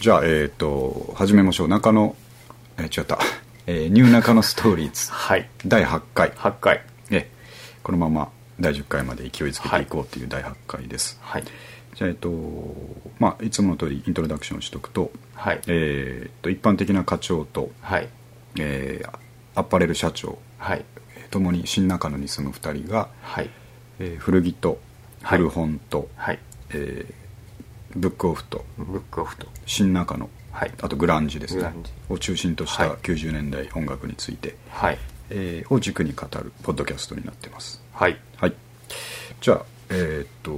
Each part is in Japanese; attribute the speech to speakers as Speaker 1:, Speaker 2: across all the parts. Speaker 1: じゃあ、えっ、ー、と、始めましょう。中野、えー、違った。 えー、ニューナカのストーリーズ。
Speaker 2: はい。
Speaker 1: 第8回。
Speaker 2: 8回。
Speaker 1: え、このまま第10回まで勢いづけていこうという第8回です。
Speaker 2: はい。
Speaker 1: じゃあ、えっ、ー、と、まあ、いつもの通りイントロダクションしとくと、
Speaker 2: はい。
Speaker 1: えっ、と、一般的な課長と、
Speaker 2: はい。
Speaker 1: えー、アパレル社長、
Speaker 2: はい。
Speaker 1: 共に新中野に住む2人が、
Speaker 2: はい。
Speaker 1: えー、古着と、古本と、
Speaker 2: はい。
Speaker 1: えーブックオフと
Speaker 2: ブックオフと
Speaker 1: 新中野、
Speaker 2: はい、
Speaker 1: あとグランジです
Speaker 2: グラ
Speaker 1: ね
Speaker 2: ンジ
Speaker 1: を中心とした90年代音楽について、
Speaker 2: はい
Speaker 1: えーを軸に語るポッドキャストになってます
Speaker 2: はい
Speaker 1: はいじゃあえーっと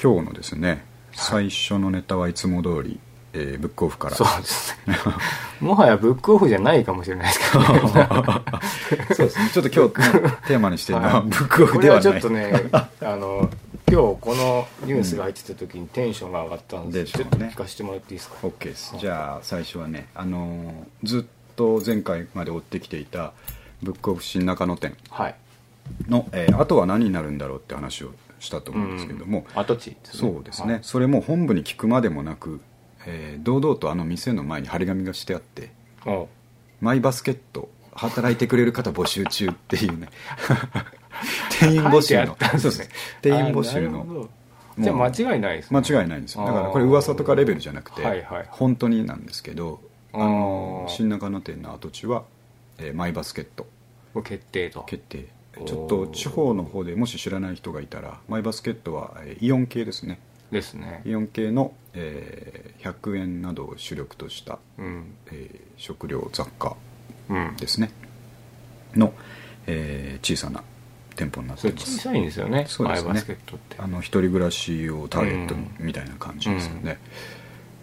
Speaker 1: 今日のですね最初のネタはいつも通り、えーブックオフから
Speaker 2: そうです ねもはやブックオフじゃないかもしれないですけど、ね、
Speaker 1: そうですねちょっと今日ねテーマにしてるのは、
Speaker 2: はい
Speaker 1: ブックオフ
Speaker 2: こ
Speaker 1: で
Speaker 2: れ
Speaker 1: は
Speaker 2: は
Speaker 1: ない
Speaker 2: ちょっとね あの今日このニュースが入ってた時にテンションが上がったんで、
Speaker 1: でし
Speaker 2: ち
Speaker 1: ょ
Speaker 2: ょっ
Speaker 1: う
Speaker 2: と
Speaker 1: ね
Speaker 2: 聞かせてもらっていいですか
Speaker 1: OK ですじゃあ最初はねあのーずっと前回まで追ってきていたブックオフ新中野店
Speaker 2: はい
Speaker 1: の、えーあとは何になるんだろうって話をしたと思うんですけども、
Speaker 2: 跡地ですね
Speaker 1: そうですね、それも本部に聞くまでもなく、えー堂々とあの店の前に張り紙がしてあって
Speaker 2: はいおう
Speaker 1: 「マイバスケット働いてくれる方募集中」っていう ね店員募集
Speaker 2: 書い
Speaker 1: の
Speaker 2: てあったんです
Speaker 1: そう
Speaker 2: ね
Speaker 1: ですね店員募集
Speaker 2: あなるほ
Speaker 1: の
Speaker 2: どじゃあ間違いないですね
Speaker 1: 間違いないんですよだからこれ噂とかレベルじゃなくて、
Speaker 2: あーはいはい
Speaker 1: 本当になんですけど
Speaker 2: あの
Speaker 1: 新中野店の跡地は、えーマイバスケット
Speaker 2: もう決定と
Speaker 1: 決定
Speaker 2: おー
Speaker 1: ちょっと地方の方でもし知らない人がいたらマイバスケットはえーイオン系ですね
Speaker 2: ですね
Speaker 1: イオン系の、えー100円などを主力とした、
Speaker 2: うん
Speaker 1: えー食料雑貨
Speaker 2: うん
Speaker 1: ですねの、えー小さな店舗になっ
Speaker 2: そ
Speaker 1: て
Speaker 2: れ
Speaker 1: ま
Speaker 2: 小
Speaker 1: す
Speaker 2: さいんですよね
Speaker 1: そうですね
Speaker 2: マイバスケットって
Speaker 1: あの一人暮らしをターゲットにみたいな感じですよね、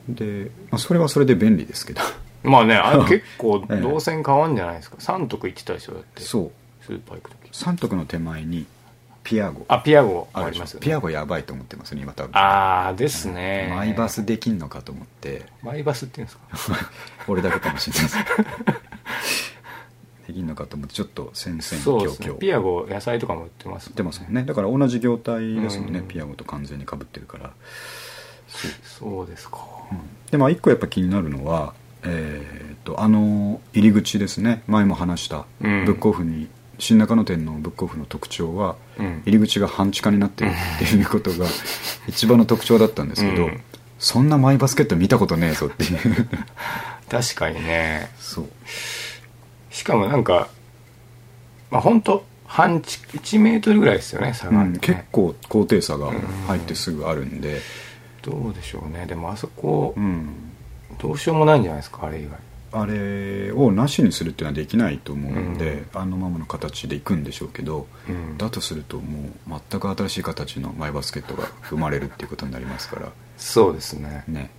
Speaker 1: で、まあ、それはそれで便利ですけど
Speaker 2: まあ ねあれ結構
Speaker 1: ええ
Speaker 2: 動線変わんじゃないですか3徳行ってた でしょだって
Speaker 1: そう
Speaker 2: スーパー行く時
Speaker 1: 三徳の手前にピアゴ
Speaker 2: あピアゴ
Speaker 1: る
Speaker 2: あ
Speaker 1: で
Speaker 2: り
Speaker 1: しょ
Speaker 2: ますよね
Speaker 1: ピアゴやばいと思ってますね今多分
Speaker 2: ああですね
Speaker 1: マイバスできんのかと思って
Speaker 2: マイバスっていうんですか
Speaker 1: 俺だけかもしれないですできんのかと思ってちょっと戦々
Speaker 2: そう
Speaker 1: 恐
Speaker 2: ですね
Speaker 1: 々
Speaker 2: ピアゴ野菜とかも売ってます
Speaker 1: 売ってますもんねだから同じ業態ですもんね、
Speaker 2: うん
Speaker 1: ピアゴと完全にかぶってるから、
Speaker 2: そうですか
Speaker 1: でまあ一個やっぱ気になるのはえーっとあの入り口ですね前も話した、
Speaker 2: うん
Speaker 1: ブックオフに新中野店のブックオフの特徴は、
Speaker 2: うん
Speaker 1: 入り口が半地下になってるっていうこと が一番の特徴だったんですけど、
Speaker 2: うん
Speaker 1: そんなマイバスケット見たことねえぞっていう
Speaker 2: 確かにね
Speaker 1: そう
Speaker 2: しかもなんかまあ本当半地1メートルぐらいですよね差が、
Speaker 1: う
Speaker 2: ね
Speaker 1: ん、結構高低差が入ってすぐあるんで、
Speaker 2: どうでしょうねでもあそこ
Speaker 1: うん
Speaker 2: どうしようもないんじゃないですかあれ以外
Speaker 1: あれをなしにするっていうのはできないと思うんで、あのままの形でいくんでしょうけど、
Speaker 2: うん
Speaker 1: だとするともう全く新しい形のマイバスケットが生まれるっていうことになりますから
Speaker 2: そうですね
Speaker 1: ね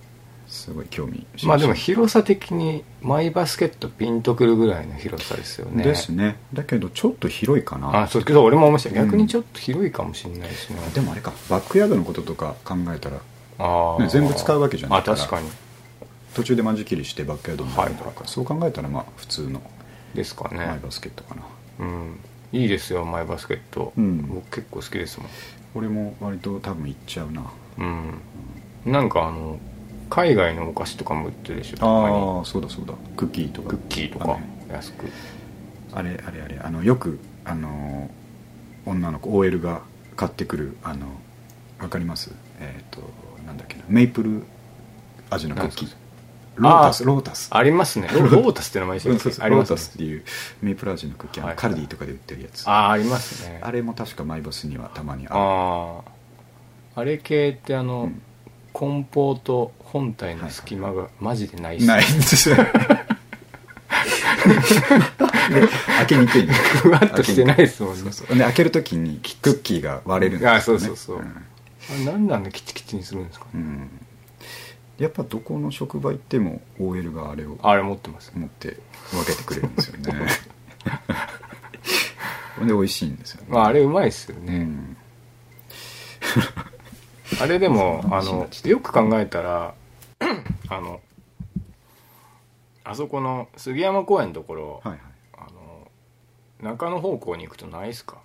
Speaker 1: すごい興味津々
Speaker 2: まあでも広さ的にマイバスケットピンとくるぐらいの広さですよね
Speaker 1: ですねだけどちょっと広いかな
Speaker 2: あそうけど俺も思いました
Speaker 1: うん
Speaker 2: 逆にちょっと広いかもしれないですね、
Speaker 1: でもあれかバックヤードのこととか考えたら
Speaker 2: あー
Speaker 1: ね全部使うわけじゃない
Speaker 2: あ
Speaker 1: から
Speaker 2: 確かに
Speaker 1: 途中で間仕切りしてバックヤードになるとか、
Speaker 2: はいはい
Speaker 1: そう考えたらまあ普通の
Speaker 2: ですかね、
Speaker 1: マイバスケットかな、
Speaker 2: うんいいですよマイバスケット、
Speaker 1: うん
Speaker 2: 僕結構好きですもん
Speaker 1: 俺も割と多分行っちゃうな
Speaker 2: うんなんかあの海外のお菓子とかも売ってるでしょたまに
Speaker 1: ああそうだそうだクッキーとか
Speaker 2: クッキーと
Speaker 1: あ
Speaker 2: か
Speaker 1: の
Speaker 2: 安く
Speaker 1: あれあれあれあのよくあの女の子 OL が買ってくるあのわかりますえっ、となんだっけなメイプル味のクッキーロータス
Speaker 2: あー
Speaker 1: ロータス
Speaker 2: ありますねロ ロータスって名前でした
Speaker 1: うん
Speaker 2: っ
Speaker 1: そう
Speaker 2: け
Speaker 1: そう
Speaker 2: あり
Speaker 1: ロ
Speaker 2: ま
Speaker 1: ー
Speaker 2: す、
Speaker 1: タ
Speaker 2: ね、
Speaker 1: スっていうメイプル味のクッキー、あの
Speaker 2: はい
Speaker 1: カルディとかで売ってるやつ
Speaker 2: あ
Speaker 1: あ
Speaker 2: あありますね
Speaker 1: れも確かマイバスにはたまにあ
Speaker 2: あああれ系ってあの、
Speaker 1: うん
Speaker 2: 梱包と本体の隙間がマジでないっ
Speaker 1: る
Speaker 2: すね
Speaker 1: ない んですよで 開けにくいね
Speaker 2: ふわっとしてないですもんね
Speaker 1: そうそうで開けるときにクッキーが割れるんですよ、ね、
Speaker 2: あそうそうそうんあれ何なんでキチキチにするんですかね、
Speaker 1: うん、やっぱどこの職場行っても OL があれを
Speaker 2: あれ持ってます
Speaker 1: 持って分けてくれるんですよね ほんで美味しいんですよね、
Speaker 2: まああれうまいですよ
Speaker 1: う
Speaker 2: ね、
Speaker 1: ん、
Speaker 2: あれでも
Speaker 1: そんな
Speaker 2: あ
Speaker 1: 話になっ
Speaker 2: の
Speaker 1: ちゃ
Speaker 2: よく考えたらあのあそこの杉山公園のところ、
Speaker 1: はいはい
Speaker 2: あの中野方向に行くとないっすか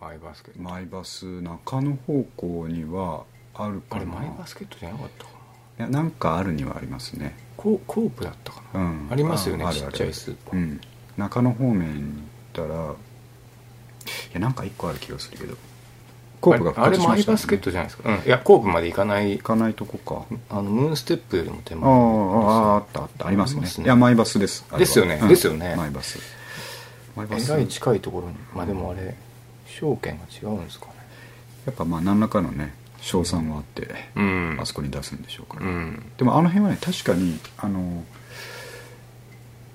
Speaker 2: マイバスケット
Speaker 1: マイバス中野方向にはあるか
Speaker 2: あ
Speaker 1: な
Speaker 2: れマイバスケットじゃなかったか
Speaker 1: いやなんかあるにはありますね
Speaker 2: ココープだったかな、
Speaker 1: うん
Speaker 2: ありますよね
Speaker 1: あある
Speaker 2: ち
Speaker 1: ある
Speaker 2: っちゃいスーパ
Speaker 1: う
Speaker 2: ー、
Speaker 1: ん中野方面に行ったらいやなんか一個ある気がするけどコープが
Speaker 2: あれあれもアイバスケットじゃないですか、うん、いやコープまで行かない
Speaker 1: 行かないとこか
Speaker 2: あのムーンステップよりも手
Speaker 1: あああああ
Speaker 2: 前
Speaker 1: ったあったあります
Speaker 2: あり
Speaker 1: ね
Speaker 2: ますね
Speaker 1: いやマイバスですあれは
Speaker 2: ですよねですよね
Speaker 1: マイバスマイバ
Speaker 2: え
Speaker 1: ス
Speaker 2: らい近いところにまあでもあれ証券が違うんですかね
Speaker 1: やっぱまあ何らかのね賞賛はあって、
Speaker 2: うん
Speaker 1: あそこに出すんでしょうから、
Speaker 2: うん
Speaker 1: でもあの辺はね確かにあの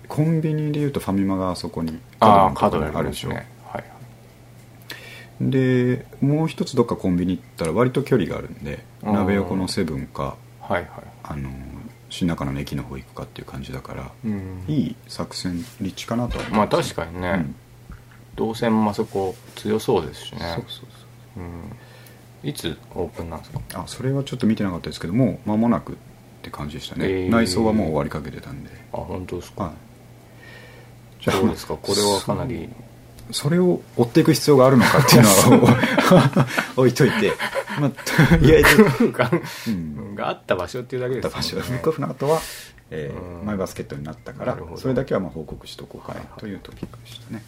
Speaker 1: コンビニでいうとファミマがあそこに
Speaker 2: ああ
Speaker 1: の
Speaker 2: カ
Speaker 1: と
Speaker 2: ー
Speaker 1: こ
Speaker 2: ドが
Speaker 1: に
Speaker 2: あるでしょ
Speaker 1: あ
Speaker 2: ね
Speaker 1: る
Speaker 2: はい
Speaker 1: でしょでもう一つどっかコンビニ行ったら割と距離があるんで
Speaker 2: あー
Speaker 1: 鍋横のセブンか
Speaker 2: はいはいは
Speaker 1: あの新中野の駅の方行くかっていう感じだから、
Speaker 2: いうん
Speaker 1: いい作戦立地かなとは思い
Speaker 2: まあ
Speaker 1: ます
Speaker 2: 確かに
Speaker 1: う
Speaker 2: ね
Speaker 1: ん
Speaker 2: 動線もあそこ強そうですしね
Speaker 1: そうそう
Speaker 2: うんいつオープンなんですか
Speaker 1: そうあそれはちょっと見てなかったですけどもう間もなくって感じでしたね、
Speaker 2: えー
Speaker 1: 内装はもう終わりかけてたんで
Speaker 2: あ本当ですか
Speaker 1: はい
Speaker 2: どうで すかこれはかなり
Speaker 1: それを追っていく必要があるのかっていうの は 置いといて、まあ、とりあえず、
Speaker 2: が
Speaker 1: うん、
Speaker 2: があった場所っていうだけ
Speaker 1: 行
Speaker 2: で
Speaker 1: っ
Speaker 2: す
Speaker 1: た
Speaker 2: もん
Speaker 1: 場所
Speaker 2: ね
Speaker 1: ブックオフの後は、え
Speaker 2: う
Speaker 1: ー、
Speaker 2: ん
Speaker 1: マイバスケットになったから
Speaker 2: なるほど
Speaker 1: それだけはまあ報告しとこうかな
Speaker 2: はいはい
Speaker 1: というトピックでしたね
Speaker 2: なる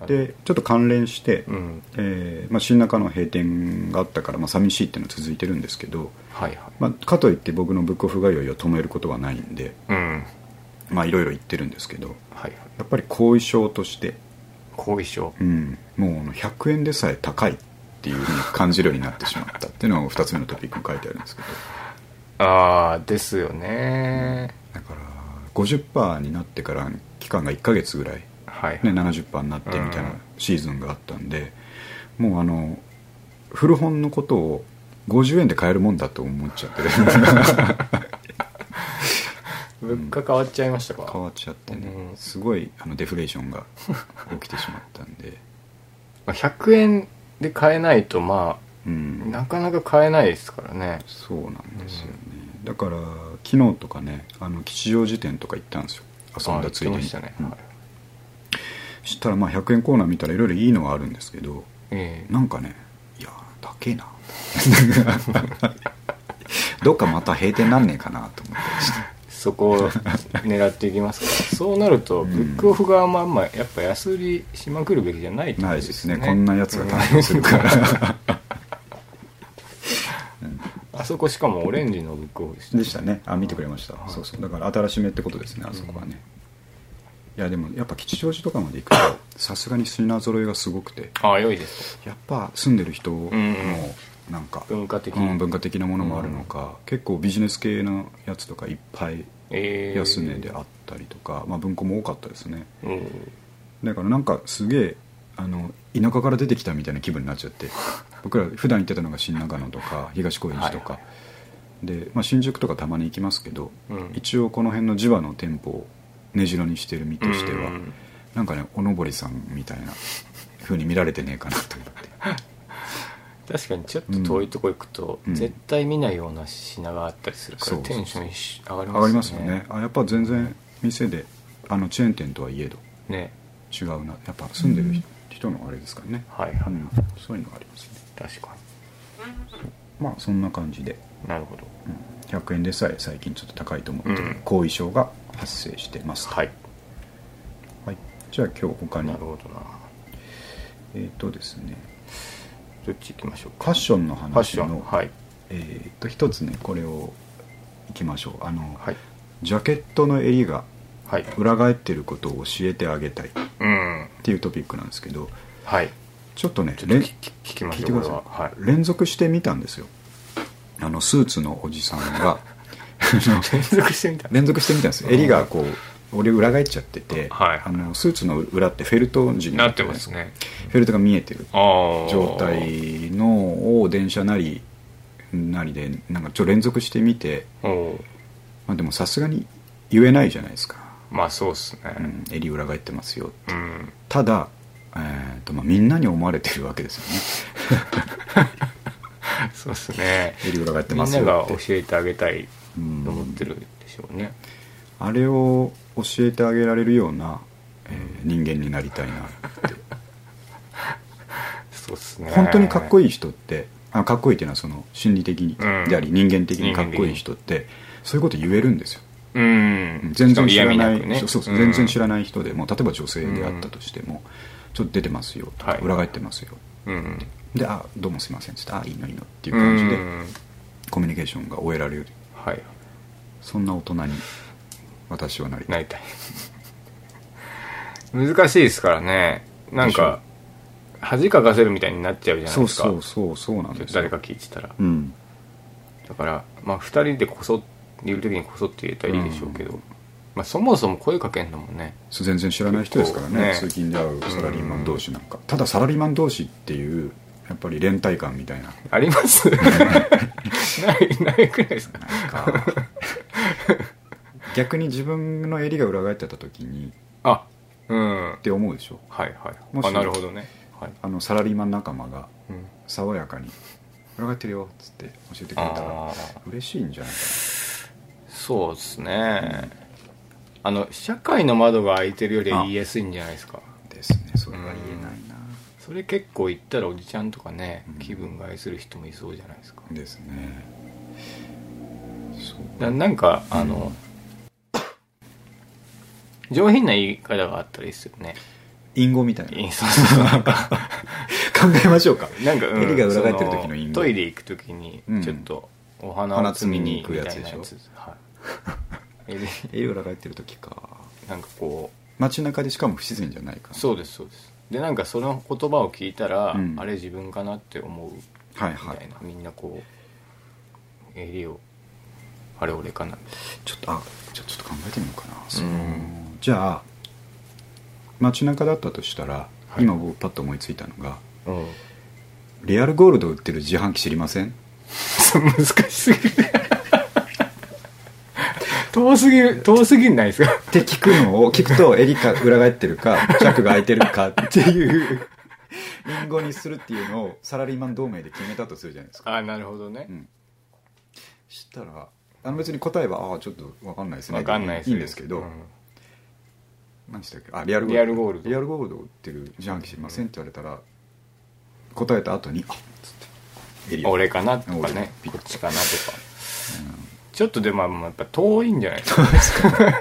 Speaker 2: ほど
Speaker 1: でちょっと関連して、
Speaker 2: うん
Speaker 1: えーまあ、新中の閉店があったから、まあ寂しいっていうのは続いてるんですけど、
Speaker 2: はいはい
Speaker 1: まあ、かといって僕のブックオフ通いを止めることはないんで
Speaker 2: うん
Speaker 1: まあいろいろ言ってるんですけど
Speaker 2: はいはい
Speaker 1: やっぱり後遺症として
Speaker 2: 後遺症
Speaker 1: うん、もうあの100円でさえ高いっていうふうに感じるようになってしまったっていう のを2つ目のトピックに書いてあるんですけど
Speaker 2: ああですよね
Speaker 1: だから50%になってから期間が1ヶ月ぐらい、ね、
Speaker 2: はいはい
Speaker 1: 70%になってみたいなシーズンがあったんで、もうあの古本のことを50円で買えるもんだと思っちゃって
Speaker 2: 物価変わっちゃいましたか
Speaker 1: 変わっちゃってね
Speaker 2: うん
Speaker 1: すごいあのデフレーションが起きてしまったん で、
Speaker 2: まあ100円で買えないとま
Speaker 1: う
Speaker 2: あ
Speaker 1: ん、
Speaker 2: なかなか買えないですからね
Speaker 1: そうなんですよね、だから昨日とかねあの吉祥寺店とか行ったんですよ遊んだついで
Speaker 2: あ言ってま
Speaker 1: に
Speaker 2: したね、
Speaker 1: うん
Speaker 2: はい
Speaker 1: したらまあ100円コーナー見たらいろいろいいのはあるんですけど
Speaker 2: ええ
Speaker 1: なんかねいやー高えな どっかまた閉店なんねえかなと思って
Speaker 2: そこを狙っていきま すからそうなるとブックオフ側もあんまやっぱ安売りしまくるべきじゃ ないってこ
Speaker 1: な
Speaker 2: と
Speaker 1: いですねこんなやつが誕生する
Speaker 2: う
Speaker 1: か
Speaker 2: ん
Speaker 1: ら
Speaker 2: あそこしかもオレンジのブックオフでした
Speaker 1: でしたねあ見てくれました
Speaker 2: はい
Speaker 1: そうそうだから新しめってことですねあそこはね、いやでもやっぱ吉祥寺とかまで行くとさすがに品揃えがすごくて
Speaker 2: ああ良いです
Speaker 1: やっぱ住んでる人の
Speaker 2: ん
Speaker 1: なんか、
Speaker 2: 文化的
Speaker 1: うん文化的なものもあるのか、結構ビジネス系のやつとかいっぱい
Speaker 2: ええ
Speaker 1: 安値であったりとか、まあ、文庫も多かったですね
Speaker 2: うん
Speaker 1: だからなんかすげえあの田舎から出てきたみたいな気分になっちゃって 僕ら普段行ってたのが新長野とか東高円寺とか、
Speaker 2: はい
Speaker 1: で、まあ、新宿とかたまに行きますけど、
Speaker 2: うん
Speaker 1: 一応この辺の地場の店舗を根城にしてる身としては、
Speaker 2: うん
Speaker 1: なんかねおのぼりさんみたいな風に見られてねえかな と思って。
Speaker 2: 確かにちょっと遠いとこ行くと、
Speaker 1: うん
Speaker 2: 絶対見ないような品があったりするから、
Speaker 1: そう
Speaker 2: テンション一瞬上がります
Speaker 1: 上がりますよねあやっぱ全然店であのチェーン店とはいえど
Speaker 2: ね
Speaker 1: 違うなやっぱ住んでる人,、のあれですからね、
Speaker 2: はいはい、
Speaker 1: うんそういうのがありますね
Speaker 2: 確か
Speaker 1: まあそんな感じで、
Speaker 2: になるほど
Speaker 1: うん、100円でさえ最近ちょっと高いと思って
Speaker 2: うん
Speaker 1: る後遺症が発生してますと
Speaker 2: はい
Speaker 1: はい、じゃあ今日他
Speaker 2: な
Speaker 1: に
Speaker 2: るほどな
Speaker 1: えっ、とですね
Speaker 2: どっち行きましょう
Speaker 1: フ
Speaker 2: か
Speaker 1: ァッションの
Speaker 2: ファッシ
Speaker 1: 話
Speaker 2: ョ
Speaker 1: の
Speaker 2: ンはい
Speaker 1: えっと一つねこれをいきましょうあの、
Speaker 2: はい
Speaker 1: ジャケットの襟が
Speaker 2: はい
Speaker 1: 裏返ってることを教えてあげたいっ
Speaker 2: うん
Speaker 1: ていうトピックなんですけど
Speaker 2: はい
Speaker 1: ちょっとね
Speaker 2: ちょっと
Speaker 1: れん
Speaker 2: 聞き聞きま
Speaker 1: 聞
Speaker 2: し
Speaker 1: い
Speaker 2: ょ
Speaker 1: て
Speaker 2: う
Speaker 1: く
Speaker 2: こ
Speaker 1: ださ、
Speaker 2: れはいはい
Speaker 1: 連続してみたんですよあのスーツのおじさん があの
Speaker 2: 連続してみた
Speaker 1: 連続してみたんですよ襟がこう俺裏返っちゃってて、
Speaker 2: はい
Speaker 1: あのスーツの裏ってフェルト地に
Speaker 2: な
Speaker 1: な
Speaker 2: ってますね
Speaker 1: フェルトが見えてる
Speaker 2: ああ
Speaker 1: 状態のを電車なりなりでなんかちょ連続してみて、
Speaker 2: おお
Speaker 1: まあ、でもさすがに言えないじゃないですか、
Speaker 2: まあそうっす
Speaker 1: う
Speaker 2: ね
Speaker 1: ん、襟裏返ってますよ
Speaker 2: うん、
Speaker 1: ただ、えーとまあ、みんなに思われてるわけですよね
Speaker 2: そうっすね
Speaker 1: 襟裏返って
Speaker 2: み
Speaker 1: ま
Speaker 2: ん
Speaker 1: すよ
Speaker 2: な
Speaker 1: って
Speaker 2: が教えてあげたい
Speaker 1: うん
Speaker 2: と思ってるでしょうね、
Speaker 1: あれを教えてあげられるような、えー人間になりたいな
Speaker 2: そうっすね
Speaker 1: 本当にかっこ
Speaker 2: いい
Speaker 1: いい人ってあかっこいいっていうのはその心理的に、
Speaker 2: うん
Speaker 1: であり人間的にかっこいい人ってそういうこと言えるんですよ
Speaker 2: うん
Speaker 1: 全然知らな
Speaker 2: しかも嫌味
Speaker 1: い
Speaker 2: なくね
Speaker 1: そうそうそう
Speaker 2: うん
Speaker 1: 全然知らない人でも例えば女性であったとしても、ちょっと出てますよとか、
Speaker 2: はい
Speaker 1: 裏返ってますよ
Speaker 2: うん
Speaker 1: で「あどうもすいません」っつって「あいいのいいの」っていう感じで、
Speaker 2: うん
Speaker 1: コミュニケーションが終えられる
Speaker 2: はい
Speaker 1: そんな大人に私はなりたい
Speaker 2: なりたい 難しいですからねなんか恥かかせるみたいになっちゃうじゃない
Speaker 1: そ
Speaker 2: で
Speaker 1: う
Speaker 2: すか
Speaker 1: そうそうそうなんですよ
Speaker 2: 誰か聞いてたら
Speaker 1: うん
Speaker 2: だからまあ2人でこそいる時にこそって言えたらいいでしょうけど、まあ、そもそも声かけんのもね
Speaker 1: そう全然知らない人ですからね
Speaker 2: 結
Speaker 1: 通
Speaker 2: 構ね
Speaker 1: 勤で会うサラリーマン同士なんか、ただサラリーマン同士っていうやっぱり連帯感みたいな
Speaker 2: ありま すないないくらいですか
Speaker 1: か逆に自分の襟が裏返ってた時に
Speaker 2: あうんはい
Speaker 1: って思うでしょ
Speaker 2: はい
Speaker 1: もし
Speaker 2: あなるほどねはい、
Speaker 1: あのサラリーマン仲間が
Speaker 2: うん、
Speaker 1: 爽やかに「裏返ってるよ」っつって教えてくれたら
Speaker 2: ああ
Speaker 1: 嬉しいんじゃないか
Speaker 2: そうですね、あの社会の窓が開いてるよりは言いやすいんじゃないですか
Speaker 1: なですねそれは言えないな、
Speaker 2: それ結構言ったらおじちゃんとかね、
Speaker 1: うん
Speaker 2: 気分が愛する人もいそうじゃないですかだか
Speaker 1: ですねそう
Speaker 2: らなんかあの、上品な言い方があったらいいですよね
Speaker 1: 隠語みたい
Speaker 2: い
Speaker 1: ない
Speaker 2: そうそう なんか
Speaker 1: 考えましょうか
Speaker 2: なんか、うん
Speaker 1: 襟が裏返ってる時の
Speaker 2: そ
Speaker 1: 隠語
Speaker 2: トイレ行く時に
Speaker 1: うん
Speaker 2: ちょっとお花を摘みに行くみたいな
Speaker 1: 花摘みに行
Speaker 2: や
Speaker 1: く
Speaker 2: つはい襟
Speaker 1: 襟裏返ってる時か
Speaker 2: なんかこ
Speaker 1: 街中でしかも不自然じゃないか
Speaker 2: う
Speaker 1: ら
Speaker 2: そうですそうですでなんかその言葉を聞いたら、
Speaker 1: うん
Speaker 2: あれ自分かなって思うみ
Speaker 1: はい
Speaker 2: た
Speaker 1: はい
Speaker 2: いな、みんなこう襟をあれ俺かな
Speaker 1: ちょっとあじゃあちょっと考えてみようかな、その
Speaker 2: うん
Speaker 1: じゃあ街中だったとしたら、
Speaker 2: はい
Speaker 1: 今僕パッと思いついたのが
Speaker 2: うん
Speaker 1: リアルゴールド売ってる自販機知りません
Speaker 2: 難しすぎる遠すぎる遠すぎないですか
Speaker 1: って聞くのを聞くと襟か裏返ってる かチャックが開いてるかっていう隠語にするっていうのをサラリーマン同盟で決めたとするじゃないですか
Speaker 2: あなるほどね
Speaker 1: うんしたらあの別に答えはああちょっと分かんないですね
Speaker 2: わかんないです
Speaker 1: いいんですけど、
Speaker 2: うん
Speaker 1: 何でしたっけあリアル
Speaker 2: リアルゴールド
Speaker 1: リアルゴールド売ってる自販機知りませんって言われたら答えた後に「あっ」つって襟を
Speaker 2: 俺かなとかね
Speaker 1: 俺
Speaker 2: こっちかなとか、ちょっとでもまあやっぱ遠いんじゃないですか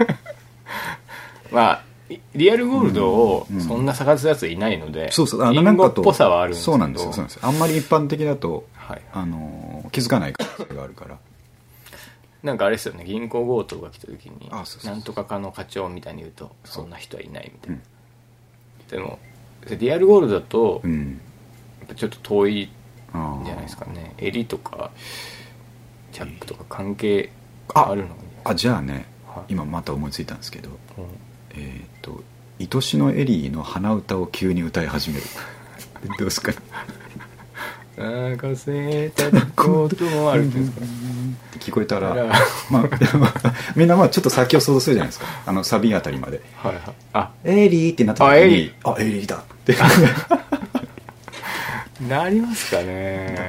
Speaker 2: まあリリアルゴールドを
Speaker 1: うんうん
Speaker 2: そんな探すやついないので、
Speaker 1: そうそうあ
Speaker 2: リ
Speaker 1: の
Speaker 2: ンゴ
Speaker 1: か
Speaker 2: っぽさはあるんですけど
Speaker 1: そうなんですよそうなんですよあんまり一般的だと、
Speaker 2: はい、
Speaker 1: あのー気づかない可能性があるから
Speaker 2: なんかあれですよね銀行強盗が来た時に
Speaker 1: あそうそうそう
Speaker 2: なんとかかの課長みたいに言うと
Speaker 1: そ
Speaker 2: そうそんな人はいないみたいな、でもリアルゴールドだと
Speaker 1: う
Speaker 2: やっ
Speaker 1: ん
Speaker 2: ぱちょっと遠い
Speaker 1: あー
Speaker 2: んじゃないですかね襟とかチャックとか関係
Speaker 1: あ
Speaker 2: あるのに
Speaker 1: あじゃあね
Speaker 2: はい
Speaker 1: 今また思いついたんですけど
Speaker 2: うん
Speaker 1: えっ、と「愛しのエリー」の鼻歌を急に歌い始める どうですか
Speaker 2: 泣かせたこともあるんです か
Speaker 1: って聞こえたら
Speaker 2: あら
Speaker 1: まあ、でも みんなまあちょっと先を想像するじゃないですかあのサビあたりまで
Speaker 2: はいはいあ
Speaker 1: 「エリー」ってなった時に
Speaker 2: あエリ
Speaker 1: あエリーだ」って
Speaker 2: なりますか
Speaker 1: ダメ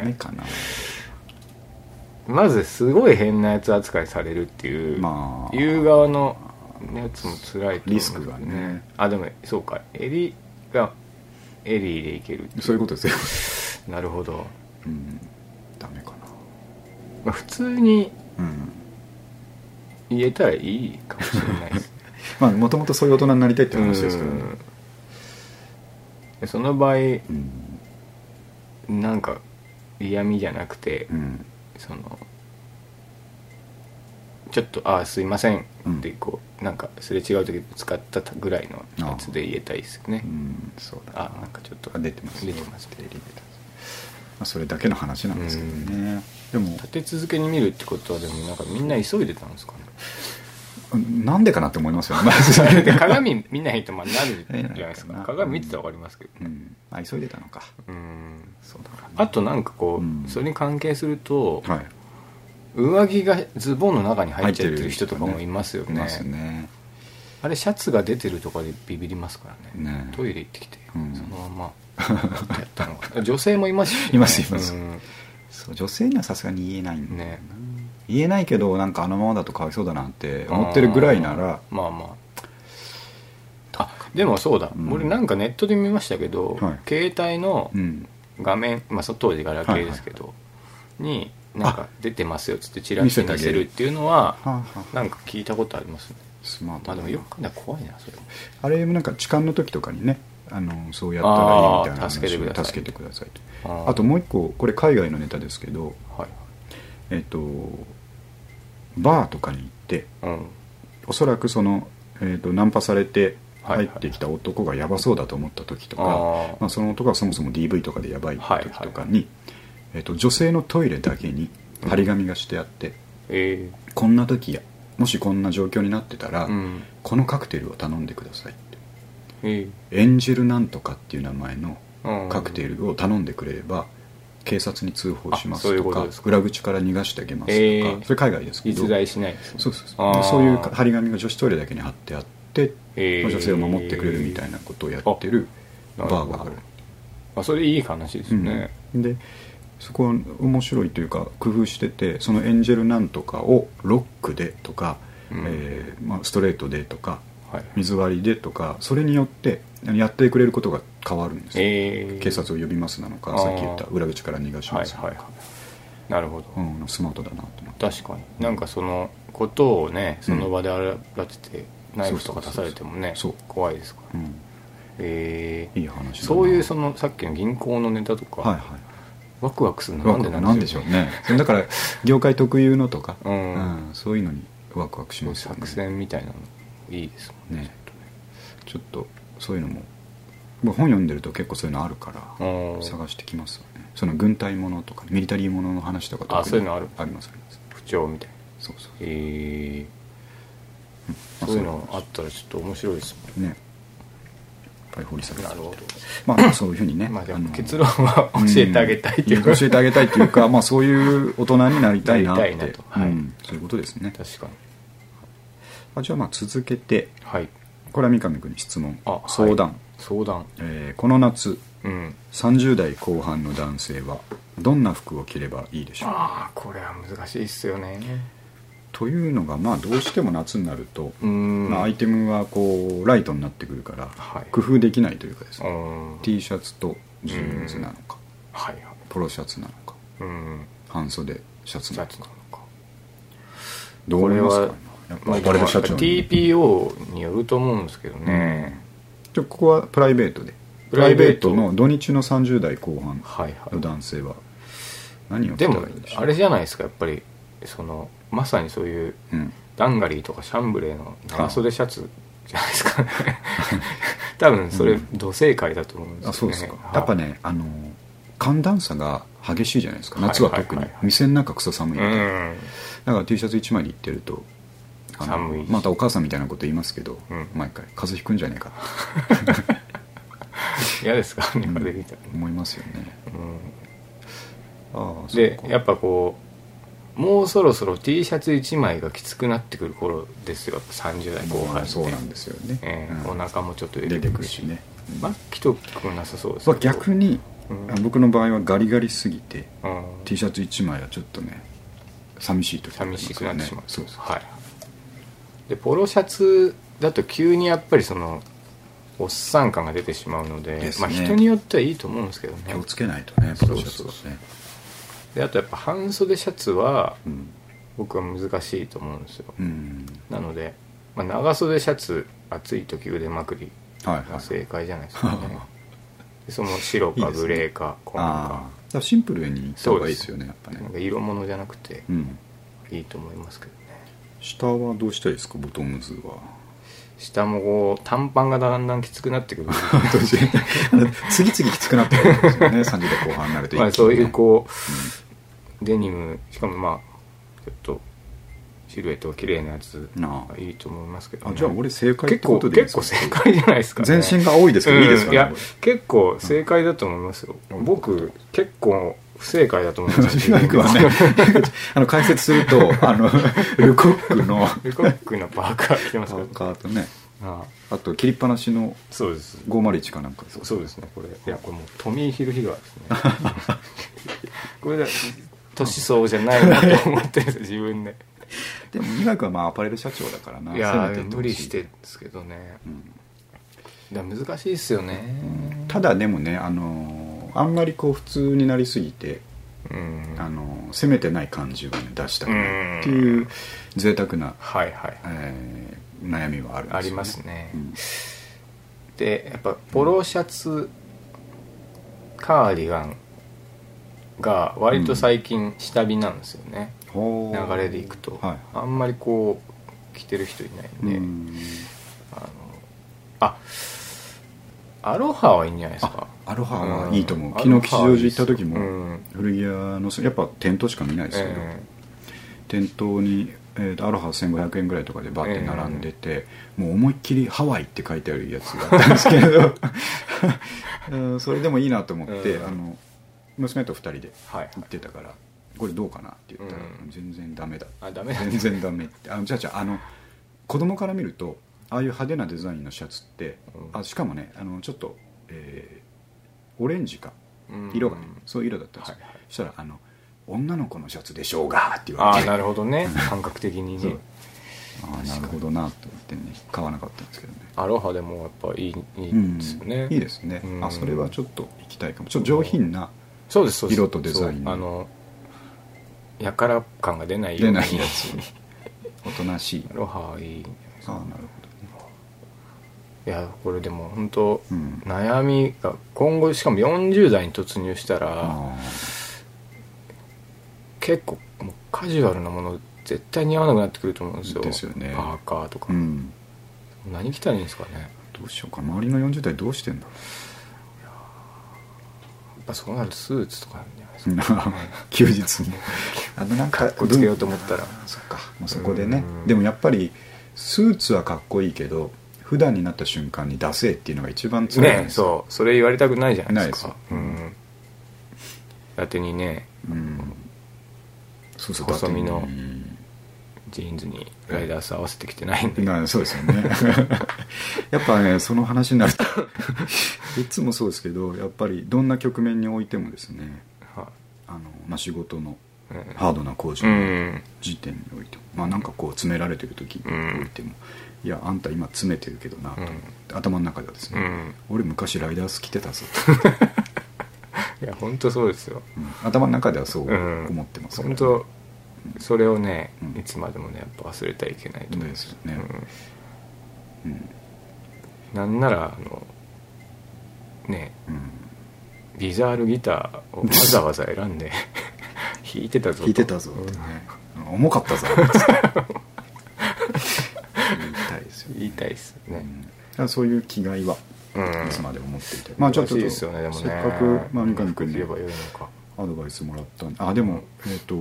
Speaker 2: ね
Speaker 1: かな
Speaker 2: まずすごい変なやつ扱いされるっていう、
Speaker 1: まあ
Speaker 2: 言う側のやつも辛いと思うんですけ
Speaker 1: リ
Speaker 2: ど
Speaker 1: スクがね
Speaker 2: あでもそうかエリがエリーでいける
Speaker 1: そういうことですよ、
Speaker 2: なるほど、
Speaker 1: うん、ダメか
Speaker 2: まあ、普通に
Speaker 1: なうん
Speaker 2: 言えたらいいかもしれないです
Speaker 1: まあもともとそういう大人になりたいって話ですけどね
Speaker 2: うんその場合
Speaker 1: うん
Speaker 2: なんか嫌味じゃなくて
Speaker 1: うん
Speaker 2: そのちょっと「ああすいません」
Speaker 1: うん
Speaker 2: ってこう、なんかすれ違う時に使ったぐらいのやつで言えたいですよね
Speaker 1: うんそうだ
Speaker 2: あなんかちょっと
Speaker 1: あ出てます
Speaker 2: 出てます
Speaker 1: エリー出てますまあそれだけの話なんですけどねでも
Speaker 2: 立て続けに見るってことはでもなんかみんな急いでたんですかね
Speaker 1: なんでかなって思いますよねまず
Speaker 2: で鏡見ないとまあなるじゃな いです
Speaker 1: なる
Speaker 2: か
Speaker 1: かな
Speaker 2: 鏡見てたら分かりますけど
Speaker 1: う
Speaker 2: ね
Speaker 1: んあ急いでたのか
Speaker 2: うん
Speaker 1: そうだな
Speaker 2: あとなんかこう、
Speaker 1: うん
Speaker 2: それに関係すると、
Speaker 1: はい
Speaker 2: 上着がズボンの中に入っちゃってる人とかもいますよ
Speaker 1: い
Speaker 2: ね
Speaker 1: ますね
Speaker 2: あれシャツが出てるとかでビビりますからね
Speaker 1: ね
Speaker 2: トイレ行ってきて、
Speaker 1: うん
Speaker 2: そのままやったのが女性もいますし ね、
Speaker 1: いますいます
Speaker 2: うん
Speaker 1: そう女性にはさすがに言えないんだよな
Speaker 2: ね
Speaker 1: 言えないけどなんかあのままだとかわいそうだなって思ってるぐらいなら
Speaker 2: あーまあまああでもそうだ、
Speaker 1: うん
Speaker 2: 俺なんかネットで見ましたけど、
Speaker 1: はい
Speaker 2: 携帯の
Speaker 1: うん
Speaker 2: 画面、まあ、そ当時ガラケーですけど、になんか出てますよっつってチラシ見せるっていうのは
Speaker 1: はあはあ
Speaker 2: なんか聞いたことありますね
Speaker 1: スマー
Speaker 2: ま
Speaker 1: ト
Speaker 2: あで
Speaker 1: だ
Speaker 2: も
Speaker 1: な
Speaker 2: よく考えたら怖いなそれも
Speaker 1: あれもなんか痴漢の時とかにねあのそうやったらいいみたいな
Speaker 2: あー
Speaker 1: 話
Speaker 2: 助けてください
Speaker 1: 助けてくださいと
Speaker 2: あー
Speaker 1: あともう一個これ海外のネタですけど
Speaker 2: はい
Speaker 1: えっ、とバーとかに行って
Speaker 2: うん
Speaker 1: おそらくその、えー、とナンパされて
Speaker 2: はいは
Speaker 1: 入
Speaker 2: い
Speaker 1: ってきた男がやばそうだと思った時とか、
Speaker 2: あー
Speaker 1: まあ、その男がそもそも DV とかでやばい時とかに、えー、と女性のトイレだけに張り紙がしてあって、
Speaker 2: え
Speaker 1: こんな時やもしこんな状況になってたら、
Speaker 2: えうん
Speaker 1: このカクテルを頼んでくださいって
Speaker 2: え
Speaker 1: エンジェルなんとかっていう名前の
Speaker 2: えうん
Speaker 1: カクテルを頼んでくれれば警察に通報しま
Speaker 2: あそう
Speaker 1: す
Speaker 2: い
Speaker 1: と
Speaker 2: うこ
Speaker 1: か
Speaker 2: とですか
Speaker 1: 裏口から逃がしてあげますとか、
Speaker 2: えー
Speaker 1: それ海外ですけど
Speaker 2: 実在しないですね
Speaker 1: そうそう
Speaker 2: あ
Speaker 1: そ
Speaker 2: ー
Speaker 1: うそういう張り紙が女子トイレだけに貼ってあって、
Speaker 2: え
Speaker 1: まあ女性を守ってくれるみたいなことをやってるバーがある
Speaker 2: あそれいい話ですね、
Speaker 1: うん、でそこは面白いというか工夫しててそのエンジェルなんとかをロックでとか、
Speaker 2: うん
Speaker 1: えーまあ、ストレートでとか
Speaker 2: はい
Speaker 1: 水割りでとかそれによってやってくれることが変わるんですよ、
Speaker 2: ええ
Speaker 1: 警察を呼びますなのか
Speaker 2: あー
Speaker 1: さっき言った裏口から逃がし
Speaker 2: は
Speaker 1: ま
Speaker 2: い
Speaker 1: すな
Speaker 2: は
Speaker 1: の
Speaker 2: い
Speaker 1: か、
Speaker 2: はいなるほど
Speaker 1: うん、スマートだなと思って
Speaker 2: 確かになんかそのことをねその場で洗ってて、ナイフとか出されてもね
Speaker 1: そうそうそう
Speaker 2: 怖いですから、
Speaker 1: うん、
Speaker 2: ええ
Speaker 1: いい話だな
Speaker 2: そういうそのさっきの銀行のネタとか、
Speaker 1: はいはい
Speaker 2: ワクワクするのな
Speaker 1: ワ
Speaker 2: ん
Speaker 1: ク
Speaker 2: で
Speaker 1: ワク
Speaker 2: な
Speaker 1: なん
Speaker 2: ん
Speaker 1: で
Speaker 2: で
Speaker 1: し
Speaker 2: し
Speaker 1: ょ
Speaker 2: ょ
Speaker 1: う
Speaker 2: う
Speaker 1: ねそれだから業界特有のとか、
Speaker 2: うん
Speaker 1: うんそういうのにワクワクしますよね
Speaker 2: 作戦みたいなのいいですもん
Speaker 1: ねちょっとそういうのも僕本読んでると結構そういうのあるから
Speaker 2: ね、うん、
Speaker 1: 探してきますよねその軍隊ものとかミリタリーものの話とか特に
Speaker 2: あそういうのある
Speaker 1: ありますあります
Speaker 2: 不調みたいな
Speaker 1: そうそう
Speaker 2: ええ
Speaker 1: まあ
Speaker 2: そういうのあったらちょっと面白いです
Speaker 1: ねやっぱり掘り下げ
Speaker 2: もん
Speaker 1: て
Speaker 2: なるほ
Speaker 1: まあそういうふうにね
Speaker 2: ど、まあ、で
Speaker 1: の
Speaker 2: も結論は教えてあげたいっていう
Speaker 1: うん教えてあげたいっていう かまあそういう大人になりたいなっ
Speaker 2: な
Speaker 1: て
Speaker 2: りたいなとは
Speaker 1: う
Speaker 2: い
Speaker 1: んそういうことですね
Speaker 2: 確かに
Speaker 1: あじゃあまあ続けて
Speaker 2: はい
Speaker 1: これは三上君に質問
Speaker 2: あはい
Speaker 1: 相談、
Speaker 2: 相談
Speaker 1: えーこの夏
Speaker 2: うん
Speaker 1: 30代後半の男性はどんな服を着ればいいでしょう
Speaker 2: ああこれは難しいっすよね
Speaker 1: というのがまあどうしても夏になると、
Speaker 2: うーん
Speaker 1: まあ、アイテムはこうライトになってくるから、
Speaker 2: はい
Speaker 1: 工夫できないというかです
Speaker 2: う
Speaker 1: ね、
Speaker 2: ん
Speaker 1: T シャツとジーンズなのか、
Speaker 2: はいはい
Speaker 1: ポロシャツなのか
Speaker 2: うん
Speaker 1: 半袖シャツ
Speaker 2: シ
Speaker 1: な
Speaker 2: ャ
Speaker 1: の
Speaker 2: ツ
Speaker 1: か
Speaker 2: なのか
Speaker 1: どう思いますか
Speaker 2: こ
Speaker 1: やっぱ
Speaker 2: まあ、
Speaker 1: 我々社長に
Speaker 2: TPO によると思うんですけどね、
Speaker 1: じゃあここはプライベートでプ
Speaker 2: プ
Speaker 1: ラ
Speaker 2: ラ
Speaker 1: イ
Speaker 2: イ
Speaker 1: ベ
Speaker 2: ベ
Speaker 1: ー
Speaker 2: ー
Speaker 1: ト
Speaker 2: ト
Speaker 1: の土日の30代後半
Speaker 2: はい
Speaker 1: の
Speaker 2: は
Speaker 1: 男性は何を
Speaker 2: い
Speaker 1: 着た
Speaker 2: で
Speaker 1: ら
Speaker 2: も
Speaker 1: いいでしょう
Speaker 2: あれじゃないですかやっぱりそのまさにそういう
Speaker 1: うん、
Speaker 2: ダンガリーとかシャンブレーの長袖シャツじゃないですか ね多分それ土正解だと思うんですよね
Speaker 1: あそうですか、
Speaker 2: はい
Speaker 1: やっぱねあの寒暖差が激しいじゃないですか夏は特に、
Speaker 2: はいはいはいはい
Speaker 1: 店の中クソ寒いので、
Speaker 2: うん
Speaker 1: だから T シャツ1枚で行ってるとあの
Speaker 2: 寒いし
Speaker 1: またお母さんみたいなこと言いますけど、
Speaker 2: うん
Speaker 1: 毎回風邪ひくんじゃねえか
Speaker 2: 嫌ですか
Speaker 1: って
Speaker 2: 庭で見たら、
Speaker 1: 思いますよねああ
Speaker 2: で
Speaker 1: そうか
Speaker 2: やっぱこうもうそろそろ T シャツ1枚がきつくなってくる頃ですよやっぱ30代後
Speaker 1: ま
Speaker 2: 半
Speaker 1: あ
Speaker 2: って
Speaker 1: そうなんですよね、
Speaker 2: ええ
Speaker 1: うん
Speaker 2: お腹もちょっと
Speaker 1: 出てくるしね、
Speaker 2: マッキとくなさそうです
Speaker 1: まあ、逆
Speaker 2: に、
Speaker 1: に、
Speaker 2: うん
Speaker 1: あ僕の場合はガリガリすぎて
Speaker 2: うん
Speaker 1: T シャツ1枚はちょっとね寂しい時あります
Speaker 2: 寂し
Speaker 1: よね
Speaker 2: くなってしまう
Speaker 1: そうそう
Speaker 2: はいでポロシャツだと急にやっぱりそのおっさん感が出てしまうので
Speaker 1: ですね
Speaker 2: まあ、人によってはいいと思うんですけどね
Speaker 1: 気をつけないとねポロシャツはね
Speaker 2: そうそうであとやっぱ半袖シャツは
Speaker 1: うん
Speaker 2: 僕は難しいと思うんですよ
Speaker 1: うん
Speaker 2: なので、まあ、長袖シャツ暑い時腕まくり
Speaker 1: はいは
Speaker 2: が
Speaker 1: い
Speaker 2: 正解じゃないですかね、 でその白
Speaker 1: いい
Speaker 2: か
Speaker 1: ですね
Speaker 2: グレーか紺
Speaker 1: ああ
Speaker 2: か
Speaker 1: だからシンプルにいった方がいいですよねやっぱね
Speaker 2: なんか色物じゃなくて
Speaker 1: うん
Speaker 2: いいと思いますけどね
Speaker 1: 下はどうしたいですかボトムズは
Speaker 2: 下もこう短パンがだんだんきつくなってくる
Speaker 1: 次々きつくなってくるんですよね30代後半になると一気にね、
Speaker 2: まあそういうこう、デニムしかもまあちょっとシルエットが綺麗なやつ
Speaker 1: なあ
Speaker 2: いいと思いますけど、
Speaker 1: あじゃあ俺正解っ
Speaker 2: 結
Speaker 1: てこ
Speaker 2: 構
Speaker 1: とでいいで
Speaker 2: 結
Speaker 1: すか
Speaker 2: 構正解じゃないですか、ね、
Speaker 1: 全身が青いですけど、いいですか
Speaker 2: うんい
Speaker 1: ね
Speaker 2: や 結構正解だと思いますよ、
Speaker 1: うん
Speaker 2: 僕結構不正解だと思 います
Speaker 1: 私なんかはねあの解説するとあのルコックの
Speaker 2: ルコックのパーカー着て
Speaker 1: パ
Speaker 2: ますから
Speaker 1: ーカーとね
Speaker 2: ああ
Speaker 1: あと切りっぱなしの
Speaker 2: そうです
Speaker 1: 501かなんかですか
Speaker 2: そうですねこれいやこれもうトミー・ヒルヒガー ですねこれが年相じゃないなと思ってるんです自分で
Speaker 1: でも美学はまあアパレル社長だからない攻
Speaker 2: や
Speaker 1: めてい
Speaker 2: ー
Speaker 1: ってほ
Speaker 2: 無
Speaker 1: しい
Speaker 2: 理してるんですけどね
Speaker 1: うん
Speaker 2: だから難しいっすよね、
Speaker 1: ただでもねあのーあんまりこう普通になりすぎて
Speaker 2: うん
Speaker 1: あの攻めてない感じを、ね、出したくないっていう贅沢な、
Speaker 2: はいはい
Speaker 1: えー悩みはあるんですよ、ね、
Speaker 2: ありますね
Speaker 1: うん
Speaker 2: でやっぱポロシャツ、カーディガンが割と最近下火なんですよね、
Speaker 1: ほー
Speaker 2: 流れでいくと、
Speaker 1: はい
Speaker 2: あんまりこう着てる人いないんで、
Speaker 1: うん
Speaker 2: あのあアロハはいいんじゃないですか
Speaker 1: あアロハ
Speaker 2: う
Speaker 1: は
Speaker 2: ん
Speaker 1: いいと思う、
Speaker 2: アロ
Speaker 1: 昨日吉
Speaker 2: ハはい
Speaker 1: 祥寺行っ
Speaker 2: いです
Speaker 1: た時も、
Speaker 2: うん
Speaker 1: 古着屋のそやっぱ店頭しか見ないですけど、
Speaker 2: え
Speaker 1: 店頭に、えーとアロハ1500円ぐらいとかでバーって並んでて、もう思いっきり「ハワイ」って書いてあるやつがあったんですけど、 うんそれでもいいなと思って、
Speaker 2: うん
Speaker 1: あの娘と2人で
Speaker 2: えはい
Speaker 1: 行ってたから「これどうかな?」って言ったら「
Speaker 2: うん
Speaker 1: 全然ダメだ」
Speaker 2: あダメだ
Speaker 1: 全然ダメってあのじゃあじゃああの子供から見るとああいう派手なデザインのシャツって、
Speaker 2: うん
Speaker 1: あしかもねあのちょっと、えーオレンジか
Speaker 2: うん
Speaker 1: 色がね、そういう色だったんですよ、
Speaker 2: はいはい
Speaker 1: そしたらあの「女の子のシャツでしょうが」って言わ
Speaker 2: あ
Speaker 1: れ
Speaker 2: あ
Speaker 1: て
Speaker 2: なるほどね感覚的に
Speaker 1: そ
Speaker 2: ね
Speaker 1: うああなるほどなと思ってね買わなかったんですけどね
Speaker 2: アロハでもやっぱいいい
Speaker 1: うん
Speaker 2: いですよね、
Speaker 1: いいですね、
Speaker 2: うん
Speaker 1: あそれはちょっと行きたいかもちょっと上品な、
Speaker 2: そうですそうです
Speaker 1: 色とデザイン
Speaker 2: そうあのやから感が出ないよ
Speaker 1: 出
Speaker 2: うに
Speaker 1: ないやつおとなしい
Speaker 2: アロハはいいんじゃないです
Speaker 1: ああ
Speaker 2: か
Speaker 1: なるほ
Speaker 2: いやこれでも本当、
Speaker 1: どねうん
Speaker 2: 悩みが今後しかも40代に突入したら
Speaker 1: あ
Speaker 2: 結構もうカジュアルなもの絶対似合わなくなってくると思うんですよ
Speaker 1: ですよね
Speaker 2: パーカーとか、
Speaker 1: あうん
Speaker 2: 何着たらいいんですかねや
Speaker 1: どうしようか周りの40代どうしてんだろ
Speaker 2: っぱそうなるとスーツとかなんじゃないです
Speaker 1: う
Speaker 2: か、
Speaker 1: な休日 もあのなんか
Speaker 2: こうつけようと思ったら
Speaker 1: あそっかもうそこでね
Speaker 2: うん
Speaker 1: でもやっぱりスーツはかっこいいけど普段になった瞬間にダセえっていうのが一番辛い
Speaker 2: ねそうそれ言われたくないじゃないですか
Speaker 1: ないですよ
Speaker 2: うん伊達にね
Speaker 1: うんそうそう
Speaker 2: 細身の
Speaker 1: だってうん
Speaker 2: ジーンズにライダース合わせてきてないんで、
Speaker 1: なそうですよね やっぱねその話になると いつもそうですけどやっぱりどんな局面においてもですね
Speaker 2: は
Speaker 1: あの、まあ、仕事の
Speaker 2: い
Speaker 1: ハードな工事
Speaker 2: う
Speaker 1: の
Speaker 2: ん
Speaker 1: 時点においても、まあ、なんかこう詰められてる時においても、いやあんた今詰めてるけどなと思って、頭の中ではです
Speaker 2: う
Speaker 1: ね、
Speaker 2: ん
Speaker 1: 俺昔ライダース着てたぞ、
Speaker 2: いや本当そうですよ
Speaker 1: うん頭の中ではそう
Speaker 2: うん
Speaker 1: 思ってますから
Speaker 2: 本当それをね、
Speaker 1: うん
Speaker 2: いつまでもねやっぱ忘れてはいけないと思うん
Speaker 1: ですよねうん
Speaker 2: うんなんならあのね
Speaker 1: うん
Speaker 2: ビザールギターをわざわざ選 んで弾いてたぞと
Speaker 1: 聞いてたぞってね、重かったぞ 言いたいですよ
Speaker 2: 言いたいです
Speaker 1: ね、
Speaker 2: ね
Speaker 1: だからそういう気概は
Speaker 2: うん
Speaker 1: いつまでも持っていて、まあちょっと
Speaker 2: 嬉しいですよねでもね
Speaker 1: せっかく、まあ、三上君
Speaker 2: 言えば
Speaker 1: に
Speaker 2: よいのか、
Speaker 1: アドバイスもらったんであでも、えっと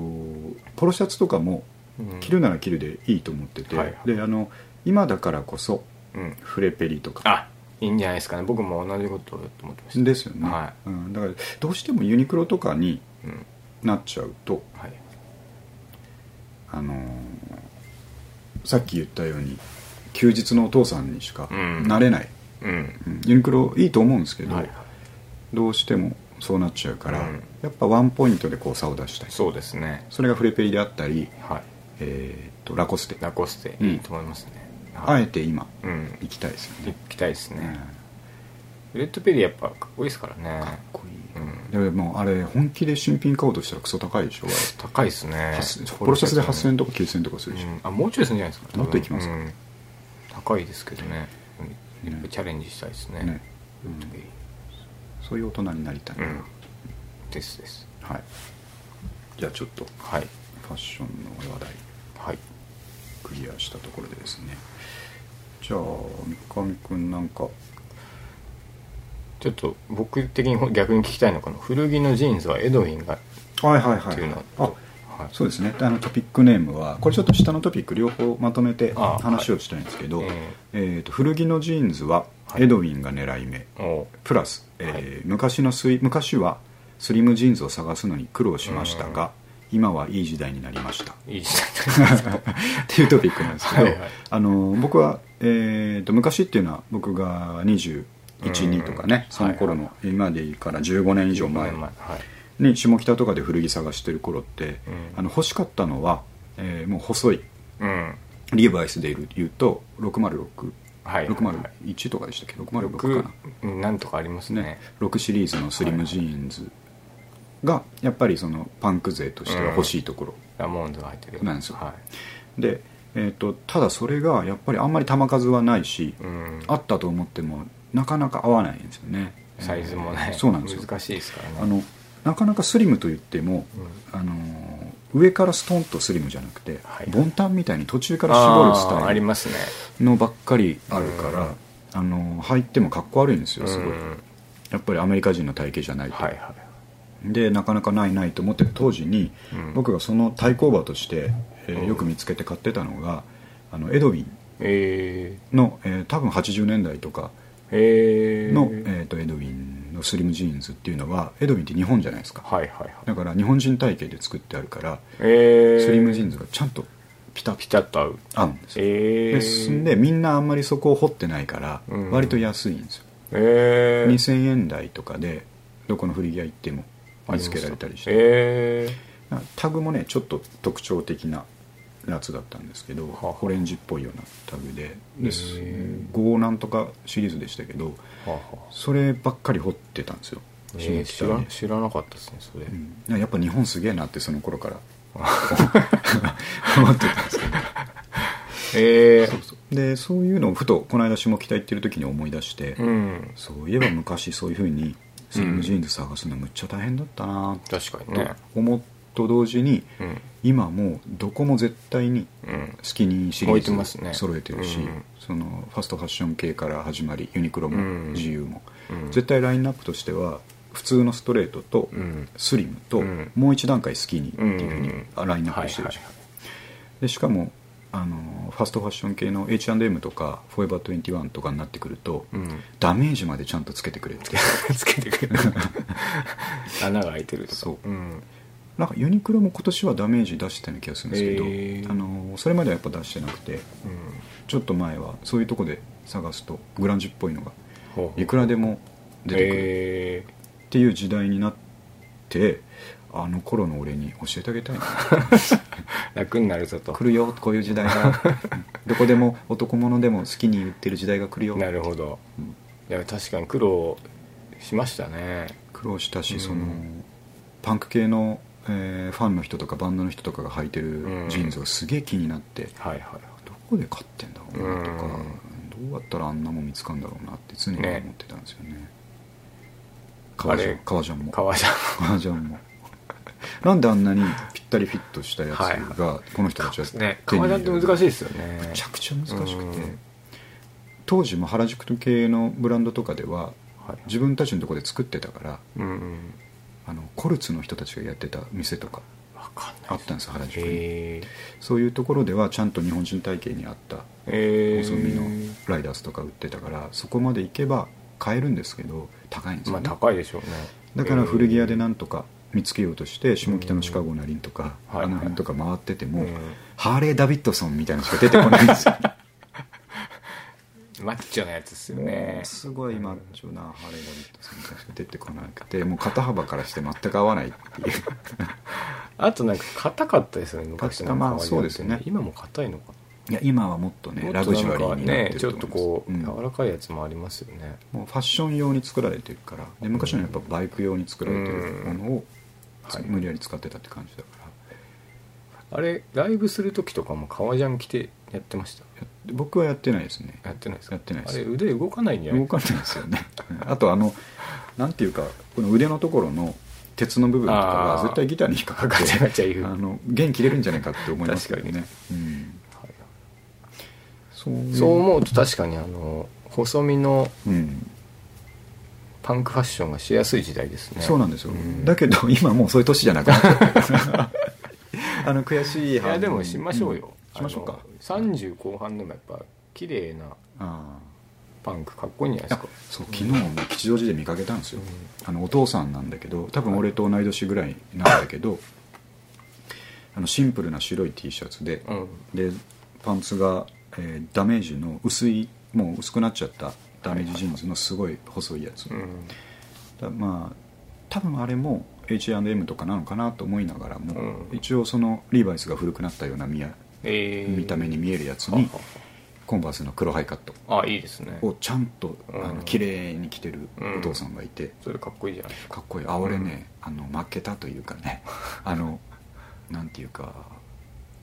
Speaker 1: ポロシャツとかも
Speaker 2: うん
Speaker 1: 着るなら着るでいいと思ってて、
Speaker 2: はい
Speaker 1: であの今だからこそ
Speaker 2: うん、
Speaker 1: フレペリとか
Speaker 2: あいいんじゃないですかね僕も同じことを思ってました、
Speaker 1: ですよね、
Speaker 2: は
Speaker 1: うん、だからどうしてもユニクロとかに
Speaker 2: うん
Speaker 1: なっちゃうと
Speaker 2: はい、
Speaker 1: あのーさっき言ったように休日のお父さんにしか
Speaker 2: うん
Speaker 1: なれない、
Speaker 2: うん
Speaker 1: うんユニクロいいと思うんですけど、
Speaker 2: はい、
Speaker 1: どうしてもそうなっちゃうから、
Speaker 2: うん
Speaker 1: やっぱワンポイントでこう差を出したい
Speaker 2: そうですね
Speaker 1: それがフレペリであったり、
Speaker 2: はい
Speaker 1: えー、とラコステ
Speaker 2: ラコステいいと思いますね、
Speaker 1: あ
Speaker 2: い
Speaker 1: えて今
Speaker 2: うん
Speaker 1: 行きたいですよ
Speaker 2: 行
Speaker 1: ね、
Speaker 2: きたいです
Speaker 1: うん
Speaker 2: ね、レッドペリーやっぱかっこいいですからね
Speaker 1: かっこいい、
Speaker 2: うん
Speaker 1: でもあれ本気で新品買おうとしたらクソ高いでしょあれ
Speaker 2: 高いですね
Speaker 1: 8000ポロシャツで8000円とか9000円とかするでしょ、
Speaker 2: うんあもうちょいするんじゃないですか
Speaker 1: もっと行きますか
Speaker 2: うん高いですけどね
Speaker 1: ね
Speaker 2: やっぱチャレンジしたいですね
Speaker 1: ね
Speaker 2: レッドペリ
Speaker 1: そういう大人になりたい
Speaker 2: ー
Speaker 1: な、
Speaker 2: うんですです
Speaker 1: はいじゃあちょっと
Speaker 2: はい
Speaker 1: ファッションの話題
Speaker 2: はい
Speaker 1: クリアしたところでですねじゃあ三上くんなんか
Speaker 2: ちょっと僕的に逆に聞きたいのはこの古着のジーンズはエドウィンが
Speaker 1: はいはいは
Speaker 2: っていうのは
Speaker 1: あ
Speaker 2: はい
Speaker 1: そうですねあのトピックネームはこれちょっと下のトピック両方まとめて
Speaker 2: あ
Speaker 1: 話をしたいんですけど、
Speaker 2: はい
Speaker 1: えーと古着のジーンズは
Speaker 2: はい
Speaker 1: エドウィンが狙い目、
Speaker 2: お
Speaker 1: プラス、えー
Speaker 2: はい
Speaker 1: 昔のスイ昔はスリムジーンズを探すのに苦労しましたが、今はいい時代になりました
Speaker 2: いい時代になりました
Speaker 1: っていうトピックなんですけど
Speaker 2: はいはい
Speaker 1: あの僕は、えーと昔っていうのは僕が21、2とかね
Speaker 2: うん
Speaker 1: その頃の、今でいいから15年以上前
Speaker 2: はい
Speaker 1: に下北とかで古着探してる頃って、
Speaker 2: うん
Speaker 1: あの欲しかったのは、えーもう細い
Speaker 2: うん
Speaker 1: リーバイスで言うと606601
Speaker 2: はい
Speaker 1: とかでしたっけ606かな
Speaker 2: 6なんとかありますね
Speaker 1: ね、6シリーズのスリムジーンズがやっぱりそのパンク勢としては欲しいところ、
Speaker 2: ラモーンズが入ってる
Speaker 1: なんですよ
Speaker 2: は
Speaker 1: で、えー、とただそれがやっぱりあんまり球数はないし、
Speaker 2: い、うん
Speaker 1: あったと思ってもなかなか合わないんですよね
Speaker 2: サイズもね、
Speaker 1: えーそうなんですよ
Speaker 2: 難しいですからね
Speaker 1: あのなかなかスリムと言っても、
Speaker 2: う
Speaker 1: あのー上からストンとスリムじゃなくて、
Speaker 2: はい
Speaker 1: ボンタンみたいに途中から絞るス
Speaker 2: あー
Speaker 1: タ
Speaker 2: あ
Speaker 1: イ
Speaker 2: り
Speaker 1: ル
Speaker 2: ますね
Speaker 1: のばっかりあるから、
Speaker 2: うん
Speaker 1: あのー入ってもかっこ悪いんですよすごい、
Speaker 2: うん
Speaker 1: やっぱりアメリカ人の体型じゃないと、
Speaker 2: はいは
Speaker 1: でなかなかないないと思ってた当時に、
Speaker 2: い、うん
Speaker 1: 僕がその対抗馬として、えー
Speaker 2: うん
Speaker 1: よく見つけて買ってたのがあのエドウィン
Speaker 2: え
Speaker 1: の、えー多分80年代とか
Speaker 2: ー、えー、
Speaker 1: の、えー、とエドウィンのスリムジーンズっていうのはエドウィンって日本じゃないですか
Speaker 2: はいはいはい
Speaker 1: だから日本人体型で作ってあるから、
Speaker 2: えー、
Speaker 1: スリムジーンズがちゃんとピタピ
Speaker 2: ピ
Speaker 1: タ
Speaker 2: タッと合う
Speaker 1: 合うんですよ、
Speaker 2: え
Speaker 1: で
Speaker 2: ー、
Speaker 1: すんでみんなあんまりそこを掘ってないから
Speaker 2: うん
Speaker 1: 割と安いんですよ、
Speaker 2: えー、
Speaker 1: 2000円台とかでどこの古着屋行っても見つけられたりして、
Speaker 2: え
Speaker 1: タグもねちょっと特徴的なやつだったんですけど
Speaker 2: は
Speaker 1: オレンジっぽいようなタグで
Speaker 2: へ
Speaker 1: です
Speaker 2: ー
Speaker 1: 5なんとかシリーズでしたけど
Speaker 2: ー、はあはあ
Speaker 1: そればっかり掘ってたんですよ
Speaker 2: え
Speaker 1: 刺
Speaker 2: ー、
Speaker 1: 激
Speaker 2: 知
Speaker 1: 的
Speaker 2: ら
Speaker 1: に
Speaker 2: 知らなかったですねそれ、
Speaker 1: うんやっぱ日本すげえなってその頃から 思ってたんですけど
Speaker 2: えー、
Speaker 1: でそういうのをふとこの間下北行ってる時に思い出して、
Speaker 2: うん
Speaker 1: そういえば昔そういうふうにスリムジーンズ探すのむっちゃ大変だったな
Speaker 2: 確かに
Speaker 1: と
Speaker 2: ね
Speaker 1: 思うと同時に、
Speaker 2: うん
Speaker 1: 今もうどこも絶対に
Speaker 2: うん
Speaker 1: スキニーシリ
Speaker 2: 置いて
Speaker 1: ー
Speaker 2: ま
Speaker 1: ズ
Speaker 2: すね
Speaker 1: 揃えてるし、
Speaker 2: うん
Speaker 1: そのファストファッション系から始まりユニクロ
Speaker 2: う
Speaker 1: も
Speaker 2: ん
Speaker 1: GU も、
Speaker 2: うん
Speaker 1: 絶対ラインナップとしては普通のストレートと
Speaker 2: うん
Speaker 1: スリムと、
Speaker 2: うん
Speaker 1: もう一段階スキニーっていうふうに
Speaker 2: うん
Speaker 1: あラインナップしてるし、
Speaker 2: はいはい
Speaker 1: でしかもあのファストファッション系の H&M とかフォーエバー21とかになってくると、
Speaker 2: うん
Speaker 1: ダメージまでちゃんとつけてくれって
Speaker 2: つけてくる 穴が開いてるとか、
Speaker 1: そうんなんかユニクロも今年はダメージ出してたような気がするんですけど、
Speaker 2: へー
Speaker 1: あのそれまではやっぱ出してなくて
Speaker 2: うん、
Speaker 1: ちょっと前はそういうとこで探すとグランジっぽいのが
Speaker 2: ほう
Speaker 1: いくらでも出てくる
Speaker 2: え
Speaker 1: っていう時代になってあの頃の俺に教えてあげたいな
Speaker 2: ー、楽になるぞと
Speaker 1: 来るよこういう時代 がうんどこでも男物でも好きに言ってる時代が来るよ
Speaker 2: なるほど
Speaker 1: うん
Speaker 2: いや確かに苦労しましたね
Speaker 1: 苦労したし、
Speaker 2: うん
Speaker 1: そのパンク系の、えーファンの人とかバンドの人とかが履いてる
Speaker 2: うん
Speaker 1: ジーンズがすげえ気になって、
Speaker 2: はいはい
Speaker 1: どこで買ってんだろうなとか、どうやったらあんなもん見つかんだろうなって常に思
Speaker 2: ね
Speaker 1: ってたんですよね革ジャ
Speaker 2: あ
Speaker 1: ン
Speaker 2: れ
Speaker 1: 革ジャンも
Speaker 2: 革ジャン
Speaker 1: 革ジャンもなんであんなにぴったりフィットしたやつ
Speaker 2: はい
Speaker 1: がこの人たちは手に
Speaker 2: ね
Speaker 1: 入
Speaker 2: 革ジ
Speaker 1: れ
Speaker 2: ャン
Speaker 1: る
Speaker 2: って難しいですよね
Speaker 1: めちゃくちゃ難しくて、
Speaker 2: うん
Speaker 1: 当時も原宿系のブランドとかでは
Speaker 2: はい
Speaker 1: 自分たちのとこで作ってたから
Speaker 2: うん
Speaker 1: あのコルツの人たちがやってた店とか
Speaker 2: 分かんない
Speaker 1: あったんですよ原宿に
Speaker 2: へー
Speaker 1: そういうところではちゃんと日本人体系に合った
Speaker 2: え
Speaker 1: 細身の
Speaker 2: ー
Speaker 1: ライダースとか売ってたからそこまで行けば買えるんですけど高いんですよ、
Speaker 2: まあ
Speaker 1: ね
Speaker 2: 高いでしょうね
Speaker 1: だから古着屋で
Speaker 2: な
Speaker 1: なんとか見つけようとして下北のシカゴなりんとか、
Speaker 2: うんはい
Speaker 1: あの辺とか回ってても、
Speaker 2: うん
Speaker 1: ハーレー・ダビッドソンみたいなのしか出てこないんですよ
Speaker 2: マッチョなやつですよね
Speaker 1: すごいマッチョなハーレー・ダビッドソンみたいなのしか出てこなくてもう肩幅からして全く合わないっていう
Speaker 2: あとなんか硬かったですよね昔の
Speaker 1: まあ
Speaker 2: 革ジャンって
Speaker 1: そうですね
Speaker 2: 今も硬いのか
Speaker 1: いや今はもっとね
Speaker 2: な
Speaker 1: ラグジュアリーになって
Speaker 2: ね
Speaker 1: る
Speaker 2: ち
Speaker 1: と
Speaker 2: ょっ
Speaker 1: 思い
Speaker 2: と
Speaker 1: ます
Speaker 2: こう
Speaker 1: うん
Speaker 2: 柔らかいやつもありますよね
Speaker 1: もうファッション用に作られてるからで昔のはやっぱバイク用に作られてるものを、
Speaker 2: うんはい
Speaker 1: 無理やり使ってたって感じだから
Speaker 2: あれライブする時とかも革ジャン着てやってました
Speaker 1: やって僕はやってないですね
Speaker 2: やってないですか
Speaker 1: やってないです
Speaker 2: あれ腕動かないんじゃない
Speaker 1: 動かないですよね うんあとあのなんていうかこの腕のところの鉄の部分とか
Speaker 2: あ
Speaker 1: は
Speaker 2: ー
Speaker 1: 絶対ギターに引っか かっ
Speaker 2: ガチャガ
Speaker 1: て
Speaker 2: チ ャ言う
Speaker 1: あの弦切れるんじゃないかって思いますけどね、うん、
Speaker 2: はい
Speaker 1: そうい
Speaker 2: そう思うと確かにあの細身の
Speaker 1: うん
Speaker 2: パンクファッションがしやすい時代ですね
Speaker 1: そうなんですよ、
Speaker 2: ん
Speaker 1: だけど 今もうそういう年じゃなくなっちゃった あの悔しい
Speaker 2: いやでもしましょうよ、
Speaker 1: んしましょうか
Speaker 2: あの30後半でもやっぱ綺麗な
Speaker 1: ああ
Speaker 2: パンクかっこいいんじゃない
Speaker 1: あ
Speaker 2: ですか
Speaker 1: そう昨日吉祥寺で見かけたんですよ、
Speaker 2: う
Speaker 1: あのお父さんなんだけど多分俺と同い年ぐらいなんだけどあのシンプルな白い T シャツで、
Speaker 2: うん
Speaker 1: でパンツが、えーダメージの薄いもう薄くなっちゃったダメージジーンズのすごい細いやつ、
Speaker 2: うん
Speaker 1: だまあ多分あれも H&M とかなのかなと思いながらも、
Speaker 2: うん
Speaker 1: 一応そのリーバイスが古くなったような見や
Speaker 2: えー
Speaker 1: 見た目に見えるやつに
Speaker 2: ははは
Speaker 1: こコンバースの黒ハイカット
Speaker 2: あいいですね
Speaker 1: をちゃんと、
Speaker 2: うん
Speaker 1: あの綺麗に着てるお父さんがいて、
Speaker 2: それかっこいいじゃないですか
Speaker 1: かっこいいあ俺ね、あの負けたというかねあのなんていうか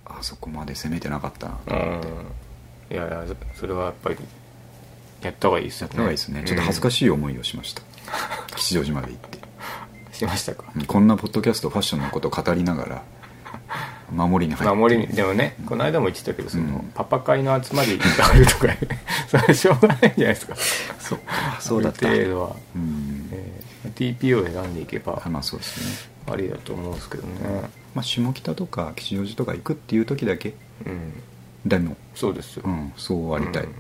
Speaker 1: あそこまで攻めてなかったなと思って、
Speaker 2: うんいやいやそれはやっぱりやった方がいいです
Speaker 1: やっ
Speaker 2: よね
Speaker 1: た方がいいですね、ちょっと恥ずか
Speaker 2: し
Speaker 1: しい思いをしま した、吉祥寺まで行って
Speaker 2: い、しましたか
Speaker 1: うんこんなポッドキャストファッションのことを語りながら守りに入って
Speaker 2: 守りにでもねこの間も言ってたけどその、
Speaker 1: うん
Speaker 2: パパ会の集まりがあるとか それはしょうがないんじゃないですか
Speaker 1: そうかそうだった
Speaker 2: ある程度は、
Speaker 1: うん
Speaker 2: えー TPO を選んでいけば
Speaker 1: あまあそうですね、
Speaker 2: ありだと思うんですけどね
Speaker 1: まあ、下北とか吉祥寺とか行くっていう時だけ
Speaker 2: うん
Speaker 1: でも、
Speaker 2: そうですよ、
Speaker 1: うん、そうありたい、
Speaker 2: うん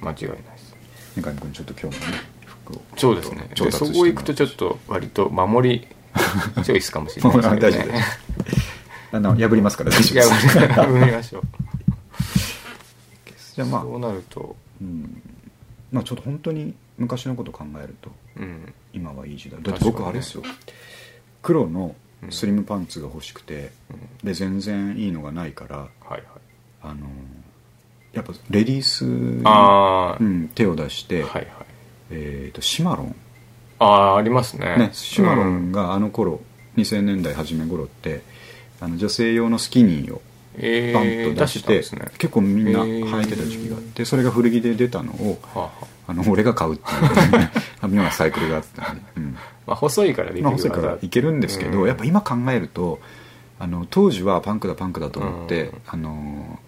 Speaker 2: 間違いないです
Speaker 1: 三上君ちょっと今日もね服を
Speaker 2: そうですね
Speaker 1: 調達し
Speaker 2: で
Speaker 1: て
Speaker 2: そ
Speaker 1: もら
Speaker 2: こ行くとちょっと割と 守りチョイスかもしれないですけど
Speaker 1: 大丈夫で
Speaker 2: ね
Speaker 1: すあの破りますから大丈夫
Speaker 2: いや
Speaker 1: です
Speaker 2: 頑張りましょう
Speaker 1: じゃあまあ
Speaker 2: そうなると
Speaker 1: うんまあちょっと本当に昔のこと考えると
Speaker 2: うん
Speaker 1: 今はいい時代だって
Speaker 2: 確かにね
Speaker 1: 僕あれですよ、黒のスリムパンツが欲しくて、
Speaker 2: うん
Speaker 1: で全然いいのがないから
Speaker 2: はいはい
Speaker 1: あのやっぱレディースに
Speaker 2: ああ、
Speaker 1: うん、手を出して、
Speaker 2: はいはい
Speaker 1: えー、とシマロン、
Speaker 2: ああありますね
Speaker 1: ね、シマロ
Speaker 2: うん
Speaker 1: ンがあの頃、2000年代初め頃ってあの女性用のスキニーを
Speaker 2: え
Speaker 1: バン
Speaker 2: ー
Speaker 1: と出して,、
Speaker 2: 出してたんですね
Speaker 1: 結構みんな履いてた時期があって、それが古着で出たのを
Speaker 2: はあはあ
Speaker 1: あの俺が買うって いう妙なサイクルがあったんで、うん
Speaker 2: まあ細いからできる
Speaker 1: まあ、細いからいけるんですけど、
Speaker 2: うん
Speaker 1: やっぱ今考えるとあの当時はパンクだパンクだと思って、
Speaker 2: うん
Speaker 1: あの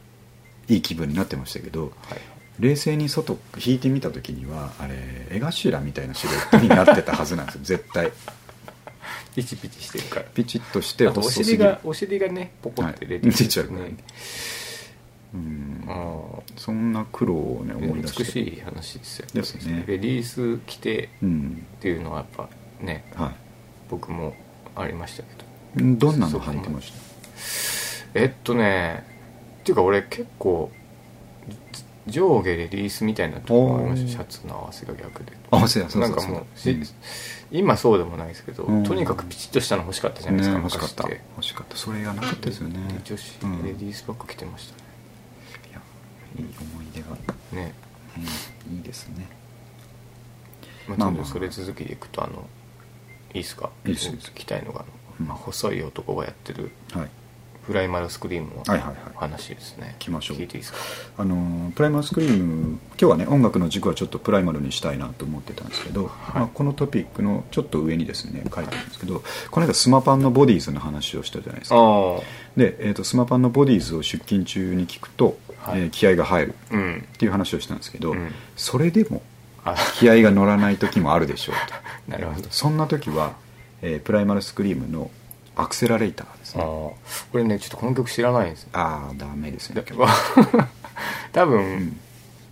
Speaker 1: いい気分になってましたけど
Speaker 2: はい
Speaker 1: 冷静に外引いてみた時にはあれ江頭みたいなシルエットになってたはず なんですよ絶対
Speaker 2: ピチピチしてるから
Speaker 1: ピチッとして
Speaker 2: あとお
Speaker 1: 細すぎ
Speaker 2: 尻
Speaker 1: る
Speaker 2: がお尻がねポコって出て
Speaker 1: はい出ちゃうからね
Speaker 2: ね
Speaker 1: うん
Speaker 2: あー
Speaker 1: そんな苦労をね思い出して
Speaker 2: 美しい話ですよ
Speaker 1: ですね
Speaker 2: レディース着て
Speaker 1: うん
Speaker 2: っていうのはやっぱね
Speaker 1: はい
Speaker 2: 僕もありましたけど
Speaker 1: どんなの履いてまし
Speaker 2: えっとねっていうか俺結構じ上下レディースみたいなとこありました
Speaker 1: おー
Speaker 2: シャツの合わせが逆で
Speaker 1: た合わせやそう
Speaker 2: な
Speaker 1: そ
Speaker 2: ん
Speaker 1: う
Speaker 2: か
Speaker 1: そう
Speaker 2: もう
Speaker 1: う
Speaker 2: し
Speaker 1: んね
Speaker 2: 今そうでもないですけど
Speaker 1: うん
Speaker 2: とにかくピチッとしたの欲しかったじゃないですか
Speaker 1: 欲しかった
Speaker 2: 昔て
Speaker 1: 欲しかったそれがなかったですよね
Speaker 2: で女子
Speaker 1: うん
Speaker 2: レディースばっか着てましたね,、
Speaker 1: いやいい思い出が、
Speaker 2: ね
Speaker 1: うんいいですね
Speaker 2: まあ、
Speaker 1: まあ
Speaker 2: ちょ
Speaker 1: ま
Speaker 2: っ
Speaker 1: あ
Speaker 2: とそれ続きでいくとあのいいですか
Speaker 1: いいです
Speaker 2: 聞きたいのがあの
Speaker 1: うん
Speaker 2: まあ、細い男がやってる
Speaker 1: はい
Speaker 2: フライマルスクリームの
Speaker 1: はいはいはい
Speaker 2: 話ですね、
Speaker 1: きましょう
Speaker 2: 聞いていいですか
Speaker 1: あのープライマルスクリーム今日はね音楽の軸はちょっとプライマルにしたいなと思ってたんですけど、
Speaker 2: はい
Speaker 1: まあ、このトピックのちょっと上にですね書いてあるんですけどこの間スマパンのボディーズの話をしたじゃないです
Speaker 2: あ
Speaker 1: か
Speaker 2: あ
Speaker 1: で、えー、とスマパンのボディーズを出勤中に聞くと、
Speaker 2: はい
Speaker 1: えー気合が入るっ
Speaker 2: うん
Speaker 1: ていう話をしたんですけど、
Speaker 2: うん
Speaker 1: それでも
Speaker 2: あ
Speaker 1: 気合が乗らない時もあるでしょう
Speaker 2: なるほど
Speaker 1: と そんな時は、えープライマルスクリームのアクセラレーターです
Speaker 2: ああ
Speaker 1: ね
Speaker 2: これねちょっとこの曲知らないんですよ
Speaker 1: ああダメですね
Speaker 2: だ 多分、
Speaker 1: ん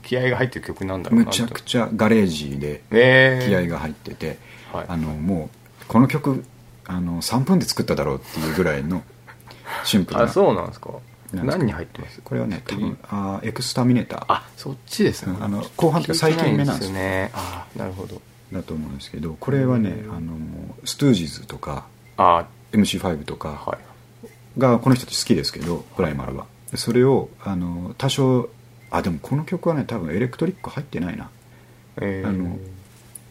Speaker 2: 気合が入ってる曲なんだろうな
Speaker 1: むちゃく
Speaker 2: ゃ
Speaker 1: ちゃガレージで
Speaker 2: ええ
Speaker 1: 気合が入ってて、
Speaker 2: はい
Speaker 1: あのもうこの曲あの3分で作っただろうっていうぐらいのシンプルな
Speaker 2: あそうなんですか
Speaker 1: なんですか
Speaker 2: 何に入ってます
Speaker 1: これはね多
Speaker 2: クリー
Speaker 1: 分
Speaker 2: ム
Speaker 1: あーエクスタミネーター
Speaker 2: あそっちですね
Speaker 1: うんあの後半っていうか最近目なんですよ
Speaker 2: 聞いていねああなるほど
Speaker 1: だと思うんですけどこれはねあのもうストゥージーズとか
Speaker 2: あ
Speaker 1: MC5 と
Speaker 2: あ
Speaker 1: か
Speaker 2: はい
Speaker 1: がこの人たち好きですけどプライマルはでそれをあの多少あでもこの曲はね多分エレクトリック入ってないな
Speaker 2: えー
Speaker 1: あの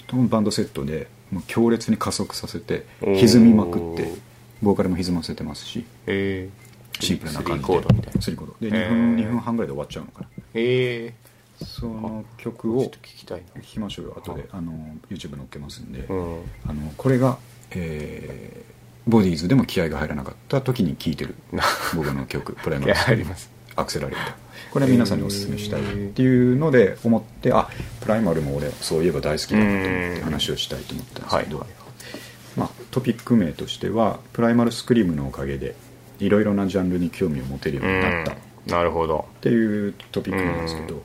Speaker 1: 多分バンドセットでもう強烈に加速させて
Speaker 2: おー
Speaker 1: 歪みまくってボーカルも歪ませてますし
Speaker 2: えー、
Speaker 1: シンプルな感じで
Speaker 2: スリーコードみたいな
Speaker 1: スリーコードで
Speaker 2: へー
Speaker 1: 2分2分半ぐらいで終わっちゃうのかな
Speaker 2: え
Speaker 1: その
Speaker 2: ー、ち
Speaker 1: 曲
Speaker 2: ょ
Speaker 1: を
Speaker 2: っと聞きたい
Speaker 1: 聞きましょうよ後で
Speaker 2: はい
Speaker 1: あの YouTube 載っけますんで、
Speaker 2: なうん
Speaker 1: あのこれが、えーボディーズでも気合が入らなかった時に聴いて る
Speaker 2: な
Speaker 1: 僕の曲「プライマ
Speaker 2: 気
Speaker 1: ル
Speaker 2: 合
Speaker 1: スクリ
Speaker 2: 入り
Speaker 1: ーム
Speaker 2: ます
Speaker 1: アクセラレーター」これは皆さんにおすすめしたいっていうので思ってあプライマルも俺そういえば大好きだなと思って話をしたいと思ったんです
Speaker 2: は
Speaker 1: け
Speaker 2: い
Speaker 1: ど、
Speaker 2: はい
Speaker 1: まあ、トピック名としては「プライマルスクリーム」のおかげでいろいろなジャンルに興味を持てるようになったっ
Speaker 2: うんなるほど
Speaker 1: ていうトピックなんですけど、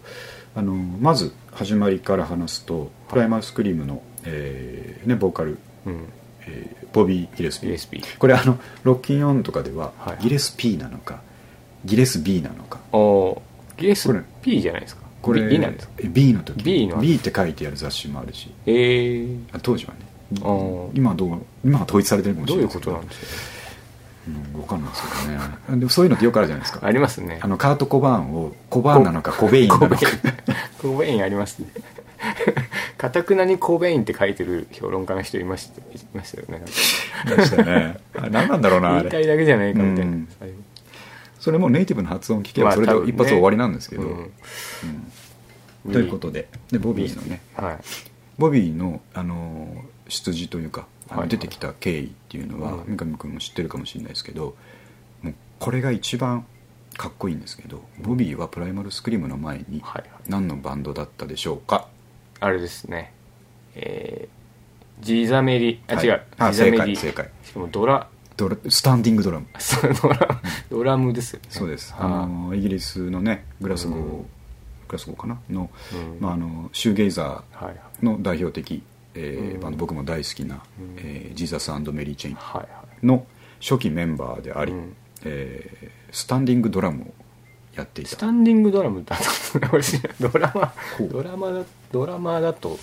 Speaker 1: あのまず始まりから話すと「プライマルスクリームの」えーね、ボーカル、
Speaker 2: うん
Speaker 1: えーボビー・ギレスピー
Speaker 2: USB
Speaker 1: これあのロッキンオンとかでは、
Speaker 2: はい
Speaker 1: ギレスピーなのかギレス B なのか
Speaker 2: おギレス
Speaker 1: これ
Speaker 2: P じゃないですか
Speaker 1: これ
Speaker 2: B B なんですか
Speaker 1: え B の時
Speaker 2: B の
Speaker 1: B って書いてある雑誌もあるし
Speaker 2: えー、
Speaker 1: あ当時はね
Speaker 2: あー
Speaker 1: 今はどう今は統一されてるかもし
Speaker 2: ど
Speaker 1: れ
Speaker 2: う
Speaker 1: ないいうです
Speaker 2: こ
Speaker 1: け
Speaker 2: となんです
Speaker 1: うん、わかんないですけどねでもそういうのってよくあるじゃないですか
Speaker 2: ありますね
Speaker 1: あのカート・コバーンをコバーンなのかコベインな
Speaker 2: コ
Speaker 1: の
Speaker 2: ベイ
Speaker 1: か
Speaker 2: ンコベインありますね かたくなにコベインって書いてる評論家の人いましたいましたよねなんか
Speaker 1: でしたねあれ何なんだろうなあ
Speaker 2: 言いたい
Speaker 1: れ
Speaker 2: だけじゃないかみたいな、
Speaker 1: うん
Speaker 2: 最後
Speaker 1: それもネイティブの発音聞けばそれで
Speaker 2: まあ多分ね
Speaker 1: 一発終わりなんですけど、
Speaker 2: う
Speaker 1: う
Speaker 2: ん
Speaker 1: んということででボビーのね
Speaker 2: はい
Speaker 1: ボビーの、あのー出自というか、あの
Speaker 2: はい
Speaker 1: 出てきた経緯っていうのは、
Speaker 2: う
Speaker 1: 三
Speaker 2: ん
Speaker 1: 上君も知ってるかもしれないですけどもうこれが一番かっこいいんですけどボビーはプライマルスクリームの前に
Speaker 2: はいはい
Speaker 1: 何のバンドだったでしょうか、
Speaker 2: あれですねえー、ジザメリあ、
Speaker 1: はい
Speaker 2: 違う
Speaker 1: あ
Speaker 2: ジザメリ
Speaker 1: 正解正解
Speaker 2: しかもドラ
Speaker 1: ドラスタンディングドラム
Speaker 2: そうドラドラムですよね
Speaker 1: そうです、あ
Speaker 2: あ
Speaker 1: のーイギリスのねグラスゴー、
Speaker 2: うん
Speaker 1: グラスゴーかなの,、
Speaker 2: うん
Speaker 1: まあ、あのシューゲイザ
Speaker 2: ーはいはい
Speaker 1: ーの代表的、えー
Speaker 2: うん
Speaker 1: バンド僕も大好きな、
Speaker 2: うん
Speaker 1: えージーザスメリー・チェイン
Speaker 2: はいはい
Speaker 1: の初期メンバーであり、
Speaker 2: うん
Speaker 1: えースタンディングドラムをやってい
Speaker 2: ス
Speaker 1: た
Speaker 2: タンディングドラムだと俺知らないドラマ
Speaker 1: こう
Speaker 2: ドラマだドラマだと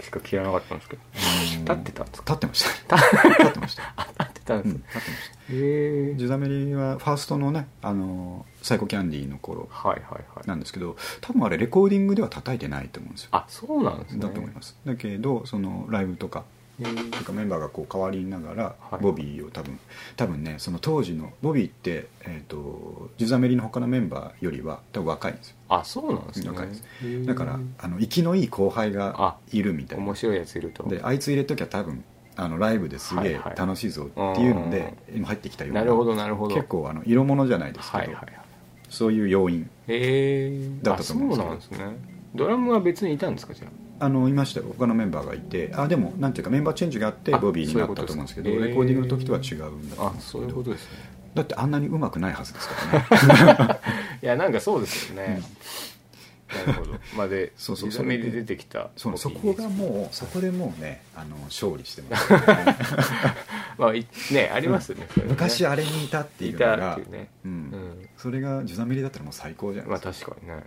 Speaker 2: しか聞かなかったんですけど立ってたんですか
Speaker 1: 立 ってました立ってました、
Speaker 2: あ立ってたん
Speaker 1: う
Speaker 2: で
Speaker 1: ん、
Speaker 2: す
Speaker 1: 立っ
Speaker 2: ね
Speaker 1: てました
Speaker 2: へえ
Speaker 1: ジザメリはファーストのねあのサイコキャンディーの頃
Speaker 2: はいはい
Speaker 1: な
Speaker 2: はい
Speaker 1: んですけど多分あれレコーディングでは叩いてないと思うんですよ
Speaker 2: あそうなんですね
Speaker 1: だと思いますだけどそのライブとか
Speaker 2: へー
Speaker 1: とかメンバーがこう変わりながら
Speaker 2: はい
Speaker 1: ボビーを多分多分ねその当時のボビーって、えー、とジザメリの他のメンバーよりは多分若いんですよ
Speaker 2: あそうなんですね
Speaker 1: 若いです
Speaker 2: へー
Speaker 1: だからあの生きのいい後輩がいるみたいな
Speaker 2: 面白いやついると
Speaker 1: であいつ入れときゃ多分あのライブですげえ
Speaker 2: はいはい
Speaker 1: 楽しいぞっていうので今入ってきたような
Speaker 2: なるほどなるほど
Speaker 1: 結構あの色物じゃないですけど、
Speaker 2: はいはいはい
Speaker 1: そういう要因
Speaker 2: へえ
Speaker 1: だったと思うんですけど
Speaker 2: そうなんですねドラムは別にいたんですかじゃ
Speaker 1: あのいましたよ他のメンバーがいてあでもなんていうかメンバーチェンジがあって
Speaker 2: あ
Speaker 1: ボビーになった
Speaker 2: そういうこと
Speaker 1: と思うんですけど
Speaker 2: ですか
Speaker 1: レコーディングの時とは違うんだと
Speaker 2: あ
Speaker 1: 思う
Speaker 2: あ
Speaker 1: んですけ
Speaker 2: そう
Speaker 1: ど
Speaker 2: いうことですね
Speaker 1: だってあんなにうまくないはずですからね
Speaker 2: いやなんかそうですよね、なるほどまあで
Speaker 1: そうそう
Speaker 2: 自分で出てきた
Speaker 1: そうそ
Speaker 2: 時に
Speaker 1: こがもうそこでもうねあの勝利して ますよね
Speaker 2: まあいねありますよね,それね、
Speaker 1: 昔
Speaker 2: あ
Speaker 1: あれにいたっていう
Speaker 2: い
Speaker 1: の
Speaker 2: た
Speaker 1: が
Speaker 2: っていうね
Speaker 1: うん
Speaker 2: うん
Speaker 1: それがジュザメリだったらもう最高じゃないですか、
Speaker 2: まあ確かにね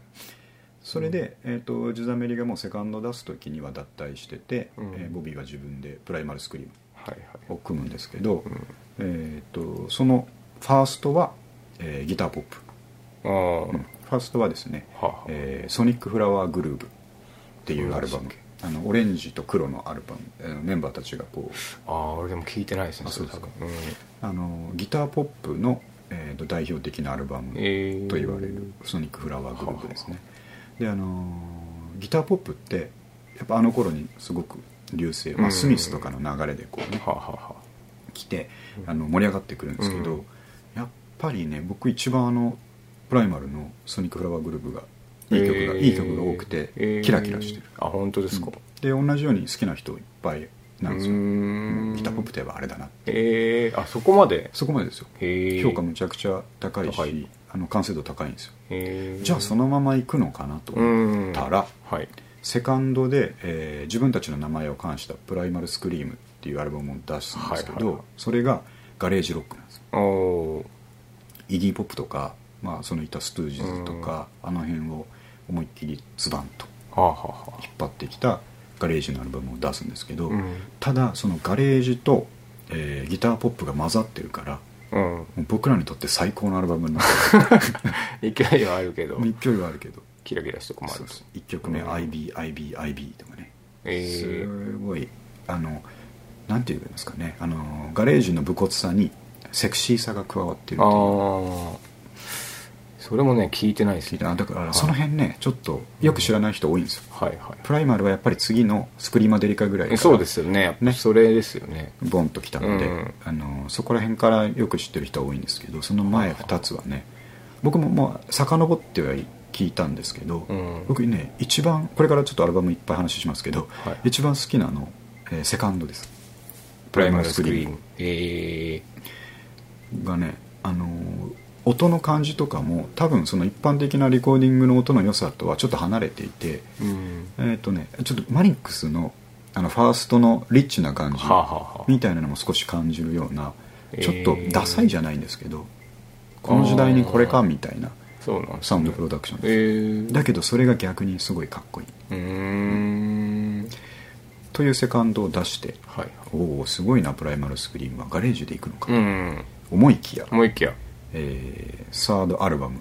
Speaker 1: それで、えー、とジュザメリがもうセカンド出す時には脱退してて、
Speaker 2: うん
Speaker 1: えーボビーは自分でプライマルスクリーム
Speaker 2: はいはい
Speaker 1: を組むんですけど、
Speaker 2: うん
Speaker 1: えー、とそのファーストは、えーギターポップ、
Speaker 2: ああ、
Speaker 1: うんファーストはですね、
Speaker 2: はあはあ
Speaker 1: えーソニックフラワーグルーブ」っていうアルバ
Speaker 2: うん
Speaker 1: ムあのオレンジと黒のアルバムあのメンバーたちがこう
Speaker 2: ああ俺でも聞いてないですね
Speaker 1: あそうですか
Speaker 2: れ多分うん
Speaker 1: あのギターポップの、えーと代表的なアルバム
Speaker 2: えー
Speaker 1: と言われるソニックフラワーグループですねであのーギターポップってやっぱあの頃にすごく流星、ま
Speaker 2: う
Speaker 1: あ、
Speaker 2: ん
Speaker 1: スミスとかの流れでこうね
Speaker 2: はあ、はあは
Speaker 1: 来てあの盛り上がってくるんですけど、
Speaker 2: うん
Speaker 1: やっぱりね僕一番あのプライマルのソニックフラワーグループが
Speaker 2: あ、
Speaker 1: いい曲が、
Speaker 2: えー
Speaker 1: いい曲が多くて、
Speaker 2: えー
Speaker 1: キラキラしてる
Speaker 2: あ本当ですか、
Speaker 1: で同じように好きな人いっぱいなんですよ
Speaker 2: うーん
Speaker 1: うんギターポップといえばあれだな
Speaker 2: えー、あそこまで
Speaker 1: そこまでですよ
Speaker 2: へえ
Speaker 1: 評価むちゃくちゃ高いし
Speaker 2: 高い
Speaker 1: あの完成度高いんですよ
Speaker 2: へえ
Speaker 1: じゃあそのまま行くのかなと思ったら、
Speaker 2: はい
Speaker 1: セカンドで、えー自分たちの名前を冠した「プライマルスクリーム」っていうアルバムを出すんですけど、
Speaker 2: はいはいはい
Speaker 1: それがガレージロックなんですよ
Speaker 2: おお
Speaker 1: イギー・ポップとか、まあ、そのいたストゥージーズとか、あの辺を思いっきりズバンと
Speaker 2: ーはあはあは
Speaker 1: 引っ張ってきたガレージのアルバムを出すんですけど、
Speaker 2: あうん
Speaker 1: ただそのガレージと、えーギターポップが混ざってるから
Speaker 2: うん
Speaker 1: もう僕らにとって最高のアルバムになっ
Speaker 2: 勢いはあるけど
Speaker 1: てる勢いはあるけど
Speaker 2: キラキラして困る
Speaker 1: そうそう1曲目「
Speaker 2: うん
Speaker 1: IBIBIB」とかね
Speaker 2: えー、
Speaker 1: すごいあのなんて言いますかねあのガレージの武骨さにセクシーさが加わってるっていう
Speaker 2: ああそれもね聞いてないです
Speaker 1: 聞いたあだから
Speaker 2: はい
Speaker 1: その辺ねちょっとよく知らない人多いんですよ
Speaker 2: はいは
Speaker 1: プライマルはやっぱり次のスクリーマデリカぐらいか
Speaker 2: い
Speaker 1: ら
Speaker 2: そうですよね
Speaker 1: ね
Speaker 2: それですよね
Speaker 1: ボンときたので、
Speaker 2: うん
Speaker 1: あのそこら辺からよく知ってる人は多いんですけどその前2つはね僕ももう遡っては聞いたんですけど、
Speaker 2: うん
Speaker 1: 僕ね一番これからちょっとアルバムいっぱい話しますけど、
Speaker 2: はい
Speaker 1: 一番好きなの、えーセカンドです
Speaker 2: プライマルスクリーンえ
Speaker 1: がねあのー音の感じとかも多分その一般的なリコーディングの音の良さとはちょっと離れていて
Speaker 2: えー、うん
Speaker 1: えっ、とねちょっとマリックスのあのファーストのリッチな感じ、
Speaker 2: はあ、はあはあ、
Speaker 1: みたいなのも少し感じるような
Speaker 2: えー
Speaker 1: ちょっとダサいじゃないんですけど、この時代にこれかみたいな
Speaker 2: そうなんです
Speaker 1: サ
Speaker 2: ね
Speaker 1: ウンドプロダクション
Speaker 2: え
Speaker 1: です、
Speaker 2: ー、
Speaker 1: だけどそれが逆にすごいかっこいいう
Speaker 2: ーん
Speaker 1: というセカンドを出して
Speaker 2: はい
Speaker 1: おおすごいなプライマルスクリームはガレージで行くのか、
Speaker 2: うん
Speaker 1: 思いきや、
Speaker 2: 思いきや
Speaker 1: えーサードアルバム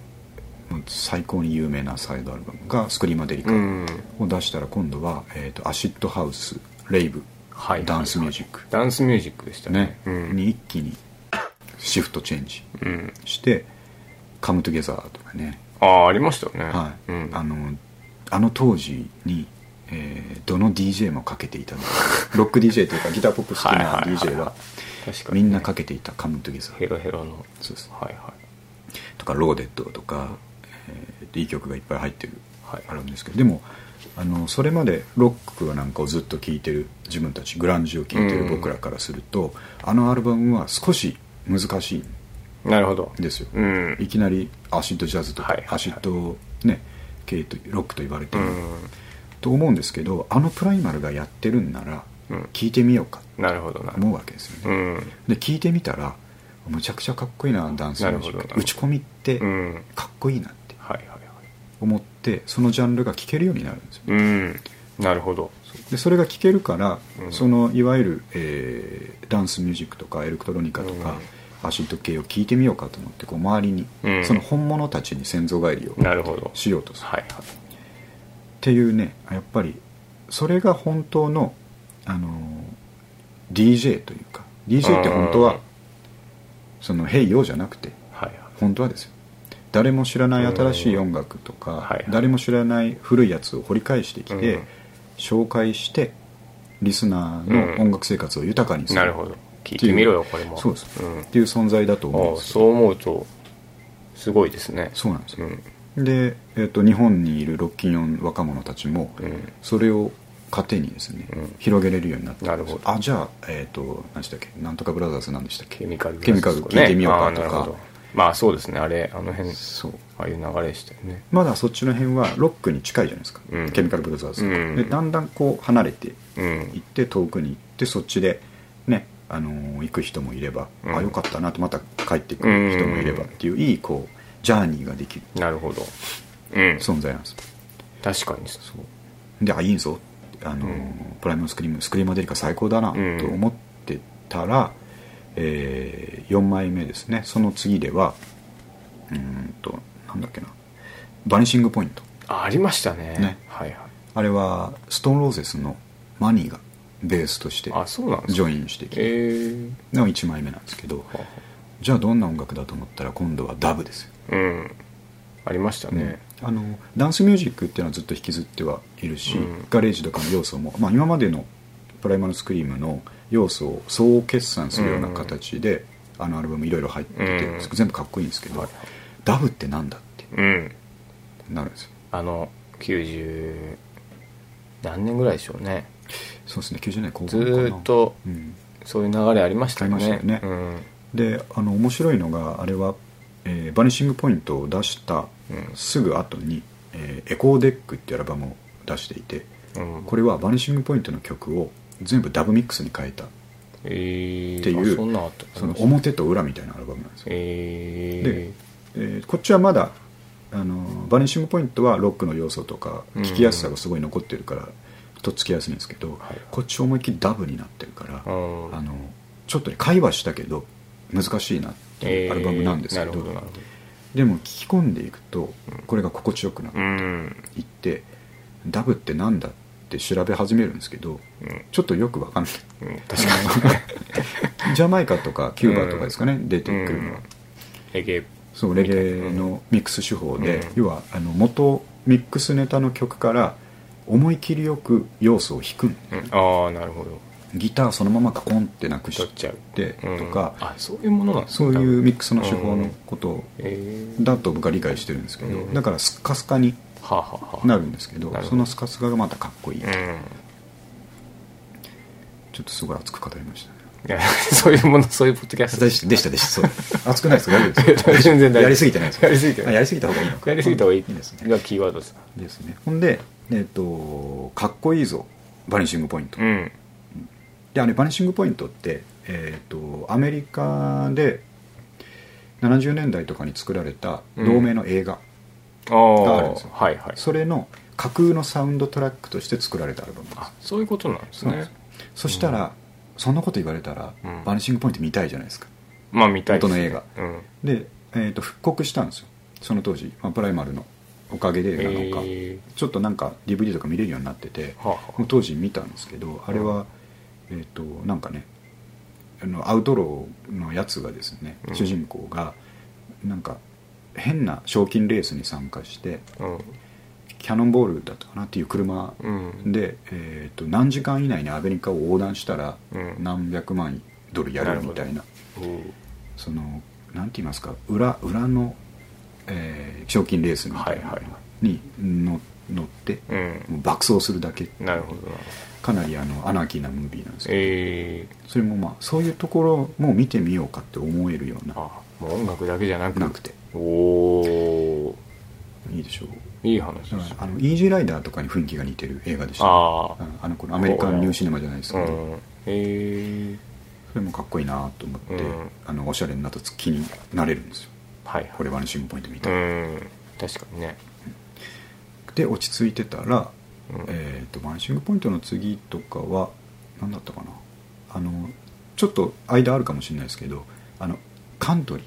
Speaker 1: もう最高に有名なサードアルバムが「スクリーマデリカ」
Speaker 2: うん
Speaker 1: を出したら今度は、えー、とアシッドハウスレイブ、
Speaker 2: はい
Speaker 1: ダンスミュージック、
Speaker 2: ダンスミュージックでしたね
Speaker 1: ね
Speaker 2: うん、
Speaker 1: に一気にシフトチェンジ
Speaker 2: うん、
Speaker 1: して「カムトゥゲザー」とかね、
Speaker 2: ああありましたよね
Speaker 1: はい
Speaker 2: うん、
Speaker 1: あのあの当時に、えーどの DJ もかけていたのかロック DJ というかギターポップ好き
Speaker 2: はいはい
Speaker 1: な
Speaker 2: はいはい
Speaker 1: DJ は
Speaker 2: 確かに
Speaker 1: みんなかけていた「カムトゥゲザー
Speaker 2: ヘロヘロの」
Speaker 1: そうです
Speaker 2: はいは
Speaker 1: とか「ローデッド」とか、えーいい曲がいっぱい入ってる、
Speaker 2: はい
Speaker 1: あるんですけどでもあのそれまでロックなんかをずっと聴いてる自分たちグランジを聴いてる
Speaker 2: うん
Speaker 1: 僕らからすると、あのアルバムは少し難しい
Speaker 2: いなるほど
Speaker 1: んですよ、
Speaker 2: うん
Speaker 1: いきなりアシッドジャズとか、
Speaker 2: はいはいはい
Speaker 1: アシッド、ね、系とロックと言われて
Speaker 2: う
Speaker 1: る、
Speaker 2: ん
Speaker 1: と思うんですけどあのプライマルがやってるんなら
Speaker 2: うん
Speaker 1: 聴いてみようか
Speaker 2: なるほどな
Speaker 1: と思うわけですよ
Speaker 2: う
Speaker 1: ね、
Speaker 2: ん
Speaker 1: で聴いてみたらむちゃくちゃかっこいいなダンスミュージック
Speaker 2: なるほどなるほど
Speaker 1: 打ち込みって
Speaker 2: うんはい
Speaker 1: かっこいいなって
Speaker 2: はいはい
Speaker 1: 思ってそのジャンルが聴けるようになるんですよ
Speaker 2: うんなるほど
Speaker 1: でそれが聴けるから、
Speaker 2: うん
Speaker 1: そのいわゆる、えーダンスミュージックとかエレクトロニカとか、アシッド系を聴いてみようかと思ってこう周りに、
Speaker 2: うん
Speaker 1: その本物たちに先祖返りを
Speaker 2: なるほど
Speaker 1: しようとする、
Speaker 2: はい
Speaker 1: っていうねやっぱりそれが本当の、あのー DJ というか DJ って本当
Speaker 2: うん
Speaker 1: はその「へいよ」じゃなくて
Speaker 2: はいはい
Speaker 1: 本当はですよ誰も知らない新しい音楽とか、
Speaker 2: はいはい
Speaker 1: 誰も知らない古いやつを掘り返してきて、
Speaker 2: うん
Speaker 1: 紹介してリスナーの音楽生活を豊かにする、
Speaker 2: なるほど聞いてみろよこれも
Speaker 1: そうです、
Speaker 2: ん
Speaker 1: っていう存在だと思うん
Speaker 2: あ
Speaker 1: です
Speaker 2: そう思うとすごいですね
Speaker 1: そうなんです
Speaker 2: う
Speaker 1: よ、
Speaker 2: ん
Speaker 1: で、えっと日本にいるロッキンオン若者たちも、
Speaker 2: うん
Speaker 1: それを糧にですね、
Speaker 2: うん
Speaker 1: 広げれるようになったんです
Speaker 2: なるほ
Speaker 1: あじゃあえっ、と何でしたっけなんとかブラザーズなんでしたっけ
Speaker 2: ケミカル
Speaker 1: ケミカル聞いてみようかと
Speaker 2: あーなるほ
Speaker 1: か
Speaker 2: どまあそうですねあれあの辺
Speaker 1: そう
Speaker 2: ああいう流れでしたよね
Speaker 1: まだそっちの辺はロックに近いじゃないですか、
Speaker 2: うん
Speaker 1: ケミカルブラザーズとか、
Speaker 2: うん
Speaker 1: でだんだんこう離れて
Speaker 2: う
Speaker 1: いっ
Speaker 2: ん
Speaker 1: て遠くに行ってそっちでね、あのー行く人もいれば、
Speaker 2: うん
Speaker 1: あよかったなとまた帰ってくる人もいればっていういいこうジャーニーができる
Speaker 2: なるほどうん
Speaker 1: 存在なんですよ
Speaker 2: 確かにそう
Speaker 1: そうであいいぞ、あのー
Speaker 2: うん
Speaker 1: プライムスクリームスクリーマデリカ最高だなと
Speaker 2: うん
Speaker 1: 思ってたら、え4枚目ですねその次ではうーんとなんだっけなバニシングポイント
Speaker 2: あありましたね
Speaker 1: ね
Speaker 2: はいはい
Speaker 1: あれはストーンローゼスのマニーがベースとして
Speaker 2: あそうなんです
Speaker 1: ジ
Speaker 2: か
Speaker 1: ョインしてきて
Speaker 2: えー
Speaker 1: の1枚目なんですけど
Speaker 2: は
Speaker 1: じゃあどんな音楽だと思ったら今度はダブですよ、
Speaker 2: あうんありましたね
Speaker 1: あのダンスミュージックっていうのはずっと引きずってはいるし、
Speaker 2: うん
Speaker 1: ガレージとかの要素も、まあ、今までのプライマルスクリームの要素を総決算するような形で、あのアルバムいろいろ入ってて、
Speaker 2: うん
Speaker 1: 全部かっこいいんですけど、
Speaker 2: はい
Speaker 1: ダブってなんだって
Speaker 2: うん
Speaker 1: なるんですよ
Speaker 2: あの90何年ぐらいでしょうね
Speaker 1: そうですね90年後半
Speaker 2: ず
Speaker 1: かな
Speaker 2: ーっ、と
Speaker 1: うん、
Speaker 2: そういう流れありましたよね
Speaker 1: ありましたよね
Speaker 2: うん
Speaker 1: であの面白いのがあれは、えーバニシングポイントを出したすぐ後に、えーエコーデックっていうアルバムを出していて
Speaker 2: うんうん
Speaker 1: これはバニシングポイントの曲を全部ダブミックスに変えた
Speaker 2: えー
Speaker 1: っていう
Speaker 2: あそんなんあった
Speaker 1: その表と裏みたいなアルバムなんですよ、
Speaker 2: え
Speaker 1: えーこっちはまだあのバニシングポイントはロックの要素とか
Speaker 2: うん
Speaker 1: 聴きやすさがすごい残ってるからとっつきやすいんですけど、
Speaker 2: はい
Speaker 1: こっち思いっきりダブになってるから、
Speaker 2: ーうん
Speaker 1: あのちょっとね会話したけど難しいなっていうアルバムなんですけ
Speaker 2: えーなるほどなるほ
Speaker 1: でも聞き込んでいくとこれが心地よくなっ
Speaker 2: どうん
Speaker 1: ていって、ダブってなんだって調べ始めるんですけど
Speaker 2: うん
Speaker 1: ちょっとよくわかんない
Speaker 2: うん確かに
Speaker 1: ジャマイカとかキューバとかですかね、出てくるのは、
Speaker 2: うんえげ
Speaker 1: そうレゲエのミックス手法で、
Speaker 2: うん
Speaker 1: 要はあの元ミックスネタの曲から思い切りよく要素を弾くん
Speaker 2: うんああなるほど
Speaker 1: ギターそのままガコンってなくし
Speaker 2: 取っちゃう
Speaker 1: て
Speaker 2: うん
Speaker 1: とか、
Speaker 2: あそういうものなんです
Speaker 1: そういうミックスの手法
Speaker 2: う
Speaker 1: の
Speaker 2: ん
Speaker 1: ことを
Speaker 2: えー
Speaker 1: だと僕は理解してるんですけど、
Speaker 2: うん
Speaker 1: だからスッカスカに
Speaker 2: はあはあはあ
Speaker 1: なるんですけど
Speaker 2: なるほど
Speaker 1: そのスカスカがまたかっこいい、
Speaker 2: うん
Speaker 1: ちょっとすごい熱く語りましたね
Speaker 2: いや そういうものそういうポッドキャスト
Speaker 1: でしたでしたでしたそう熱くないですか大丈夫ですか
Speaker 2: 全然大丈夫
Speaker 1: やりすぎてないですか
Speaker 2: やりすぎてない
Speaker 1: あやりすぎた方がいいのか
Speaker 2: やりすぎた方がいい
Speaker 1: いいですね
Speaker 2: がキーワードです
Speaker 1: ですねほんで、えっとかっこいいぞバニシングポイント、
Speaker 2: うん
Speaker 1: であれバニシングポイントって、えー、とアメリカで70年代とかに作られた同名の映画、
Speaker 2: ああ
Speaker 1: があるんですよ
Speaker 2: はいはい
Speaker 1: それの架空のサウンドトラックとして作られたアルバムです
Speaker 2: あそういうことなんです
Speaker 1: そうなんで
Speaker 2: ね
Speaker 1: すそしたら、そんなこと言われたら、
Speaker 2: うん
Speaker 1: バニシングポイント見たいじゃないですか
Speaker 2: まあ見たい
Speaker 1: 元の映画
Speaker 2: うん
Speaker 1: で、えー、と復刻したんですよその当時、まあ、プライマルのおかげでなのか、
Speaker 2: えー
Speaker 1: ちょっとなんか DVD とか見れるようになってて
Speaker 2: はあはあ
Speaker 1: もう当時見たんですけどあれは、えっ、となんかねあのアウトローのやつがですね、
Speaker 2: うん
Speaker 1: 主人公がなんか変な賞金レースに参加して
Speaker 2: うん
Speaker 1: キャノンボールだったかなっていう車
Speaker 2: うん
Speaker 1: で、えー、と何時間以内にアメリカを横断したら
Speaker 2: うん
Speaker 1: 何百万ドルやるみたいな、そのなんて言いますか裏裏の、えー賞金レースみたいなの
Speaker 2: はいはい
Speaker 1: にの乗って、
Speaker 2: うん
Speaker 1: もう爆走するだけ
Speaker 2: なるほどな
Speaker 1: かなりあのアナーキーなムービーなんですけど、
Speaker 2: え
Speaker 1: それもまあそういうところも見てみようかって思えるよう
Speaker 2: ー、
Speaker 1: な
Speaker 2: あもう音楽だけじゃなく
Speaker 1: なくて
Speaker 2: おお
Speaker 1: いいでしょう
Speaker 2: いい話
Speaker 1: だ
Speaker 2: で
Speaker 1: か
Speaker 2: す
Speaker 1: らあのイージーライダーとかに雰囲気が似てる映画でした、
Speaker 2: あ
Speaker 1: うんあのこのアメリカンニューシネマじゃないです
Speaker 2: あう
Speaker 1: けど、
Speaker 2: んえー、
Speaker 1: それもかっこいいなと思って、
Speaker 2: うん
Speaker 1: あのおしゃれになった気になれるんですよ
Speaker 2: はいはい
Speaker 1: これは新ポイントみた
Speaker 2: う
Speaker 1: いな、
Speaker 2: ん確かにね
Speaker 1: で落ち着いてたら、
Speaker 2: うん
Speaker 1: えー、とバニシングポイントの次とかは何だったかなあのちょっと間あるかもしれないですけどあのカントリ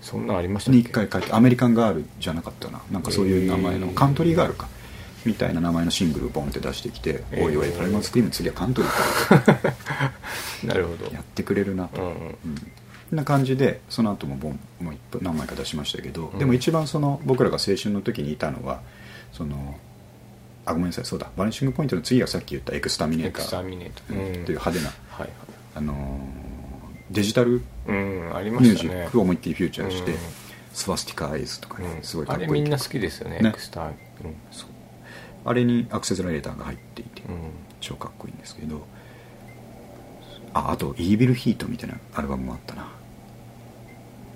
Speaker 2: そんなんありました
Speaker 1: ー
Speaker 2: っけ
Speaker 1: に一回書いてアメリカンガールじゃなかったななんかそういう名前の、
Speaker 2: えー
Speaker 1: カントリーガールかみたいな名前のシングルをボンって出してきて「
Speaker 2: えー
Speaker 1: おいおいパレマンスクリーム次はカントリー
Speaker 2: なるほど
Speaker 1: か」やってくれるなと
Speaker 2: う、ん
Speaker 1: うんそんな感じでその後もボンもういっぱい何枚か出しましたけど、
Speaker 2: うん
Speaker 1: でも一番その僕らが青春の時にいたのはそのあごめんなさいそうだバニッシングポイントの次がさっき言ったエクスタミネ
Speaker 2: エ
Speaker 1: ー
Speaker 2: ク
Speaker 1: タ
Speaker 2: スタ
Speaker 1: ー
Speaker 2: ミネート
Speaker 1: うんっていう
Speaker 2: は
Speaker 1: 派
Speaker 2: い
Speaker 1: 手な、
Speaker 2: はい
Speaker 1: あのーデジタル
Speaker 2: うんありま
Speaker 1: ミュー
Speaker 2: し
Speaker 1: ジ
Speaker 2: たね
Speaker 1: ックを思いっきりフューチャーして、
Speaker 2: うん
Speaker 1: スワスティカアイズとかね、
Speaker 2: うん
Speaker 1: すごいか
Speaker 2: あ
Speaker 1: っこい
Speaker 2: れ
Speaker 1: い
Speaker 2: みんな好きですよね
Speaker 1: ね
Speaker 2: エクスタうん
Speaker 1: そうあれにアクセスラレーターが入っていて、
Speaker 2: うん
Speaker 1: 超かっこいいんですけどああと「イービルヒート」みたいなアルバムもあったな
Speaker 2: あ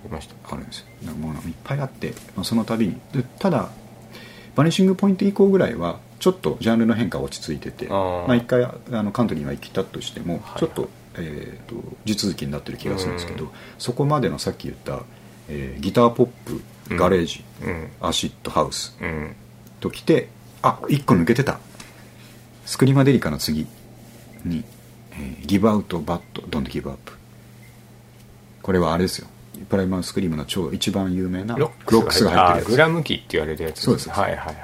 Speaker 2: りました
Speaker 1: あるんですよだからもうなんかいっぱいあって、まあ、その度にでただバニシングポイント以降ぐらいはちょっとジャンルの変化は落ち着いてて
Speaker 2: あー
Speaker 1: まあ、一回あのカントリーは行きたとしても、
Speaker 2: はい
Speaker 1: ちょっと,、えーと地続きになってる気がするんですけど、
Speaker 2: うん
Speaker 1: そこまでのさっき言った、えーギターポップガレージ、
Speaker 2: うん
Speaker 1: アシッドハウス
Speaker 2: うん
Speaker 1: ときてあ一1個抜けてたスクリマデリカの次に、えーギブアウトバットドントギブアップこれはあれですよプライマルスクリームの超一番有名なロックスが入っ
Speaker 2: あ
Speaker 1: て
Speaker 2: グ
Speaker 1: るや
Speaker 2: ラム機って言われるやつ
Speaker 1: そうです
Speaker 2: はいはいはい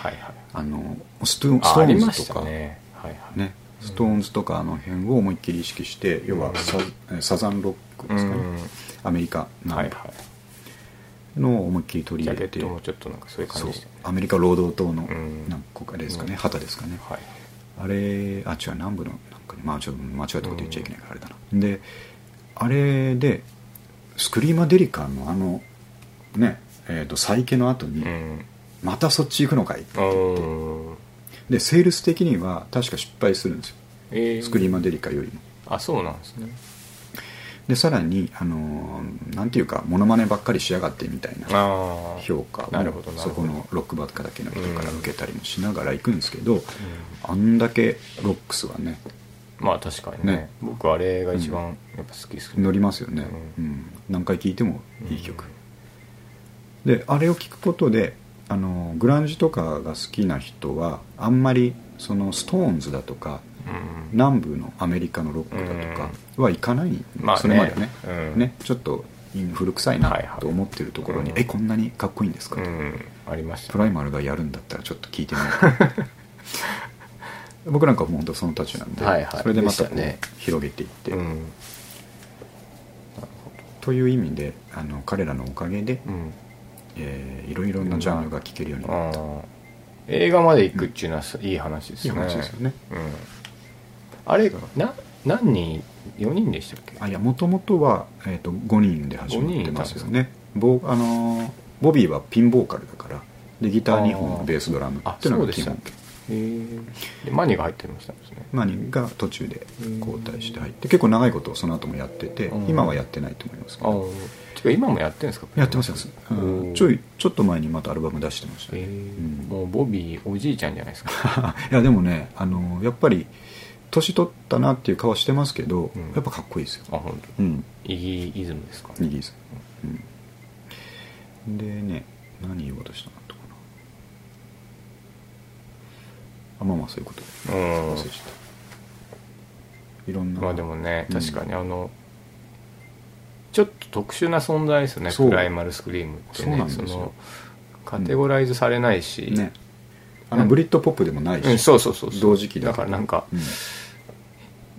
Speaker 2: はいはい
Speaker 1: つあのストーンス
Speaker 2: あ
Speaker 1: ト
Speaker 2: あり
Speaker 1: ーン
Speaker 2: ま
Speaker 1: ズ
Speaker 2: し
Speaker 1: と
Speaker 2: た
Speaker 1: かね
Speaker 2: ねはいはい
Speaker 1: ストーンズとかあの辺を思いっきり意識して要はサ,、サザンロックですかね、
Speaker 2: うん
Speaker 1: アメリカ
Speaker 2: は
Speaker 1: ないんか
Speaker 2: は
Speaker 1: のを思いっきり取
Speaker 2: い
Speaker 1: り入
Speaker 2: ジャケ
Speaker 1: れ
Speaker 2: ッ
Speaker 1: て
Speaker 2: トもちょっとなんかそういう感じ
Speaker 1: そう
Speaker 2: でしたね
Speaker 1: アメリカ労働党の
Speaker 2: うん
Speaker 1: なんかあれですかね、
Speaker 2: うん
Speaker 1: 旗ですかね、
Speaker 2: はい
Speaker 1: あれあ違う南部のなんかねまあちょっと間違ったこと言っちゃいけないからあれだな、であれでスクリーマデリカのあのねえー、と再建の後に、
Speaker 2: うん
Speaker 1: またそっち行くのかい
Speaker 2: うん
Speaker 1: でセールス的には確か失敗するんですよ
Speaker 2: えー
Speaker 1: スクリーマデリカよりも
Speaker 2: あそうなんですね
Speaker 1: でさらにあのーなんていうかモノマネばっかりしやがってみたいな
Speaker 2: ああ
Speaker 1: 評価
Speaker 2: なるほどな
Speaker 1: そ
Speaker 2: るほ
Speaker 1: こ
Speaker 2: ど
Speaker 1: のロックバッカだけの人から受けたりもしながら行くんですけど、
Speaker 2: ん
Speaker 1: あんだけロックスはね
Speaker 2: まあ確かにね
Speaker 1: ね
Speaker 2: 僕あれが一番やっぱ好きですね
Speaker 1: 乗りますよね、う
Speaker 2: うんん
Speaker 1: 何回聴いてもいい曲、であれを聴くことであのグランジとかが好きな人はあんまりそのストーンズだとか
Speaker 2: うん
Speaker 1: 南部のアメリカのロックだとかはいかない、
Speaker 2: まあね
Speaker 1: それまではね,、
Speaker 2: うん
Speaker 1: ねちょっと古臭い
Speaker 2: はい
Speaker 1: な
Speaker 2: はい
Speaker 1: と思ってるところに「
Speaker 2: うん
Speaker 1: えこんなにかっこいいんですか
Speaker 2: う」んありまし
Speaker 1: プ
Speaker 2: た
Speaker 1: ライマルがやるんだったらちょっと聞いてみよう か僕なんかもう本当そのたちなんで、
Speaker 2: はいはい
Speaker 1: それでまたこ
Speaker 2: でし
Speaker 1: う、
Speaker 2: たね
Speaker 1: 広げていって、
Speaker 2: うん
Speaker 1: という意味であの彼らのおかげで、
Speaker 2: うん
Speaker 1: えーいろいろなジャンルが聴けるようにな
Speaker 2: あ
Speaker 1: った、
Speaker 2: ー映画まで行くっていうのはすいい話ですね
Speaker 1: いい話ですよね
Speaker 2: うんあれな何人4人でしたっけ
Speaker 1: あいやもともとは、えー、と5人で始まってますよねボあのーボビーはピンボーカルだからでギター2
Speaker 2: あ
Speaker 1: 本
Speaker 2: ー
Speaker 1: ベースドラムっていう
Speaker 2: そ
Speaker 1: のが
Speaker 2: うで
Speaker 1: 基
Speaker 2: したっ
Speaker 1: 本
Speaker 2: けへーでマニが入ってましたんですね
Speaker 1: マニが途中で交代して入って結構長いことその後もやってて、
Speaker 2: うん
Speaker 1: 今はやってないと思いますけ
Speaker 2: ああ
Speaker 1: ど
Speaker 2: てか今もやってるんですか
Speaker 1: やってますよ、うん、ちょ
Speaker 2: い
Speaker 1: いちょっと前にまたアルバム出してましたね、うん
Speaker 2: もうボビーおじいちゃんじゃないですか
Speaker 1: いやでもねあのやっぱり年取ったなっていう顔してますけど、
Speaker 2: うん
Speaker 1: やっぱかっこいいですよ
Speaker 2: あ本
Speaker 1: うん
Speaker 2: 当。イギイズムですか
Speaker 1: イギリスうんでね何言おうとしたかったかなあまあまあそういうこと
Speaker 2: う
Speaker 1: 忘
Speaker 2: ん
Speaker 1: れちゃったいろんな
Speaker 2: まあでもね
Speaker 1: うん
Speaker 2: 確かにあのちょっと特殊な存在ですよね
Speaker 1: そう
Speaker 2: プライマルスクリームっ
Speaker 1: そ
Speaker 2: て
Speaker 1: う
Speaker 2: ね
Speaker 1: なんですよ
Speaker 2: のカテゴライズされないし、
Speaker 1: ねあのブリッドポップでもないし、
Speaker 2: うん、そうそうそうそう
Speaker 1: 同時期だ
Speaker 2: だ
Speaker 1: か
Speaker 2: かららなんか
Speaker 1: うん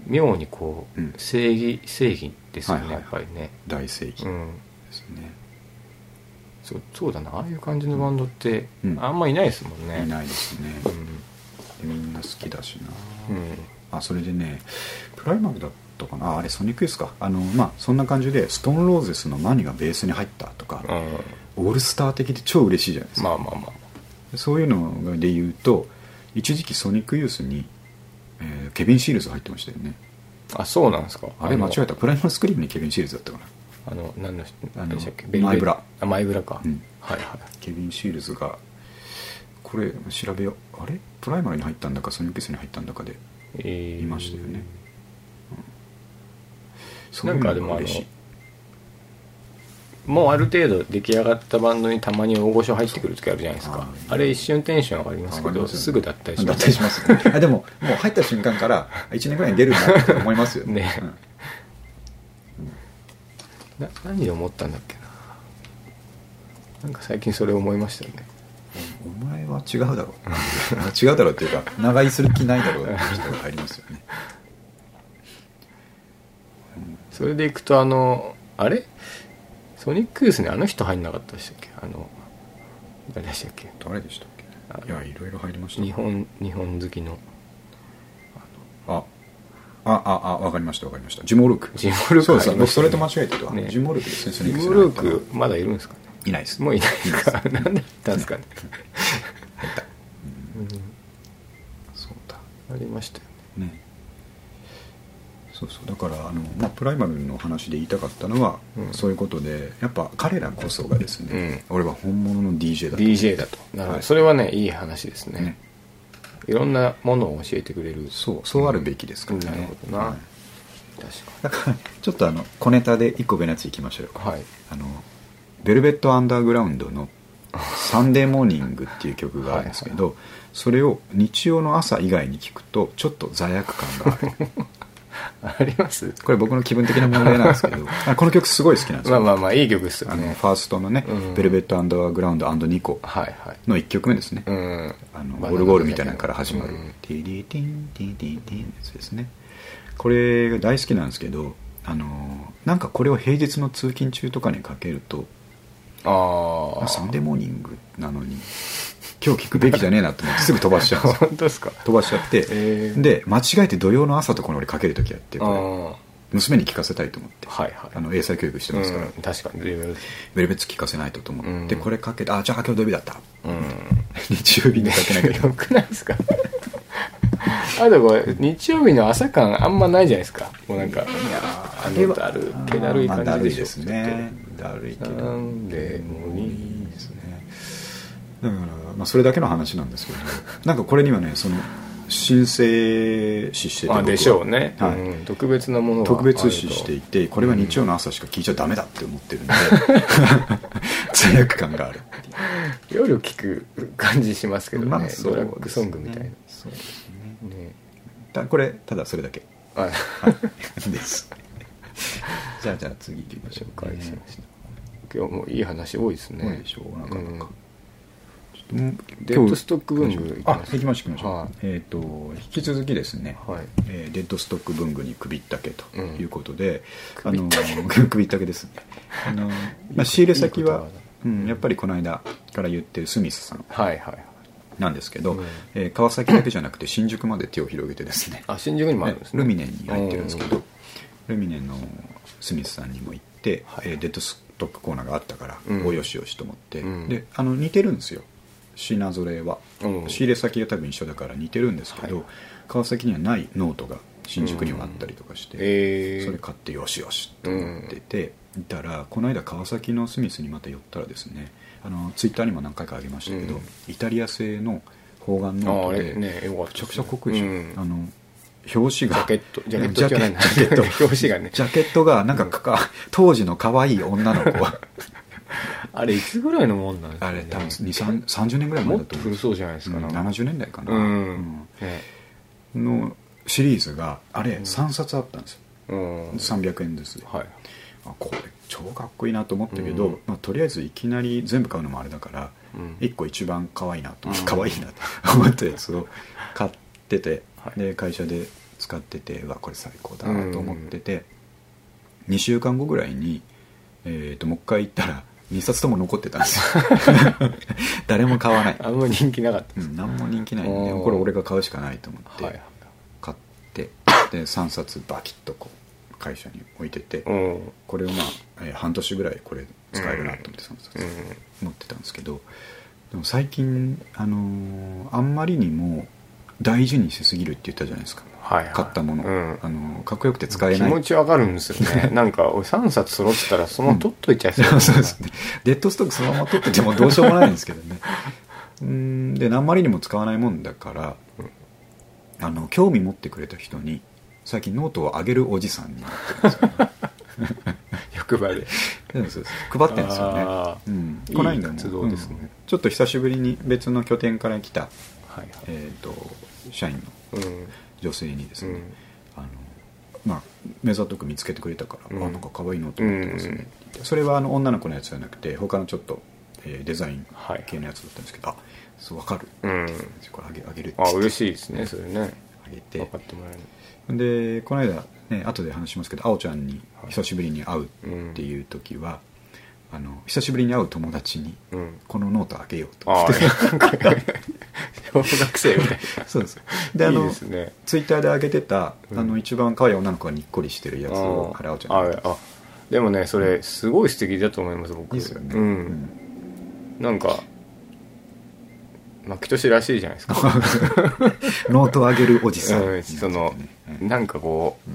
Speaker 2: 妙にこう、
Speaker 1: うん
Speaker 2: 正義正義ですよね、
Speaker 1: はいはい
Speaker 2: やっぱりね
Speaker 1: 大正義
Speaker 2: う
Speaker 1: で
Speaker 2: ん
Speaker 1: すね、
Speaker 2: そうそうだなああいう感じのバンドって、
Speaker 1: うん
Speaker 2: あんまいないですもんね
Speaker 1: いないですね
Speaker 2: う
Speaker 1: みんな好きだしな、
Speaker 2: ん、うん、
Speaker 1: あそれでねプライマルだったかなああれソニックエスかあのまあそんな感じでストーンローゼスの何がベースに入ったとか、
Speaker 2: う
Speaker 1: オールスター的で超嬉しいじゃないです
Speaker 2: ん、
Speaker 1: か、
Speaker 2: まあまあまあ
Speaker 1: そういうので言うと一時期ソニックユースに、えーケビン・シールズ入ってましたよね
Speaker 2: あそうなんですか
Speaker 1: あれ間違え
Speaker 2: た
Speaker 1: たプライマルスクリームにケビン・シールズだったかな
Speaker 2: あの何の人
Speaker 1: あの
Speaker 2: 何でしたっけ
Speaker 1: マイブラ
Speaker 2: あマイブラか、
Speaker 1: うん
Speaker 2: はいはい
Speaker 1: ケビン・シールズがこれ調べようあれプライマルに入ったんだかソニックユースに入ったんだかで
Speaker 2: えー
Speaker 1: いましたよね、うんそういうん
Speaker 2: なかで
Speaker 1: の
Speaker 2: も
Speaker 1: が
Speaker 2: あの
Speaker 1: 嬉しい
Speaker 2: もうある程度出来上がったバンドにたまに大御所入ってくる時あるじゃないですか
Speaker 1: そう
Speaker 2: あれ一瞬テンション上がります
Speaker 1: 上
Speaker 2: け
Speaker 1: がり
Speaker 2: ど
Speaker 1: ますよね
Speaker 2: すぐ脱退
Speaker 1: 脱
Speaker 2: します
Speaker 1: 退しますよねあでももう入った瞬間から1年ぐらいに出るんだって思いますよね
Speaker 2: ねな何で思ったんだっけななんか最近それ思いましたよね
Speaker 1: うんお前は違うだろう 違うだろうっていうか長居する気ないだろうっていう人が入りますよね
Speaker 2: それでいくとあのあれソニックユースにあの人入んなかったでしたっけあの誰でしたっけ
Speaker 1: 誰でしたっ
Speaker 2: あ
Speaker 1: けいやいろいろ入りました
Speaker 2: 日本日本好きの
Speaker 1: ああああ分かりました分かりましたジム・オルーク
Speaker 2: ジムオルーク
Speaker 1: そうです
Speaker 2: 入りま
Speaker 1: 僕
Speaker 2: した
Speaker 1: そ
Speaker 2: ね
Speaker 1: れと間違えてた、
Speaker 2: ね
Speaker 1: ジム・オルークですね
Speaker 2: ジ
Speaker 1: ソニックス
Speaker 2: ム
Speaker 1: に
Speaker 2: ル
Speaker 1: 入っ
Speaker 2: ー
Speaker 1: たの
Speaker 2: クまだいるんですかね
Speaker 1: いないです
Speaker 2: もういないですか何だったんですかね
Speaker 1: そうだ
Speaker 2: ありましたよね
Speaker 1: ねそうそうだからあの、まあ、プライマルの話で言いたかったのは、
Speaker 2: うん
Speaker 1: そういうことでやっぱ彼らこそがですね、俺は本物の DJ だと
Speaker 2: DJ だとなるほど
Speaker 1: はい
Speaker 2: それはねいい話ですね
Speaker 1: ね
Speaker 2: いろんなものを教えてくれる
Speaker 1: そうそうあるべきですからね、
Speaker 2: なるほどな、
Speaker 1: はい
Speaker 2: 確
Speaker 1: だからちょっとあの小ネタで一個ベナツいきましょうよ
Speaker 2: かはい
Speaker 1: あのベルベット・アンダーグラウンド の「サンデーモーニング」っていう曲があるんですけどそれを日曜の朝以外に聞くとちょっと罪悪感がある
Speaker 2: あります
Speaker 1: これ僕の気分的な問題なんですけ どあこの曲すごい好きなんです
Speaker 2: まあ
Speaker 1: よ、
Speaker 2: まあまあいい曲ですよ
Speaker 1: あの
Speaker 2: ね
Speaker 1: ファーストのね「
Speaker 2: うん
Speaker 1: ベルベット・アンダーグラウンドニコ
Speaker 2: はいはい」
Speaker 1: の1曲目ですね、
Speaker 2: うん
Speaker 1: あの
Speaker 2: バナナ
Speaker 1: オルゴールみたいなのから始まる
Speaker 2: うん
Speaker 1: 「ティリティンティティティン」のやつですねこれが大好きなんですけどあのなんかこれを平日の通勤中とかにかけると
Speaker 2: あ
Speaker 1: あ
Speaker 2: あ
Speaker 1: サンデーモーニングなのに今日聞くべきじゃねえなと思ってすぐ飛ばしちゃうんですよ
Speaker 2: 本当ですか
Speaker 1: 飛ばしちゃって、
Speaker 2: えー
Speaker 1: で間違えて土曜の朝とかに俺かける時あって
Speaker 2: あ
Speaker 1: こ
Speaker 2: あは
Speaker 1: れ娘に聞かせたいと思って、
Speaker 2: いはい
Speaker 1: あの英才教育してますから、
Speaker 2: うん、確かに微妙です
Speaker 1: ベルベッツ聞かせないとと思って、
Speaker 2: うん
Speaker 1: これかけてあじゃあ今日土曜日だった
Speaker 2: うん
Speaker 1: 日曜日にかけなきゃいけない
Speaker 2: よくないですかあとこれ日曜日の朝感あんまないじゃないですかもうなんかあのだる気だるい感
Speaker 1: まあだ
Speaker 2: じ
Speaker 1: るい
Speaker 2: でしょ
Speaker 1: ですねだるいけど
Speaker 2: なんでもいい
Speaker 1: ですねだから、まあ、それだけの話なんですけどなんかこれにはねその申請視してて
Speaker 2: まあ
Speaker 1: 僕は
Speaker 2: でしょうね、
Speaker 1: はい
Speaker 2: うん特別なものが
Speaker 1: 特別視していてこれは日曜の朝しか聞いちゃダメだって思ってるんで罪悪感があるっていう
Speaker 2: あると夜聞く感じしますけどね、
Speaker 1: まあそうです
Speaker 2: ドラ
Speaker 1: ね
Speaker 2: ッグソングみたいな
Speaker 1: そうですね
Speaker 2: ね
Speaker 1: たこれただそれだけ
Speaker 2: あ
Speaker 1: はいですじゃあじゃあ次行きましょう
Speaker 2: 紹
Speaker 1: か
Speaker 2: 介しました、今日もいい話多いですね
Speaker 1: 多いでしょうなかなか
Speaker 2: うんデ
Speaker 1: 今
Speaker 2: ッ
Speaker 1: 日
Speaker 2: ドストック文具いき
Speaker 1: あ
Speaker 2: ます
Speaker 1: 行きましょう行きましょう、
Speaker 2: はい
Speaker 1: えっ、と引き続きですね、
Speaker 2: はい
Speaker 1: えーデッドストック文具に首ったけということで、
Speaker 2: うん
Speaker 1: あの 首ったけですねあ の、まあ、仕入れ先
Speaker 2: いい
Speaker 1: は
Speaker 2: ことだ
Speaker 1: うん、やっぱりこの間から言ってるスミスさん
Speaker 2: はいはいはい
Speaker 1: なんですけど、
Speaker 2: うん
Speaker 1: えー川崎だけじゃなくて新宿まで手を広げてですね
Speaker 2: あ新宿にもあるんですね
Speaker 1: ルミネに入ってるんですけど、
Speaker 2: うん
Speaker 1: ルミネのスミスさんにも行って、
Speaker 2: はい
Speaker 1: えーデッドストックコーナーがあったから、
Speaker 2: うん
Speaker 1: およしよしと思って、
Speaker 2: うん
Speaker 1: であの似てるんですよ品ぞれは、
Speaker 2: うん
Speaker 1: 仕入れ先が多分一緒だから似てるんですけど、
Speaker 2: はい
Speaker 1: 川崎にはないノートが新宿にはあったりとかして、
Speaker 2: えー、
Speaker 1: それ買ってよしよしと思ってて、いたらこの間川崎のスミスにまた寄ったらですねあのツイッターにも何回かあげましたけど、
Speaker 2: うん
Speaker 1: イタリア製の方眼
Speaker 2: あ
Speaker 1: ノート
Speaker 2: あれ
Speaker 1: で、
Speaker 2: ねよかった
Speaker 1: めちゃくちゃかっこいいでしょ、
Speaker 2: うん
Speaker 1: あの表紙が
Speaker 2: ジャケットジャケット
Speaker 1: ジャケ
Speaker 2: じゃない
Speaker 1: ジャケット
Speaker 2: 表紙がね
Speaker 1: ジャケットがなんかか当時の可愛い女の子
Speaker 2: あれいつぐらいのもんなんで す
Speaker 1: あ
Speaker 2: かね
Speaker 1: れ多分2 3 30年ぐらい前
Speaker 2: も
Speaker 1: だ
Speaker 2: っ
Speaker 1: と
Speaker 2: と
Speaker 1: 思う
Speaker 2: 古そうじゃないですか
Speaker 1: うん
Speaker 2: なんか
Speaker 1: 70年代かな、
Speaker 2: うん、
Speaker 1: うんのシリーズがあれ
Speaker 2: ん
Speaker 1: 3冊あったんですよ、
Speaker 2: うん、
Speaker 1: 300円です
Speaker 2: はい
Speaker 1: ああこれ超かっこいいなと思ったけど、
Speaker 2: うん
Speaker 1: まあ、とりあえずいきなり全部買うのもあれだから
Speaker 2: うん
Speaker 1: 1個一番可愛いなと、
Speaker 2: うん
Speaker 1: 可愛いなと思ったやつを買ってて、
Speaker 2: はい
Speaker 1: で会社で使っててうわこれ最高だなと思ってて、2週間後ぐらいに、えー、ともう一回行ったら2冊とも残ってたんです よ誰も買わない、
Speaker 2: あんまり人気なかった
Speaker 1: う
Speaker 2: です、
Speaker 1: ん、何も人気ないんで
Speaker 2: おー
Speaker 1: これ俺が買うしかないと思って、
Speaker 2: はい
Speaker 1: 買ってで3冊バキッとこう会社に置いてて、
Speaker 2: うんうん
Speaker 1: これをまあ、えー半年ぐらいこれ使えるなと思って3冊、持ってたんですけどでも最近、あのーあんまりにも大事にしすぎるって言ったじゃないですか
Speaker 2: はいはい
Speaker 1: 買ったもの、
Speaker 2: うん
Speaker 1: あのーかっこよくて使え
Speaker 2: 気
Speaker 1: ない
Speaker 2: 持ちわかるんですよ ねなんか俺3冊揃ってたらその取っといちゃいそう
Speaker 1: そうですねデッドストックそのまま取っててもどうしようもないんですけどねうんであんまりにも使わないもんだから、あの興味持ってくれた人に最近ノートをあげるおじさんになってるんですよね
Speaker 2: 欲張り
Speaker 1: そうですそうです配ってるんですよね
Speaker 2: あ
Speaker 1: う
Speaker 2: ー
Speaker 1: ん、
Speaker 2: いい
Speaker 1: この間も
Speaker 2: 活動ですね
Speaker 1: うんちょっと久しぶりに別の拠点から来た、
Speaker 2: はいはい
Speaker 1: えー、と社員の
Speaker 2: うん
Speaker 1: 女性にですね、
Speaker 2: うん
Speaker 1: あのまあ、目ざとく見つけてくれたから、
Speaker 2: うん
Speaker 1: あなんか可愛いのと思ってますね、
Speaker 2: うんうん
Speaker 1: それはあの女の子のやつじゃなくて他のちょっと、えーデザイン
Speaker 2: はい
Speaker 1: 系のやつだったんですけど、あそう分かる、
Speaker 2: うん
Speaker 1: これあげあげるって
Speaker 2: あ嬉しいですねそれね
Speaker 1: あげ
Speaker 2: 分
Speaker 1: て
Speaker 2: かってもらえる
Speaker 1: でこの間ね後で話しますけどあおちゃんに久しぶりに会うっていう時は、あの久しぶりに会う友達に
Speaker 2: うん
Speaker 1: このノートあげようと
Speaker 2: あ
Speaker 1: 思っ
Speaker 2: あ
Speaker 1: て
Speaker 2: 小学生みたい
Speaker 1: そうですで
Speaker 2: な
Speaker 1: あ
Speaker 2: いい
Speaker 1: の
Speaker 2: ですね
Speaker 1: ツイッターで上げてた、
Speaker 2: うん
Speaker 1: あの一番可愛い女の子がにっこりしてるやつをあれ
Speaker 2: あ
Speaker 1: あおちゃんにあげ
Speaker 2: ああでもねそれすごい素敵だと思います僕
Speaker 1: いいですよね、
Speaker 2: う
Speaker 1: うんん
Speaker 2: なんか牧俊らしいじゃないですか
Speaker 1: ノートあげるおじさん、
Speaker 2: うんその
Speaker 1: うん
Speaker 2: なんかこう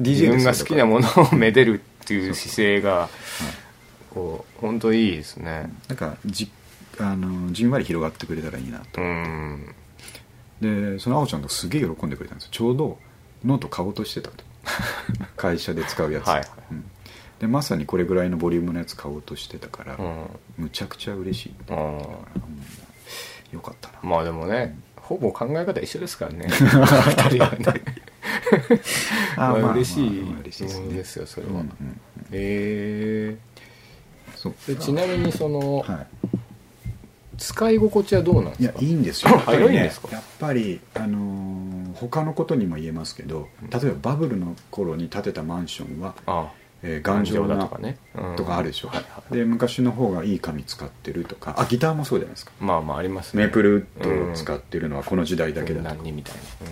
Speaker 1: DJ
Speaker 2: 自分が好きなものを めでるっていう姿勢が
Speaker 1: そうはい
Speaker 2: こう本当いいですね
Speaker 1: なんかじあのじんわり広がってくれたらいいなと
Speaker 2: うん
Speaker 1: でそのあおちゃんがすげえ喜んでくれたんですよちょうどノート買おうとしてた と会社で使うやつ、
Speaker 2: はい
Speaker 1: うんでまさにこれぐらいのボリュームのやつ買おうとしてたから、
Speaker 2: うん
Speaker 1: むちゃくちゃ嬉しい
Speaker 2: あー
Speaker 1: うんよかったな
Speaker 2: まあでもねほぼ考え方一緒ですから ね二人はね まあ嬉しい
Speaker 1: まあ嬉しいです
Speaker 2: もの
Speaker 1: ね
Speaker 2: ですよそれ
Speaker 1: うんう
Speaker 2: は
Speaker 1: ん
Speaker 2: え
Speaker 1: そう
Speaker 2: えちなみにその
Speaker 1: は
Speaker 2: 使い心地はどうなん
Speaker 1: い、い
Speaker 2: で
Speaker 1: や
Speaker 2: すか
Speaker 1: いいん ですよ
Speaker 2: あ良いんですか
Speaker 1: やっぱり、あのー他のことにも言えますけど例えばバブルの頃に建てたマンションは、
Speaker 2: あ
Speaker 1: えー頑丈
Speaker 2: 頑丈だ
Speaker 1: な
Speaker 2: とかねうん
Speaker 1: とかあるでしょ、
Speaker 2: はいはい
Speaker 1: で昔の方がいい紙使ってるとかあギターもそうじゃないですか
Speaker 2: まあまあありますね
Speaker 1: メープルウッドを使ってるのはこの時代だけだと、
Speaker 2: 何にみたいな、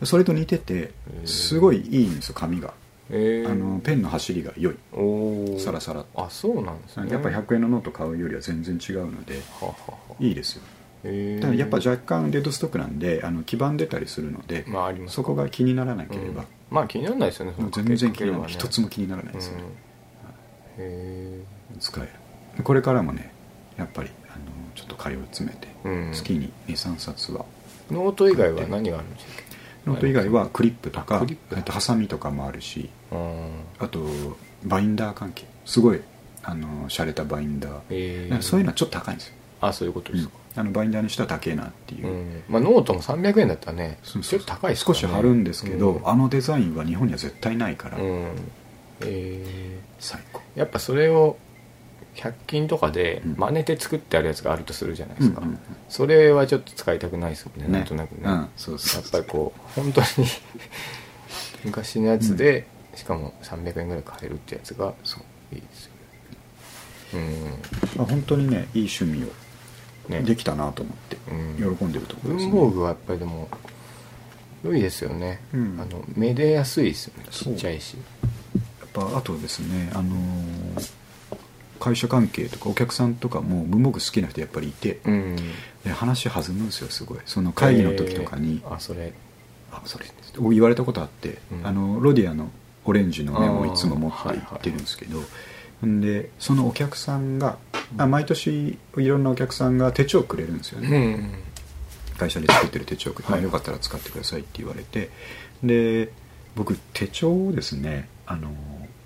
Speaker 2: うん
Speaker 1: それと似てて
Speaker 2: ー
Speaker 1: すごいいいんですよ紙が、
Speaker 2: えー、
Speaker 1: あのペンの走りが良い
Speaker 2: おお
Speaker 1: サラサラ
Speaker 2: あそうなんですね
Speaker 1: やっぱ100円のノート買うよりは全然違うので
Speaker 2: はははい
Speaker 1: いですよ
Speaker 2: えー、
Speaker 1: ただやっぱ若干デッドストックなんであの黄ばんでたりするので、
Speaker 2: まああります
Speaker 1: そこが気にならなけ
Speaker 2: う
Speaker 1: れ
Speaker 2: ん
Speaker 1: ば、
Speaker 2: まあ気にならないですよねその
Speaker 1: 全然気にならない一、
Speaker 2: かけかけはね
Speaker 1: つも気にならないですよね、
Speaker 2: うんへ
Speaker 1: 使えるこれからもねやっぱりあのちょっと通い詰めて、
Speaker 2: うん
Speaker 1: 月に23冊は
Speaker 2: えノート以外は何があるんでしたっ
Speaker 1: ノート以外はクリップと
Speaker 2: あ
Speaker 1: か
Speaker 2: クリップ
Speaker 1: えっとハサミとかもあるし
Speaker 2: けうん
Speaker 1: あとバインダー関係すごいあの洒落たバインダー、
Speaker 2: え
Speaker 1: なんか
Speaker 2: ー、
Speaker 1: そういうのはちょっと高いんですよ、
Speaker 2: あそういうことですか、
Speaker 1: あのバインダーにしては高えなっていうう、
Speaker 2: んまあ、ノートも300円だったらね
Speaker 1: そう
Speaker 2: ち
Speaker 1: そ
Speaker 2: ょ
Speaker 1: う
Speaker 2: っと高いですか
Speaker 1: 少
Speaker 2: ら
Speaker 1: し
Speaker 2: ね
Speaker 1: 貼るんですけど、
Speaker 2: うん
Speaker 1: あのデザインは日本には絶対ないから、
Speaker 2: うんえ
Speaker 1: 最高
Speaker 2: ーやっぱそれを100均とかで
Speaker 1: うん
Speaker 2: 真似て作ってあるやつがあるとするじゃないですか、
Speaker 1: うんうんうん
Speaker 2: それはちょっと使いたくないですもんね
Speaker 1: ね
Speaker 2: なんとなくね、
Speaker 1: うんそうそ
Speaker 2: や
Speaker 1: う
Speaker 2: っぱりこう本当に 昔のやつで、しかも300円ぐらい買えるってやつが
Speaker 1: そう
Speaker 2: いいですよね
Speaker 1: まあ本当にねいい趣味を
Speaker 2: うんね
Speaker 1: できたなと思って、
Speaker 2: うん
Speaker 1: 喜んでるところです
Speaker 2: 文
Speaker 1: ね
Speaker 2: 房具はやっぱりでも良いですよね、
Speaker 1: うん
Speaker 2: あのめでやすいですよねち
Speaker 1: そう
Speaker 2: っちゃいし
Speaker 1: やっぱあとですね、あのー会社関係とかお客さんとかも文房具好きな人やっぱりいて、
Speaker 2: うん
Speaker 1: で話弾むんですよすごいその会議の時とかに「
Speaker 2: えーあそれ
Speaker 1: あそれ」お言われたことあって、
Speaker 2: うん
Speaker 1: あのロディアのオレンジのメモを
Speaker 2: あー
Speaker 1: いつも持って行ってるんですけど、んでそのお客さんが、あ毎年いろんなお客さんが手帳くれるんですよ
Speaker 2: う
Speaker 1: ね、
Speaker 2: ん
Speaker 1: 会社で作ってる手帳が、
Speaker 2: はい
Speaker 1: よかったら使ってくださいって言われてで僕手帳をですねあの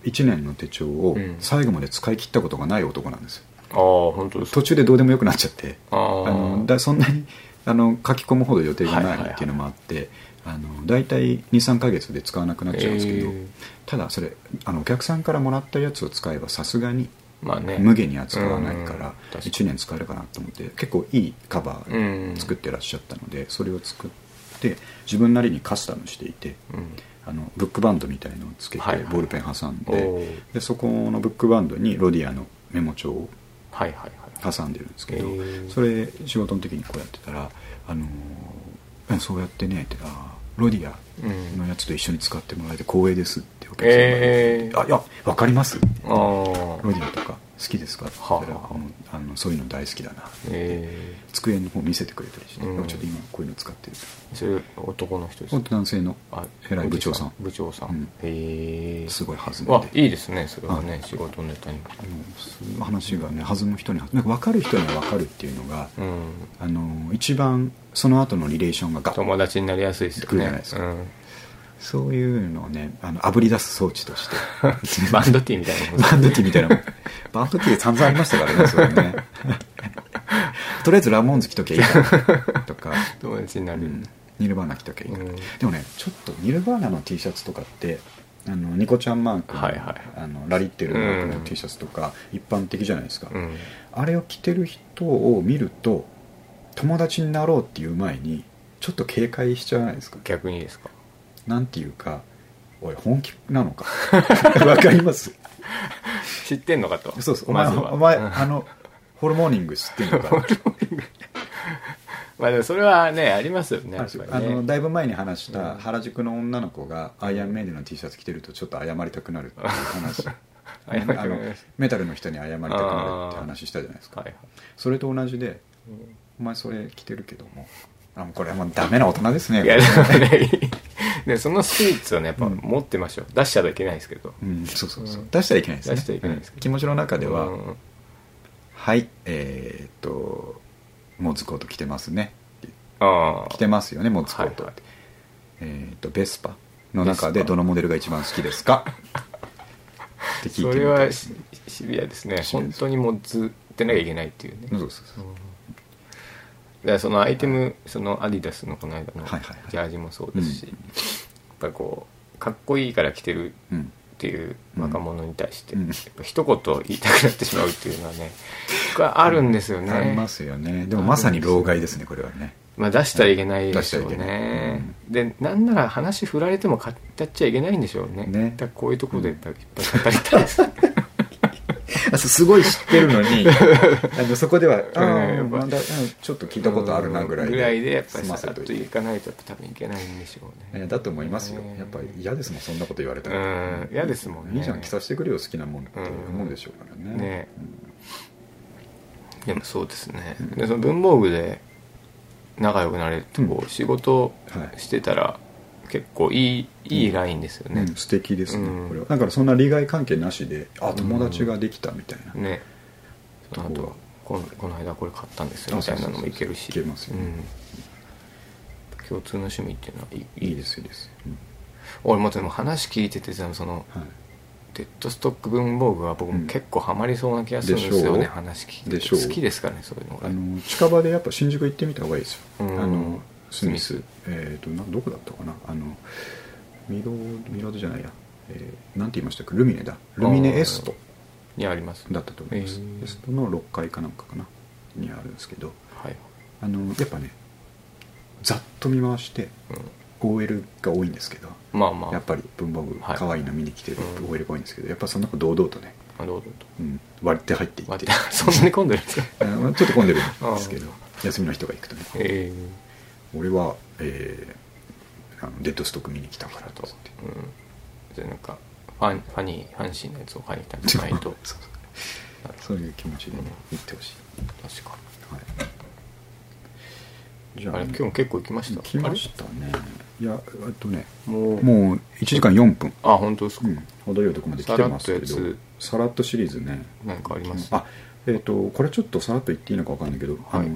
Speaker 1: 1年の手帳を
Speaker 2: うん
Speaker 1: 最後まで使い切ったことがない男なんですよ、
Speaker 2: ああ本当ですか
Speaker 1: 途中でどうでもよくなっちゃって
Speaker 2: あ
Speaker 1: あ
Speaker 2: ー
Speaker 1: のだそんなにあの書き込むほど予定が
Speaker 2: はいはい
Speaker 1: な
Speaker 2: はい
Speaker 1: いっていうのもあって、あの大体23か月で使わなくなっちゃうんですけど、
Speaker 2: えー
Speaker 1: ただそれあのお客さんからもらったやつを使えばさすがに
Speaker 2: まあね
Speaker 1: 無限に扱わないか
Speaker 2: うん
Speaker 1: ら
Speaker 2: 確かに
Speaker 1: 1年使えるかなと思って結構いいカバ
Speaker 2: う
Speaker 1: ー
Speaker 2: ん
Speaker 1: 作ってらっしゃったのでそれを作って自分なりにカスタムしていて
Speaker 2: うん
Speaker 1: あのブックバンドみたいのをつけて
Speaker 2: はいはいはい
Speaker 1: ボールペン挟んで,、
Speaker 2: おー
Speaker 1: でそこのブックバンドにロディアのメモ帳を
Speaker 2: はいはいはい
Speaker 1: 挟んでるんですけど
Speaker 2: へー
Speaker 1: それ仕事の時にこうやってたら「あのーそうやってね」って「あーロディアのやつと一緒に使ってもらえて光栄です」ってお客さんが言って
Speaker 2: えー
Speaker 1: あいや分かります」
Speaker 2: あ
Speaker 1: ロ
Speaker 2: ー
Speaker 1: ディアとか好きですか?」って言ったら
Speaker 2: はあ
Speaker 1: もうあの「そういうの大好きだな」
Speaker 2: え
Speaker 1: 机の方見せてくれたりして「
Speaker 2: うん
Speaker 1: ちょっと今こういうの使ってる
Speaker 2: ーそれ男の人」です
Speaker 1: 本当男性の
Speaker 2: あ
Speaker 1: 偉い部長さん
Speaker 2: 部長さん、
Speaker 1: うん
Speaker 2: へえ
Speaker 1: すごい弾ん
Speaker 2: わ
Speaker 1: で
Speaker 2: いいですねそれはね
Speaker 1: はい
Speaker 2: 仕事ネタに
Speaker 1: あのそういう話がね弾む人に弾むなんか分かる人には分かるっていうのが、
Speaker 2: うん
Speaker 1: あの一番その後のリレーションがガッ
Speaker 2: 友達になりやすいですよ
Speaker 1: 来るじゃない
Speaker 2: ね
Speaker 1: ですかそういうのをねあの炙り出す装置として
Speaker 2: うん、 バンドティーみたいなもんです
Speaker 1: バンドティーみたいな もんバンドティーで散々ありましたからねそれ ねとりあえずラモーンズ着ときゃいいからとか
Speaker 2: 友達にな
Speaker 1: う
Speaker 2: る、
Speaker 1: んニルバーナ着ときゃいいから、
Speaker 2: うん
Speaker 1: でもねちょっとニルバーナの T シャツとかってあのニコちゃんマークの,、
Speaker 2: はいはい
Speaker 1: あのラリってるマーク
Speaker 2: う
Speaker 1: の
Speaker 2: ん
Speaker 1: T シャツとか、一般的じゃないですか、
Speaker 2: うん
Speaker 1: あれを着てる人を見ると友達になろうっていう前にちょっと警戒しちゃわないですか
Speaker 2: 逆にですか
Speaker 1: なんていうかおい本気な のかわかります
Speaker 2: 知ってんのかと
Speaker 1: そうそうお前、
Speaker 2: まずは
Speaker 1: お前
Speaker 2: うん
Speaker 1: あのホルモーニング知ってんのか
Speaker 2: まあでもそれはねありますよねやっぱ
Speaker 1: あ
Speaker 2: りね
Speaker 1: のだいぶ前に話し
Speaker 2: う
Speaker 1: た
Speaker 2: ん
Speaker 1: 原宿の女の子がアイアンメイデンの T シャツ着てるとちょっと謝りたくなるっていう話
Speaker 2: 謝りたくな
Speaker 1: あ
Speaker 2: る
Speaker 1: のメタルの人に謝りたくなるって話したじゃないですか
Speaker 2: はいはい
Speaker 1: それと同じで
Speaker 2: うん
Speaker 1: お前それ着てるけどもあもうこれはもうダメな大人ですね
Speaker 2: いやでもねでそのスピリッツをねやっぱ
Speaker 1: うん
Speaker 2: 持ってましょう出しちゃいけないですけど
Speaker 1: うん、そうそうそう、
Speaker 2: うん
Speaker 1: 出したらいけないですね
Speaker 2: 出したらいけないですけど
Speaker 1: うん気持ちの中では、
Speaker 2: うん
Speaker 1: はいえーっとモズコート着てますね
Speaker 2: あ
Speaker 1: 着てますよねモズコートって、
Speaker 2: はいはい
Speaker 1: えーっとベスパの中でどのモデルが一番好きです かって
Speaker 2: あ
Speaker 1: 聞
Speaker 2: そ
Speaker 1: いて
Speaker 2: れ
Speaker 1: みたい
Speaker 2: は
Speaker 1: です
Speaker 2: シ
Speaker 1: ね
Speaker 2: シビアですね
Speaker 1: シビア
Speaker 2: 本
Speaker 1: です
Speaker 2: 当にもうずってなきゃいけないっていうね
Speaker 1: そうそうそう
Speaker 2: だからそのアイテムそのアディダスのこの間の
Speaker 1: はいはいはい
Speaker 2: ジャージもそうですし、
Speaker 1: うん
Speaker 2: やっぱりこうかっこいいから着てる
Speaker 1: うん
Speaker 2: っていう若者に対して、
Speaker 1: うん
Speaker 2: やっぱ一言言いたくなってしまうっていうのはね僕はあるんですよね、
Speaker 1: ありますよねでもまさに老害ですねこれはね
Speaker 2: まあ、出したらいけないで
Speaker 1: 出し
Speaker 2: した
Speaker 1: ら
Speaker 2: ょ
Speaker 1: いうけない
Speaker 2: ね、でなんなら話振られても語っちゃいけないんでしょうね
Speaker 1: ね
Speaker 2: だからこういうところでやっぱいっぱい語りたいです、
Speaker 1: あそうすごい知ってるの にあのそこではあー
Speaker 2: うん
Speaker 1: なんだうんちょっと 聞いたことあるなぐらい
Speaker 2: で
Speaker 1: で
Speaker 2: ぐらいでやっぱり
Speaker 1: 済ませ
Speaker 2: ささっ
Speaker 1: とい
Speaker 2: と
Speaker 1: て
Speaker 2: いかないとやっぱ多分いけないんでしょう
Speaker 1: え
Speaker 2: ね
Speaker 1: ーだと思いますよ
Speaker 2: ね
Speaker 1: やっぱり嫌ですもんそんなこと言われた
Speaker 2: うん嫌ですもんね
Speaker 1: いいじゃん着させてくれよ好きなもんって思うでしょうからね
Speaker 2: ねでもそうですね、でその文房具で仲良くなれるとこう、仕事してたら結構いいいいラインですよ
Speaker 1: う
Speaker 2: ね
Speaker 1: ん、素敵ですね、
Speaker 2: うん
Speaker 1: これはだからそんな利害関係なしであ友達ができたみたいな、
Speaker 2: ねあ
Speaker 1: とこが
Speaker 2: とこのこの間これ買ったんですよ
Speaker 1: あ
Speaker 2: みたいなの
Speaker 1: そうそうそ
Speaker 2: も
Speaker 1: う
Speaker 2: いけるし
Speaker 1: いけますよね
Speaker 2: うん共通の趣味っていうのはいい
Speaker 1: いいですいいです、うん
Speaker 2: 俺もでも話聞いててそのその
Speaker 1: は
Speaker 2: デッドストック文房具は僕
Speaker 1: うん
Speaker 2: も結構ハマりそうな気がするんですよ
Speaker 1: で
Speaker 2: ね
Speaker 1: しょう
Speaker 2: 話聞
Speaker 1: で
Speaker 2: いて
Speaker 1: しょう
Speaker 2: て好きですからねそういうの
Speaker 1: い、あ
Speaker 2: が
Speaker 1: の近場でやっぱ新宿行ってみた方がいいですよ、
Speaker 2: うん
Speaker 1: あのスミス
Speaker 2: スミス
Speaker 1: えっ、となどこだったかなあのミローミロードじゃないや、えーなんて言いましたっけルミネだルミネエスト
Speaker 2: にあります
Speaker 1: だったと思います
Speaker 2: へー
Speaker 1: エストの6階かなんかかなにあるんですけど
Speaker 2: はい
Speaker 1: あのやっぱねざっと見回して
Speaker 2: う
Speaker 1: OL が多いんですけど
Speaker 2: んまあまあ
Speaker 1: やっぱり文房具
Speaker 2: はい
Speaker 1: 可愛いの見に来てる
Speaker 2: うん
Speaker 1: OL が多いんですけどやっぱその子堂々とね、
Speaker 2: まあどうぞと
Speaker 1: うん、割って入っていっ
Speaker 2: 待
Speaker 1: て
Speaker 2: って そんなに混んでるんですか
Speaker 1: あのちょっと混んでるんですけ ど休みの人が行くとね
Speaker 2: え
Speaker 1: 俺は、えーあのデッドストック見に来たからと思って
Speaker 2: えうんじゃあなんかファンファニーファンシーなやつを買いに行ったないと
Speaker 1: そうそうそういう気持ちでね行ってほしい、
Speaker 2: 確か
Speaker 1: はい、じ
Speaker 2: あれ今日も結構行きました
Speaker 1: 行きましたねいやえっとね
Speaker 2: あれもう
Speaker 1: もう1時間4分、
Speaker 2: あ本当ですか、
Speaker 1: うん、程よいとこまで来てますけど
Speaker 2: さらっとや
Speaker 1: さらっとシリーズね
Speaker 2: なんかあります
Speaker 1: あえっ、とこれちょっとさらっと言っていいのかわかんないけど、あ
Speaker 2: は
Speaker 1: の
Speaker 2: い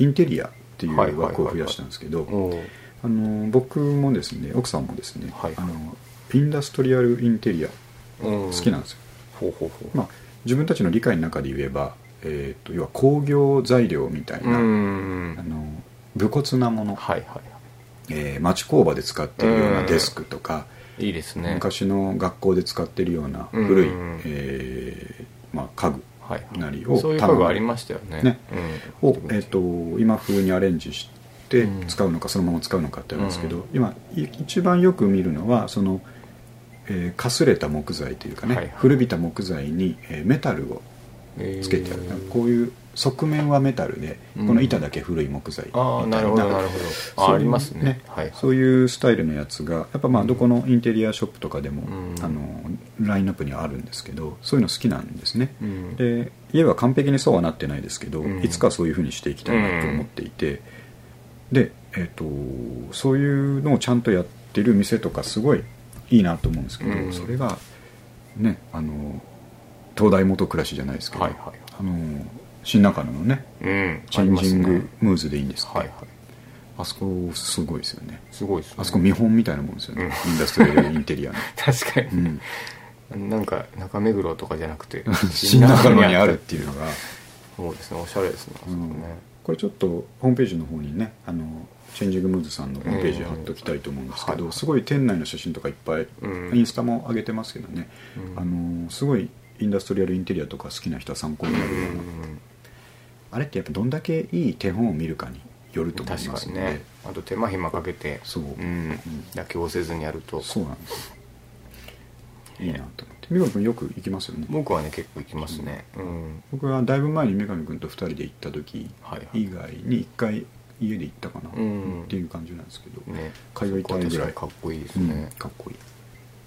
Speaker 1: インテリアっていう
Speaker 2: はいはいはいはい
Speaker 1: 枠を増やしたんですけど、
Speaker 2: おう
Speaker 1: あの僕もですね奥さんもですね、
Speaker 2: はい
Speaker 1: あのインダストリアルインテリア
Speaker 2: うん
Speaker 1: 好きなんですよ、
Speaker 2: ほうほうほう
Speaker 1: まあ、自分たちの理解の中で言えば、えー、と要は工業材料みたいな、
Speaker 2: うーん
Speaker 1: あの武骨なもの
Speaker 2: はいはい
Speaker 1: えー町工場で使ってるようなデスクとか、
Speaker 2: いいですね
Speaker 1: 昔の学校で使ってるような古い、
Speaker 2: うん
Speaker 1: えーまあ、家具
Speaker 2: はい
Speaker 1: なりを
Speaker 2: そういう家具ありましたよね
Speaker 1: ね
Speaker 2: うん、
Speaker 1: を、えー、と今風にアレンジして
Speaker 2: うん
Speaker 1: 使うのかそのまま使うのかってありますけど、
Speaker 2: うん
Speaker 1: 今い一番よく見るのはその、えーかすれた木材というかね、
Speaker 2: はい
Speaker 1: 古びた木材に、えーメタルをつけてある、
Speaker 2: えー
Speaker 1: こういう側面はメタルで、
Speaker 2: うん
Speaker 1: この板だけ古い木材みたい
Speaker 2: ああなるほどなるほど
Speaker 1: そう
Speaker 2: あ
Speaker 1: いう
Speaker 2: ありますねはい
Speaker 1: そういうスタイルのやつがやっぱまあどこのインテリアショップとかでも、
Speaker 2: うん
Speaker 1: あのラインナップにはあるんですけどそういうの好きなんですね、
Speaker 2: うん
Speaker 1: で家は完璧にそうはなってないですけど、
Speaker 2: うん
Speaker 1: いつかそういうふうにしていきたいなと思っていて、で、えー、とそういうのをちゃんとやってる店とかすごいいいなと思うんですけど、
Speaker 2: うん
Speaker 1: それがねあの東大元暮らしじゃないですけど、
Speaker 2: はいはいはい
Speaker 1: あの新中野のね
Speaker 2: うん
Speaker 1: チェンジン
Speaker 2: ありま
Speaker 1: グ
Speaker 2: すね
Speaker 1: ムーズでいいんですって
Speaker 2: はいはい
Speaker 1: あそこすごいですよね
Speaker 2: すごいですね
Speaker 1: あそこ見本みたいなもんですよね、インダストリアルインテリアの、
Speaker 2: 確か
Speaker 1: う
Speaker 2: に、
Speaker 1: ん、
Speaker 2: なんか中目黒とかじゃなくて
Speaker 1: 新中野にあるっ
Speaker 2: って
Speaker 1: いうのが、
Speaker 2: そうですねおしゃれですねあそこ
Speaker 1: うん
Speaker 2: ね
Speaker 1: これちょっとホームページの方にねあのチェンジングムーズさんのホームページ貼っときたいと思うんですけど、
Speaker 2: うんはい
Speaker 1: すごい店内の写真とかいっぱい、
Speaker 2: うん
Speaker 1: インスタも上げてますけどね、
Speaker 2: うん
Speaker 1: あのすごいインダストリアルインテリアとか好きな人は参考になるような、あれってやっぱどんだけいい手本を見るかによる
Speaker 2: う
Speaker 1: と
Speaker 2: ん
Speaker 1: 思い
Speaker 2: 確
Speaker 1: ま
Speaker 2: か
Speaker 1: す
Speaker 2: に
Speaker 1: ので、
Speaker 2: ねあと手間暇かけて
Speaker 1: そうん
Speaker 2: 妥協せずにやると
Speaker 1: そうなんですよいいなと思って三上君よく行きますよね
Speaker 2: 僕はね結構行きますねうん
Speaker 1: 僕はだいぶ前に三上君と2人で行った時
Speaker 2: はいはい
Speaker 1: 以外に1回家で行ったかな、
Speaker 2: うん
Speaker 1: っていう感じなんですけど、
Speaker 2: ね
Speaker 1: 海外行ったぐらい
Speaker 2: かっこいいです
Speaker 1: うん
Speaker 2: ね
Speaker 1: かっこいい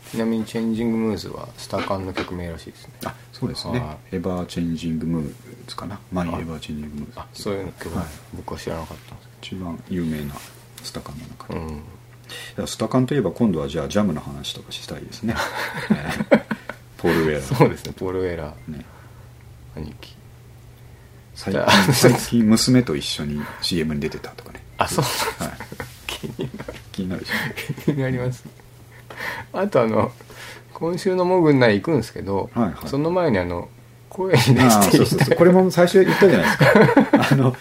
Speaker 2: ちなみにチェンジングムーズはスタカンの曲名らしいですね
Speaker 1: あそうですね
Speaker 2: は
Speaker 1: 「エバーチェンジングムーズ」かな「マイ・エバーチェンジングムーズ」
Speaker 2: あそういうの曲
Speaker 1: はい
Speaker 2: 僕は知らなかったんです
Speaker 1: 一番有名なスタカンの中
Speaker 2: け
Speaker 1: で
Speaker 2: ど、うん
Speaker 1: いやスタカンといえば今度はじゃあジャムの話とかしたいです ねえーポール・ウェア
Speaker 2: そうですねポール・ウェラー
Speaker 1: ね
Speaker 2: 兄貴
Speaker 1: 最
Speaker 2: じゃあ
Speaker 1: 近最近娘と一緒に CM に出てたとかね
Speaker 2: あそう
Speaker 1: はい
Speaker 2: 気に
Speaker 1: 気にな
Speaker 2: なる
Speaker 1: るでし
Speaker 2: 気になりますあとあの今週の「モグンナイ」行くんですけど、
Speaker 1: はいはい
Speaker 2: その前にあの声に出し
Speaker 1: ょああそ
Speaker 2: て
Speaker 1: う
Speaker 2: い
Speaker 1: そう
Speaker 2: た
Speaker 1: そうこれも最初言ったじゃないですか あの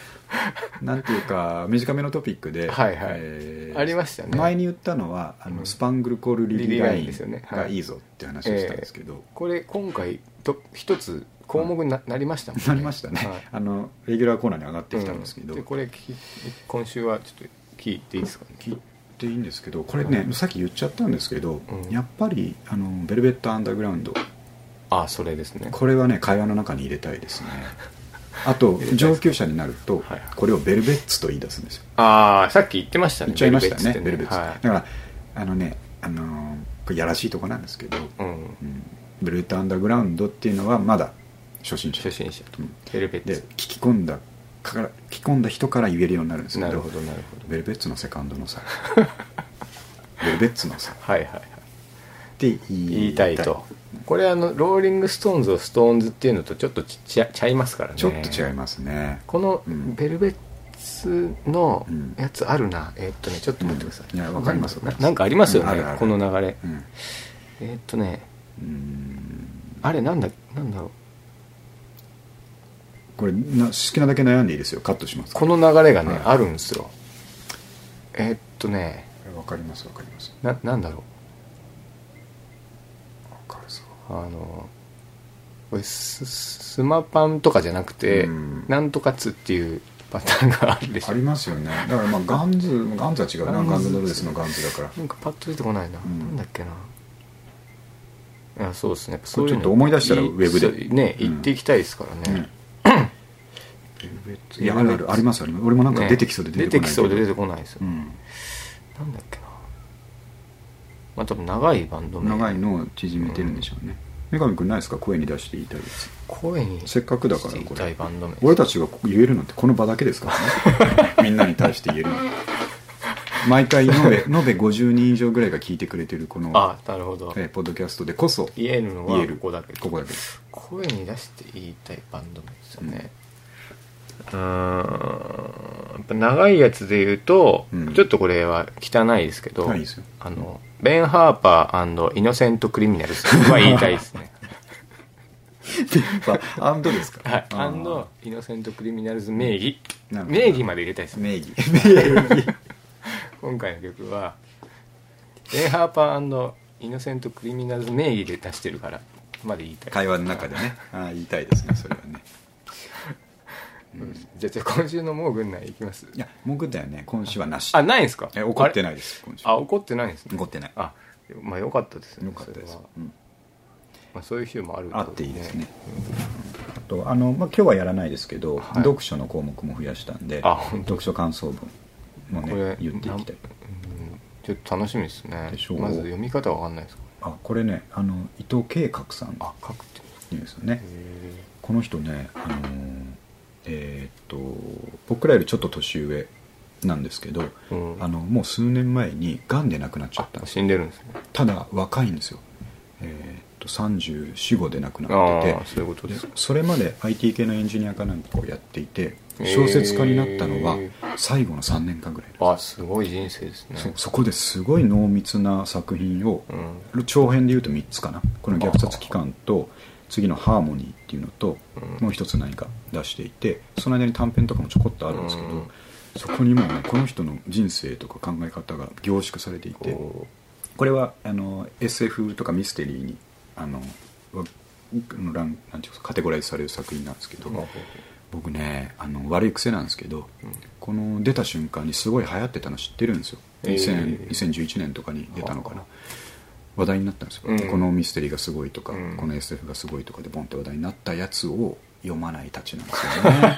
Speaker 1: なんていうか短めのトピックで、
Speaker 2: はいはい
Speaker 1: え
Speaker 2: ありましたね
Speaker 1: 前に言ったのはあの、
Speaker 2: うん
Speaker 1: スパングルコールリリーライ
Speaker 2: リリーラインですよね
Speaker 1: ン
Speaker 2: はい
Speaker 1: がいいぞって話をしたんですけど、
Speaker 2: これ今回と一つ項目にな,、なりましたもんね
Speaker 1: なりましたね、
Speaker 2: はい
Speaker 1: あのレギュラーコーナーに上がってきたんですけど、
Speaker 2: うでこれ聞き今週はちょっと聞いていいですかね
Speaker 1: 聞いていいんですけどこれね、
Speaker 2: うん
Speaker 1: さっき言っちゃったんですけど、
Speaker 2: うん
Speaker 1: やっぱりあのベルベットアンダーグラウンド
Speaker 2: あそれですね
Speaker 1: これはね会話の中に入れたい ですねあと
Speaker 2: 入れたいです
Speaker 1: 上級者になると、
Speaker 2: はいはい
Speaker 1: これをベルベッツと言い出すんですよ
Speaker 2: ああさっき言ってましたね
Speaker 1: 言っちゃいましたね
Speaker 2: ベ
Speaker 1: ベ
Speaker 2: ル
Speaker 1: ルベ
Speaker 2: ベッ
Speaker 1: ッ
Speaker 2: ツ
Speaker 1: ツ、
Speaker 2: ってね
Speaker 1: だからあのねあのーこれやらしいとこなんですけど、
Speaker 2: はい、うん
Speaker 1: うんベルベットアンダーグラウンドっていうのはまだ初心者
Speaker 2: 初心者と
Speaker 1: うん
Speaker 2: ベルベッ
Speaker 1: で
Speaker 2: ツ
Speaker 1: 聞き込んだから聞き込んだ人から言えるようになるんですけど
Speaker 2: なるほどなるほど
Speaker 1: ベルベッツのセカンドのさ ベルベッツのさっ
Speaker 2: はいはいはい
Speaker 1: て言い
Speaker 2: 言いたいとこれあのローリング・ストーンズをストーンズっていうのとちょっとちちゃちゃいますからね
Speaker 1: ちょっと違いますね
Speaker 2: この
Speaker 1: うん
Speaker 2: ベルベッツの
Speaker 1: うん
Speaker 2: やつあるな、えーっとねちょっと待ってください、
Speaker 1: うんいやわかります
Speaker 2: ななんかありますよ
Speaker 1: うん
Speaker 2: ね、
Speaker 1: あるある
Speaker 2: この流れ
Speaker 1: うん
Speaker 2: えーっとね
Speaker 1: うん
Speaker 2: あれなんだなんだろう
Speaker 1: これな好きなだけ悩んでいいですよカットします
Speaker 2: この流れがね、
Speaker 1: はい
Speaker 2: あるんですよえーっとね
Speaker 1: れわかりますわかります
Speaker 2: ななんだろ
Speaker 1: わかるそう
Speaker 2: あのこれススマパンとかじゃなくて、
Speaker 1: うん
Speaker 2: なんとかつっていうパターンがあるでし
Speaker 1: あ
Speaker 2: ょ
Speaker 1: りますよねだからまあガンズガンズは違うな
Speaker 2: ガ
Speaker 1: ガ
Speaker 2: ン
Speaker 1: ン
Speaker 2: ズ
Speaker 1: ズドレスのガンズだから
Speaker 2: なんかパッと出てこないな、
Speaker 1: うん
Speaker 2: なんだっけないやそうですね
Speaker 1: これちょっと思い出したら
Speaker 2: そううの
Speaker 1: ウェブで
Speaker 2: そうね
Speaker 1: うん
Speaker 2: 行っていきたいですからね、
Speaker 1: ベルベッツいやあるあるありますあります俺もなんか
Speaker 2: ね
Speaker 1: 出てきそうで出てこない
Speaker 2: きそうで出て
Speaker 1: こ
Speaker 2: こないですよ、
Speaker 1: うん
Speaker 2: なんだっけなまあ多分長いバンド名
Speaker 1: 長いのを縮めてるんでしょうね、女神くんないですか声に出して言いたいです
Speaker 2: 声に
Speaker 1: せっかくだから
Speaker 2: してい
Speaker 1: こ
Speaker 2: たい
Speaker 1: れ
Speaker 2: バンド名
Speaker 1: 俺たちが言えるのってこの場だけですからね みんなに対して言えるの毎回延べ 延べ50人以上ぐらいが聞いてくれてるこの
Speaker 2: あなるほど
Speaker 1: えーポッドキャストでこそ
Speaker 2: 言えるの
Speaker 1: 言え
Speaker 2: は
Speaker 1: る
Speaker 2: ここだけ
Speaker 1: ここだけ です
Speaker 2: 声に出して言いたいバンド名ですよねうーんやっぱ長いやつで言うと、
Speaker 1: うん
Speaker 2: ちょっとこれは汚いですけど、
Speaker 1: はいいいですよ
Speaker 2: あのベン・ハーパーイノセント・クリミナルズは言いたいで すね
Speaker 1: アンドですか
Speaker 2: はい
Speaker 1: あー
Speaker 2: アンドイノセント・クリミナルズ名義
Speaker 1: なるほど
Speaker 2: 名義まで入れたいですね
Speaker 1: 名義名義
Speaker 2: こ今回の曲はエンハーパーイノセント・クリミナルズ名義で出してるからまで言いたい
Speaker 1: 会話の中でねああ言いたいですねそれはね
Speaker 2: うんじゃあじゃあ今週のもうぐんないいきます
Speaker 1: いや文句だよね今週はなし
Speaker 2: あないんですか
Speaker 1: え怒って
Speaker 2: い
Speaker 1: ないです今週
Speaker 2: あ怒ってないんですね
Speaker 1: 怒ってない
Speaker 2: あまあよかったですね
Speaker 1: よかったです
Speaker 2: それは、
Speaker 1: うん
Speaker 2: まあ、そういう日もある
Speaker 1: あっていいですねあとあの、まあ、今日はやらないですけど、
Speaker 2: はい
Speaker 1: 読書の項目も増やしたんで
Speaker 2: あ本当
Speaker 1: 読書感想文も
Speaker 2: これ
Speaker 1: ね言っていきたい
Speaker 2: うんちょっと楽しみですね
Speaker 1: でしょう
Speaker 2: まず読み方わかんないですか
Speaker 1: あこれねあの伊藤慶角さんって
Speaker 2: あ書くって
Speaker 1: いうんですよね
Speaker 2: へ
Speaker 1: この人ね、あのーえーっと僕らよりちょっと年上なんですけど、
Speaker 2: えうん
Speaker 1: あのもう数年前にがんで亡くなっちゃったん
Speaker 2: あ
Speaker 1: です
Speaker 2: 死んでるんですね
Speaker 1: ただ若いんですよ、えー、と345で亡く
Speaker 2: あ
Speaker 1: な
Speaker 2: あ
Speaker 1: ってて
Speaker 2: ーそういうことですか
Speaker 1: それまで IT 系のエンジニアかなんかをやっていて
Speaker 2: へー
Speaker 1: 小説家になったのは最後の3年間ぐらい
Speaker 2: あすごい人生ですね
Speaker 1: そそこですごい濃密な作品を
Speaker 2: うん
Speaker 1: 長編でいうと3つかなこの虐殺期間と次の「ハーモニー」っていうのと
Speaker 2: うん
Speaker 1: もう一つ何か出していてその間に短編とかもちょこっとあるんですけ
Speaker 2: う
Speaker 1: ど
Speaker 2: ん
Speaker 1: そこにもうねこの人の人生とか考え方が凝縮されていて
Speaker 2: こ
Speaker 1: これはあの SF とかミステリーにあのわのランなんていうんですかカテゴライズされる作品なんですけど
Speaker 2: うまあ
Speaker 1: 僕ねあの悪い癖なんですけどこの出た瞬間にすごい流行ってたの知ってるんですよ、
Speaker 2: えー
Speaker 1: 2000 2011年とかに出たのかな
Speaker 2: は
Speaker 1: 話題になったんですよ、
Speaker 2: うん
Speaker 1: このミステリーがすごいとか、
Speaker 2: うん
Speaker 1: この SF がすごいとかでボンって話題になったやつを読まないたちなんですよね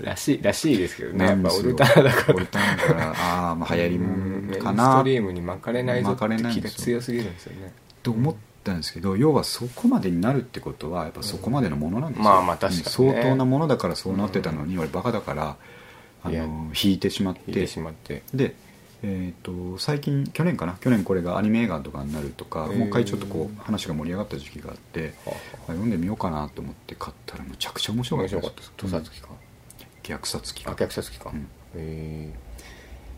Speaker 2: らしいらしいですけどね
Speaker 1: な
Speaker 2: やっ
Speaker 1: ん
Speaker 2: ぱ
Speaker 1: です
Speaker 2: オ
Speaker 1: よ
Speaker 2: ルタナだから
Speaker 1: オルタナだからああまあ流行りもんか
Speaker 2: メインス
Speaker 1: な
Speaker 2: トリームに巻かれないぞって
Speaker 1: 巻かれない
Speaker 2: 気
Speaker 1: んで
Speaker 2: が
Speaker 1: すよ
Speaker 2: 強すぎるんですよね
Speaker 1: と思ったんですけど要はそこまでになるってことはやっぱそこまでのものなんですよ、
Speaker 2: まあまあ確かにね
Speaker 1: 相当なものだからそうなってたのに、俺バカだからあ
Speaker 2: いや
Speaker 1: の引いてしまって
Speaker 2: 引いてしまって
Speaker 1: で、えー、と最近去年かな去年これがアニメ映画とかになるとか、
Speaker 2: へー
Speaker 1: もう一回ちょっとこう話が盛り上がった時期があって、
Speaker 2: は
Speaker 1: あ読んでみようかなと思って買ったらむちゃくちゃ面白か
Speaker 2: 面
Speaker 1: ったで
Speaker 2: 白か
Speaker 1: す
Speaker 2: ったです屠殺期間
Speaker 1: 虐殺期
Speaker 2: あ
Speaker 1: 間
Speaker 2: 虐殺期間、
Speaker 1: うん
Speaker 2: えー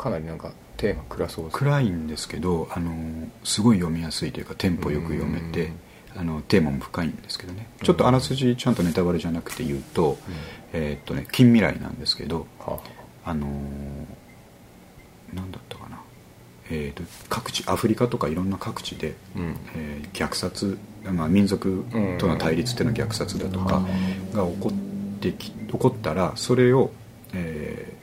Speaker 2: かなりなんかテーマ暗そうですね
Speaker 1: 暗いんですけど、あのーすごい読みやすいというかテンポよく読めて、あのテーマも深いんですけどねちょっとあらすじちゃんとネタバレじゃなくて言うと,、
Speaker 2: うん
Speaker 1: えーっとね、近未来なんですけど、
Speaker 2: はあは
Speaker 1: あのーなんだったかな、えー、と各地アフリカとかいろんな各地で、
Speaker 2: あうん
Speaker 1: えー虐殺、まあ、民族との対立っていうのは虐殺だとかが起こってき起こったらそれを、えー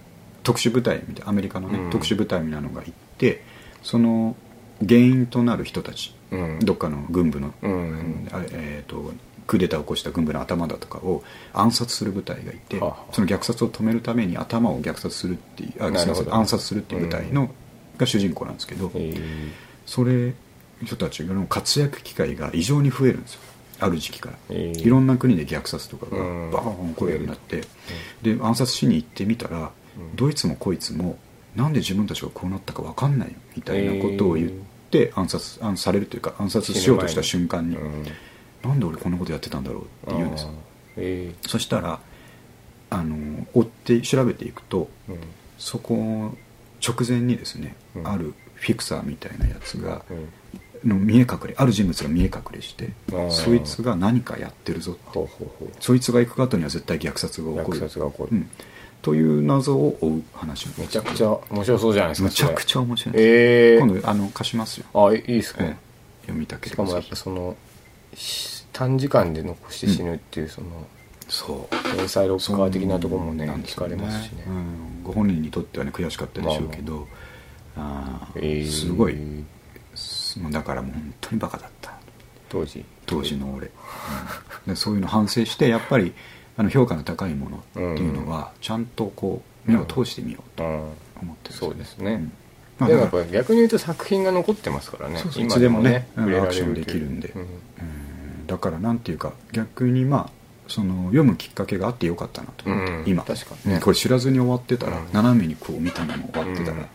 Speaker 1: 特殊部隊みたいなアメリカの、ね
Speaker 2: うん
Speaker 1: 特殊部隊みたいなのが行ってその原因となる人たち
Speaker 2: うん
Speaker 1: どっかの軍部の、
Speaker 2: うん
Speaker 1: あえー、とクーデターを起こした軍部の頭だとかを暗殺する部隊がいて
Speaker 2: はあはあ
Speaker 1: その虐殺を止めるために頭を虐殺するっていうあ
Speaker 2: なるほど
Speaker 1: すいません暗殺するっていう部隊の、が主人公なんですけど。
Speaker 2: えー
Speaker 1: それ人たちの活躍機会が異常に増えるんですよある時期から、
Speaker 2: えー
Speaker 1: いろんな国で虐殺とかが
Speaker 2: うん
Speaker 1: バーン来るようになって、で暗殺しに行ってみたら、
Speaker 2: うん
Speaker 1: どいつもこいつもなんで自分たちがこうなったか分かんないよみたいなことを言って暗殺暗されるというか暗殺しようとした瞬間に、
Speaker 2: うん
Speaker 1: なんで俺こんなことやってたんだろうって言うんですよ
Speaker 2: あーえ
Speaker 1: そしたらあの追って調べていくと
Speaker 2: ーうん
Speaker 1: そこ直前にですね、
Speaker 2: うん
Speaker 1: あるフィクサーみたいなやつが、
Speaker 2: うん
Speaker 1: の見え隠れある人物が見え隠れして
Speaker 2: あー
Speaker 1: そいつが何かやってるぞって
Speaker 2: ほうほうほう
Speaker 1: そいつが行く後には絶対虐殺が起こ
Speaker 2: 虐
Speaker 1: る
Speaker 2: 殺が起こ
Speaker 1: う
Speaker 2: る
Speaker 1: ん、という謎を追う話なん
Speaker 2: め
Speaker 1: ですけ
Speaker 2: ちゃ
Speaker 1: ど
Speaker 2: くちゃ面白そうじゃないですか
Speaker 1: むちゃくちゃ面白いんですよ、
Speaker 2: ええ
Speaker 1: 今度あの貸しますよ、
Speaker 2: あいいです
Speaker 1: え
Speaker 2: ね
Speaker 1: え読みたけ
Speaker 2: し
Speaker 1: れ
Speaker 2: か
Speaker 1: ば
Speaker 2: もや
Speaker 1: ぜひ
Speaker 2: っぱそのし短時間で残して死ぬっていうその
Speaker 1: そう
Speaker 2: 天才ロッカー的なところもね
Speaker 1: なんで
Speaker 2: 聞
Speaker 1: す
Speaker 2: か
Speaker 1: よ
Speaker 2: れますしね
Speaker 1: うん、ご本人にとってはね悔しかったでしょうけど、あー
Speaker 2: えー
Speaker 1: すごいすだからもう本当にバカだった
Speaker 2: 当時
Speaker 1: 当時の俺、うんでそういうの反省してやっぱりあの評価の高いものっていうのはちゃんとこう目を通してみようと
Speaker 2: うん
Speaker 1: 思ってるん
Speaker 2: そうですね、
Speaker 1: うんまあ、
Speaker 2: で
Speaker 1: だ
Speaker 2: もやっ
Speaker 1: から
Speaker 2: ぱ逆に言うと作品が残ってますからね
Speaker 1: そうそう
Speaker 2: 今
Speaker 1: いつでもね
Speaker 2: 触れら
Speaker 1: うんア
Speaker 2: れる
Speaker 1: クション
Speaker 2: と
Speaker 1: で
Speaker 2: い
Speaker 1: き
Speaker 2: う
Speaker 1: るんで
Speaker 2: うん
Speaker 1: うんだからなんていうか逆にまあその読むきっかけがあってよかったなと思って、
Speaker 2: うん
Speaker 1: 今
Speaker 2: 確かにね
Speaker 1: これ知らずに終わってたら、
Speaker 2: うん
Speaker 1: 斜めにこう見たまま終わってたら、
Speaker 2: うん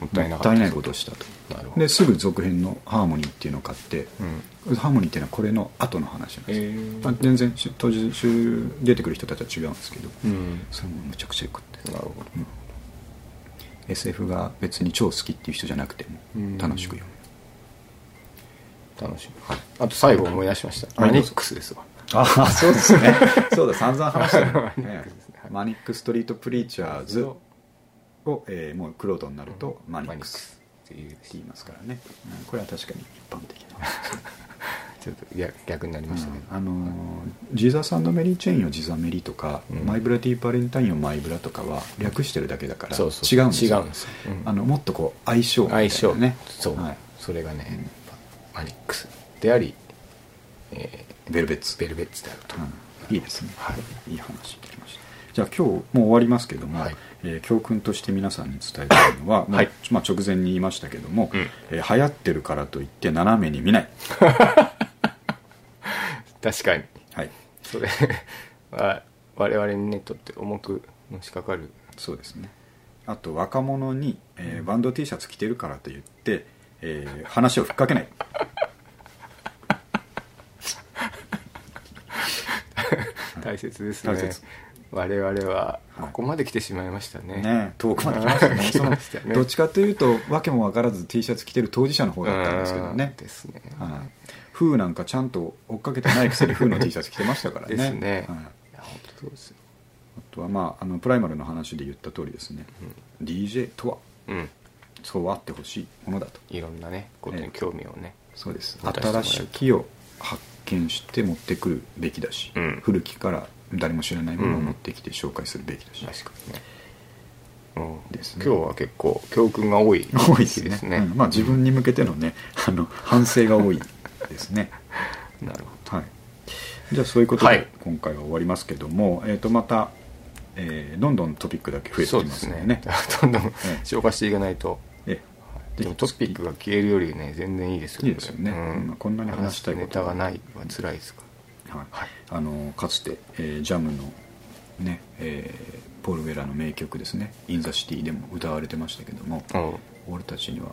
Speaker 1: も
Speaker 2: もっ
Speaker 1: った
Speaker 2: たいなかった
Speaker 1: いないことをしたと
Speaker 2: なるほど
Speaker 1: ですぐ続編の「ハーモニー」っていうのを買って、
Speaker 2: うん
Speaker 1: ハーモニーっていうのはこれの後の話なんですよ、
Speaker 2: えー
Speaker 1: まあ、全然し当時し出てくる人たちは違うんですけど、
Speaker 2: うん
Speaker 1: それもむちゃくちゃよかったです
Speaker 2: なるほど
Speaker 1: SF が別に超好きっていう人じゃなくて
Speaker 2: うん
Speaker 1: も楽しく読
Speaker 2: 楽しみ、あと最後思い出しました
Speaker 1: は
Speaker 2: マ
Speaker 1: い
Speaker 2: ニックスですわ
Speaker 1: む ああそうですね そうだ散々話したね
Speaker 2: マニックスですね
Speaker 1: マニックストリートプリーチャーズ
Speaker 2: そ
Speaker 1: を、えーもうクロードになるとマニ
Speaker 2: マ
Speaker 1: ッ
Speaker 2: ニ
Speaker 1: ク
Speaker 2: ッ
Speaker 1: ス
Speaker 2: クスっていう
Speaker 1: って言いますからね、うんこれは確かに一般的な、
Speaker 2: ちょっと逆逆になりましたけど、
Speaker 1: あのージザサンドメリーチェインをジザメリとか、
Speaker 2: うん
Speaker 1: マイブラディーバレンタインをマイブラとかは略してるだけだから
Speaker 2: そうそう
Speaker 1: 違うんですよ
Speaker 2: 違うんですようん
Speaker 1: あのもっとこう相性みたい
Speaker 2: 相性
Speaker 1: なね
Speaker 2: そう、
Speaker 1: はい、
Speaker 2: それがね、マニックスであり、え
Speaker 1: ベルベッツ
Speaker 2: ーベルベッツであると、
Speaker 1: うんいいですね、、
Speaker 2: はい
Speaker 1: い話聞きましたじゃあ今日もう終わりますけども、
Speaker 2: はい
Speaker 1: えー教訓として皆さんに伝えたいのは、まあ
Speaker 2: はい
Speaker 1: まあ、直前に言いましたけども、
Speaker 2: うん
Speaker 1: えー流行ってるからといって斜めに見ない、
Speaker 2: 確かに
Speaker 1: はい、
Speaker 2: それ は我々にとって重くのしかかる
Speaker 1: そうですねあと若者に、えーバンド T シャツ着てるからと言って、えー話をふっかけない
Speaker 2: 大切ですね、
Speaker 1: 大切
Speaker 2: 我々は
Speaker 1: はい
Speaker 2: ここまで来てしまいましたね、
Speaker 1: ね遠くまで来ました ね
Speaker 2: 来ましたね
Speaker 1: そのどっちかというと訳も分からず T シャツ着てる当事者の方だったんですけどね
Speaker 2: うんですね、
Speaker 1: はいフーなんかちゃんと追っかけてないくせにフーの T シャツ着てましたからね
Speaker 2: ですね、
Speaker 1: はいい、
Speaker 2: や本当そうですよ
Speaker 1: あとはまああのプライマルの話で言った通りですね、DJ とは
Speaker 2: うん
Speaker 1: そうあってほしいものだと
Speaker 2: いろんなねことに興味をね、
Speaker 1: そうです
Speaker 2: 持たせてもら
Speaker 1: 新
Speaker 2: えると
Speaker 1: しきを発見して持ってくるべきだし、
Speaker 2: うん
Speaker 1: 古きから誰も知らないものを持ってきて紹介するべきだし、
Speaker 2: 確かにね,、うん、
Speaker 1: ですね
Speaker 2: 今日は結構教訓が多い
Speaker 1: 多いですね
Speaker 2: ですね
Speaker 1: うんまあ自分に向けてのねあの反省が多いです ね
Speaker 2: なるほ
Speaker 1: はいじゃあそういうこと
Speaker 2: は
Speaker 1: で
Speaker 2: い
Speaker 1: 今回は終わりますけども、えー、とまた、えーどんどんトピックだけ増えて
Speaker 2: そう
Speaker 1: き
Speaker 2: で
Speaker 1: ますすの
Speaker 2: ね
Speaker 1: でね
Speaker 2: どんどん
Speaker 1: ええ
Speaker 2: 消化していかないと、
Speaker 1: ええ
Speaker 2: でもトピックが消えるよりね全然いいですよ
Speaker 1: いいですよねまあこんなに話したいこと
Speaker 2: ネタがないは辛いですか
Speaker 1: はい
Speaker 2: はい
Speaker 1: あのかつて、えージャムの、ねえーポール・ウェラーの名曲ですね「イン・ザ・シティ」でも歌われてましたけども、
Speaker 2: ら、うん、
Speaker 1: 俺たちには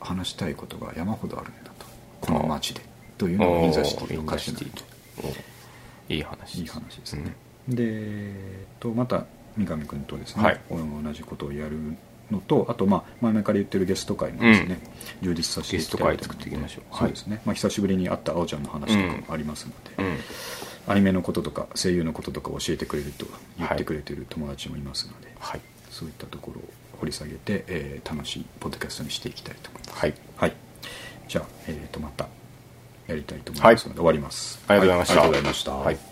Speaker 1: 話したいことが山ほどあるんだとこの街でというのが「イン・ザ・シティ」の歌詞なん
Speaker 2: イ
Speaker 1: で
Speaker 2: ンザシティおいい
Speaker 1: い
Speaker 2: 話
Speaker 1: い話ですね、で、えっと、また三上君とですね、
Speaker 2: はい
Speaker 1: 同じことをやるのとあと、まあ、前々から言ってるゲスト会もですね、充実させていきたいと思うので
Speaker 2: ゲスト会作っていきましょうはい
Speaker 1: そうですね、まあ、久しぶりに会った青ちゃんの話とかもありますので、
Speaker 2: うん、うん
Speaker 1: アニメのこととか声優のこととか教えてくれると言ってくれてる友達もいますので、
Speaker 2: はい
Speaker 1: そういったところを掘り下げて、えー楽しいポッドキャストにしていきたいと思います、
Speaker 2: はい
Speaker 1: はい、じゃあ、えーとまたやりたいと思いますので、終わります
Speaker 2: ありがとうございました
Speaker 1: はありがとうございました、
Speaker 2: はい